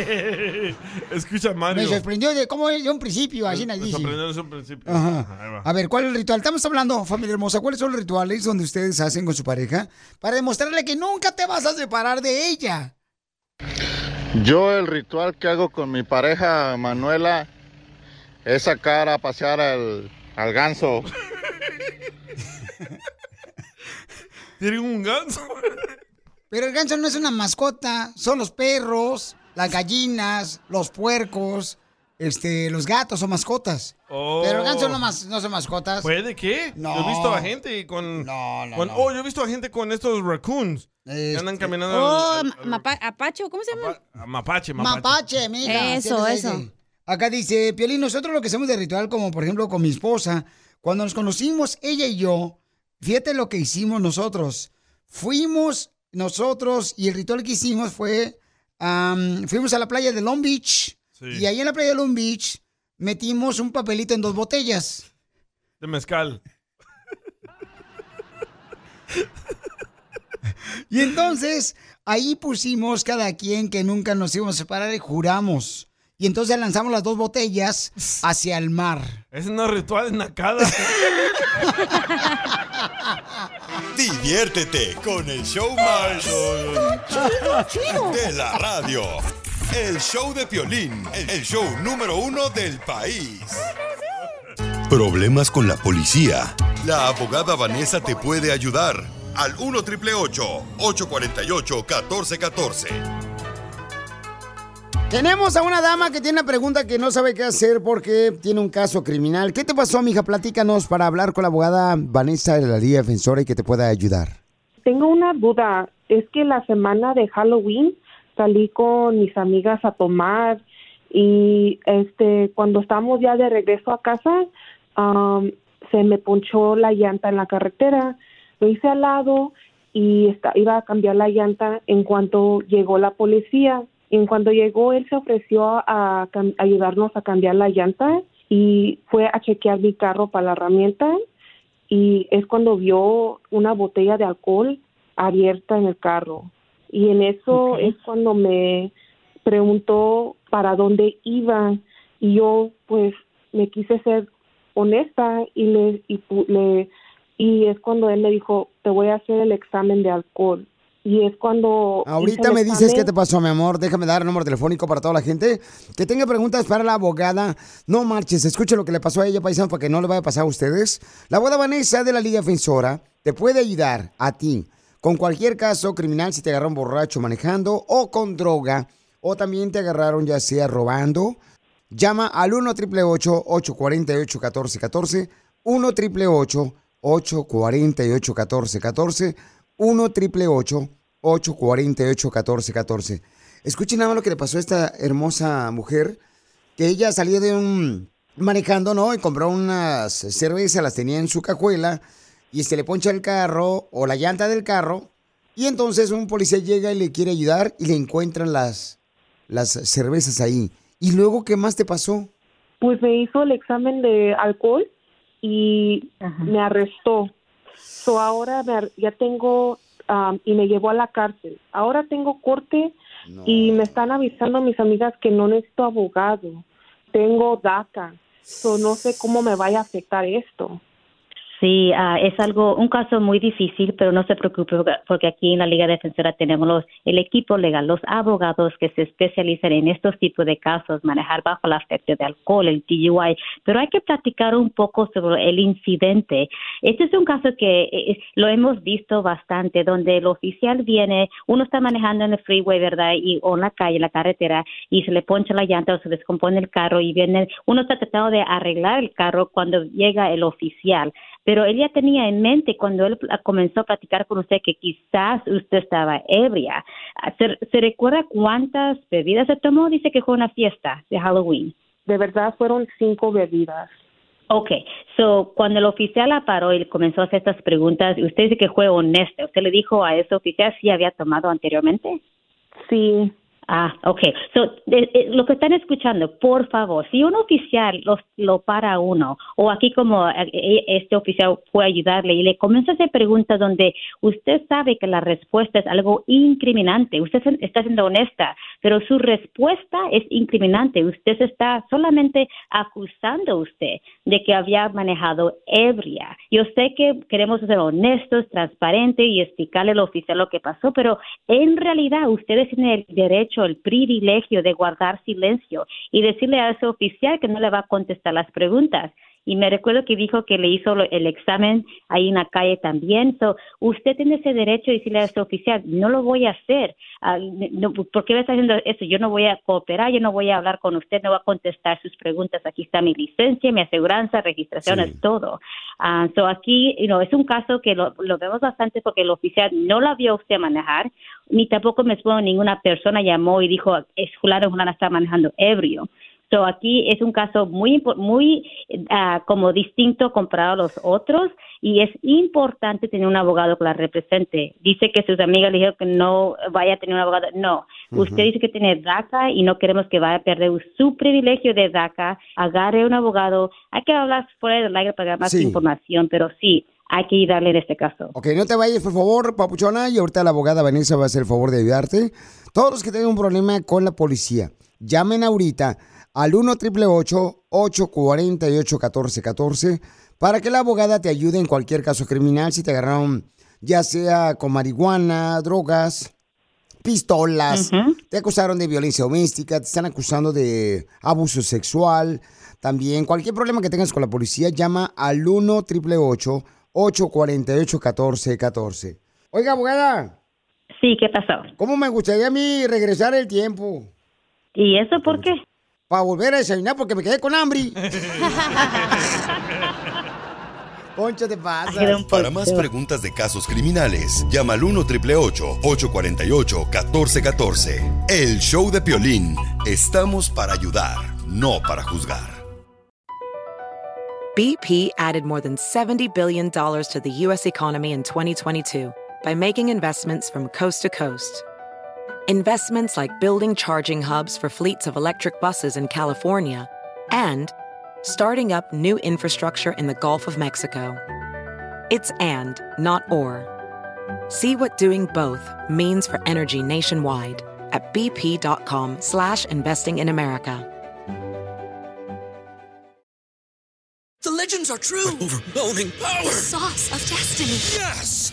Speaker 5: Escucha,
Speaker 4: me
Speaker 5: Mario.
Speaker 4: sorprendió de cómo es de un principio, así
Speaker 5: Me
Speaker 4: nadie dice.
Speaker 5: sorprendió desde un principio.
Speaker 4: Ajá.
Speaker 5: pues, Ahí va.
Speaker 4: A ver, ¿cuál es el ritual? Estamos hablando, familia hermosa, ¿cuáles son los rituales donde ustedes hacen con su pareja para demostrarle que nunca te vas a separar de ella?
Speaker 23: Yo el ritual que hago con mi pareja Manuela es sacar a pasear al, al ganso.
Speaker 5: Tiene un ganso.
Speaker 4: Pero el ganso no es una mascota, son los perros, las gallinas, los puercos, este, los gatos son mascotas.
Speaker 5: Oh.
Speaker 4: Pero el ganso no, mas- no son mascotas.
Speaker 5: ¿Puede que?
Speaker 4: No.
Speaker 5: Yo he visto a gente con. con-
Speaker 4: no. Este.
Speaker 5: Oh, yo he visto a gente con estos raccoons. Que andan caminando.
Speaker 6: Oh,
Speaker 5: al- al-
Speaker 6: mapa- apache, ¿cómo se llama?
Speaker 5: a mapache, mapache.
Speaker 4: Mapache, mira.
Speaker 6: Eso,
Speaker 4: sí, sí,
Speaker 6: eso.
Speaker 4: sí. Acá dice, Piolín, nosotros lo que hacemos de ritual, como por ejemplo con mi esposa, cuando nos conocimos, ella y yo, fíjate lo que hicimos nosotros. Fuimos nosotros y el ritual que hicimos fue, am, fuimos a la playa de Long Beach
Speaker 5: Sí.
Speaker 4: y ahí en la playa de Long Beach metimos un papelito en dos botellas.
Speaker 5: De mezcal.
Speaker 4: Y entonces ahí pusimos cada quien que nunca nos íbamos a separar y juramos. Y entonces lanzamos las dos botellas hacia el mar.
Speaker 5: Es una ritual nacada.
Speaker 10: Diviértete con el show más
Speaker 3: chido.
Speaker 10: de la radio. El show de Piolín, el show número uno del país.
Speaker 23: Problemas con la policía.
Speaker 10: La abogada Vanessa te puede ayudar al 1 triple 848 1414.
Speaker 4: Tenemos a una dama que tiene una pregunta que no sabe qué hacer porque tiene un caso criminal. ¿Qué te pasó, mija? Platícanos para hablar con la abogada Vanessa de la Liga Defensora y que te pueda ayudar.
Speaker 25: Tengo una duda. Es que la semana de Halloween salí con mis amigas a tomar y este cuando estamos ya de regreso a casa am, se me ponchó la llanta en la carretera. Lo hice al lado y esta- iba a cambiar la llanta en cuanto llegó la policía. En cuanto llegó él se ofreció a cam- ayudarnos a cambiar la llanta y fue a chequear mi carro para la herramienta y es cuando vio una botella de alcohol abierta en el carro. Y en eso
Speaker 30: Ok.
Speaker 25: es cuando me preguntó para dónde iba y yo pues me quise ser honesta y le y, pu- le- y es cuando él me dijo, "Te voy a hacer el examen de alcohol." Y es cuando hice
Speaker 4: Ahorita
Speaker 25: el
Speaker 4: me dices
Speaker 25: examen.
Speaker 4: qué te pasó, mi amor. Déjame dar el número telefónico para toda la gente que tenga preguntas para la abogada. No marches, escuche lo que le pasó a ella, paisano, para que no le vaya a pasar a ustedes. La abogada Vanessa de la Liga Defensora te puede ayudar a ti con cualquier caso criminal si te agarraron borracho manejando o con droga o también te agarraron ya sea robando. Llama al 1 888 848 1414 1 888 848 1414 1 888 848 1414 Escuchen nada más lo que le pasó a esta hermosa mujer, que ella salió de un manejando, ¿no? Y compró unas cervezas, las tenía en su cajuela, y se le poncha el carro o la llanta del carro, y entonces un policía llega y le quiere ayudar y le encuentran las, las cervezas ahí. ¿Y luego qué más te pasó?
Speaker 25: Pues me hizo el examen de alcohol y me arrestó. So ahora me ar- ya tengo um, y me llevó a la cárcel. Ahora tengo corte y me están avisando mis amigas que no necesito abogado. Tengo DACA. So, no sé cómo me vaya a afectar esto.
Speaker 24: Sí, ah, es algo, un caso muy difícil, pero no se preocupe porque- porque aquí en la Liga Defensora tenemos los, el equipo legal, los abogados que se especializan en estos tipos de casos, manejar bajo el afecto de alcohol, el DUI, pero hay que platicar un poco sobre el incidente. Este es un caso que eh, eh, lo hemos visto bastante, donde el oficial viene, uno está manejando en el freeway, ¿verdad? Y, o en la calle, en la carretera, y se le poncha la llanta o se descompone el carro y viene, uno está tratando de arreglar el carro cuando llega el oficial pero él ya tenía en mente cuando él pl- comenzó a platicar con usted que quizás usted estaba ebria. Ah, ¿Se, se recuerda cuántas bebidas se tomó? Dice que fue una fiesta de Halloween.
Speaker 25: De verdad fueron cinco bebidas.
Speaker 24: Ok, so cuando el oficial la paró y le comenzó a hacer estas preguntas, usted dice que fue honesta. ¿Usted le dijo a ese oficial si había tomado anteriormente?
Speaker 25: Sí.
Speaker 24: Ah, ok. So, de- de- lo que están escuchando, por favor, si un oficial los- lo para a uno, o aquí como eh, eh, este oficial fue a ayudarle y le comienza a hacer preguntas donde usted sabe que la respuesta es algo incriminante, usted se- está siendo honesta, pero su respuesta es incriminante, usted se está solamente acusando a usted de que había manejado ebria. Yo sé que queremos ser honestos, transparentes y explicarle al oficial lo que pasó, pero en realidad ustedes tienen el derecho, el privilegio de guardar silencio y decirle a ese oficial que no le va a contestar las preguntas. Y me recuerdo que dijo que le hizo lo- el examen ahí en la calle también. So, usted tiene ese derecho de decirle a ese oficial, no lo voy a hacer. Ah, no, ¿Por qué me está haciendo eso? Yo no voy a cooperar, yo no voy a hablar con usted, no voy a contestar sus preguntas. Aquí está mi licencia, mi aseguranza, registración, es todo. Ah, so aquí you know, es un caso que lo, lo vemos bastante porque el oficial no la vio a usted manejar, ni tampoco me supo ninguna persona llamó y dijo, es fulano, fulana está manejando ebrio. So aquí es un caso muy impo- muy ah, como distinto comparado a los otros y es importante tener un abogado que la represente. Dice que sus amigas le dijeron que no vaya a tener un abogado. No, usted dice que tiene DACA y no queremos que vaya a perder su privilegio de DACA. Agarre un abogado. Hay que hablar fuera del aire para dar más
Speaker 7: Sí.
Speaker 24: información, pero sí, hay que darle en este caso.
Speaker 7: Ok, no te vayas, por favor, papuchona. Y ahorita la abogada Vanessa va a hacer el favor de ayudarte. Todos los que tengan un problema con la policía, llamen ahorita al 1 848 1414 para que la abogada te ayude en cualquier caso criminal si te agarraron ya sea con marihuana, drogas, pistolas, te acusaron de violencia doméstica, te están acusando de abuso sexual, también cualquier problema que tengas con la policía, llama al 1 848 1414 Oiga, abogada.
Speaker 24: Sí, ¿qué pasó?
Speaker 7: ¿Cómo me gustaría a mí regresar el tiempo?
Speaker 24: ¿Y eso por qué?
Speaker 7: Para volver a desayunar porque me quedé con hambre. Poncho, te pasa.
Speaker 10: Para más preguntas de casos criminales, llama al 1 888 848 1414 El show de Piolín. Estamos para ayudar, no para juzgar.
Speaker 1: BP added more than $70 billion to the U.S. economy in 2022 by making investments from coast to coast. Investments like building charging hubs for fleets of electric buses in California and starting up new infrastructure in the Gulf of Mexico. It's and, not or. See what doing both means for energy nationwide at bp.com slash investing in America.
Speaker 22: The legends are true. overwhelming power! sauce of destiny. Yes!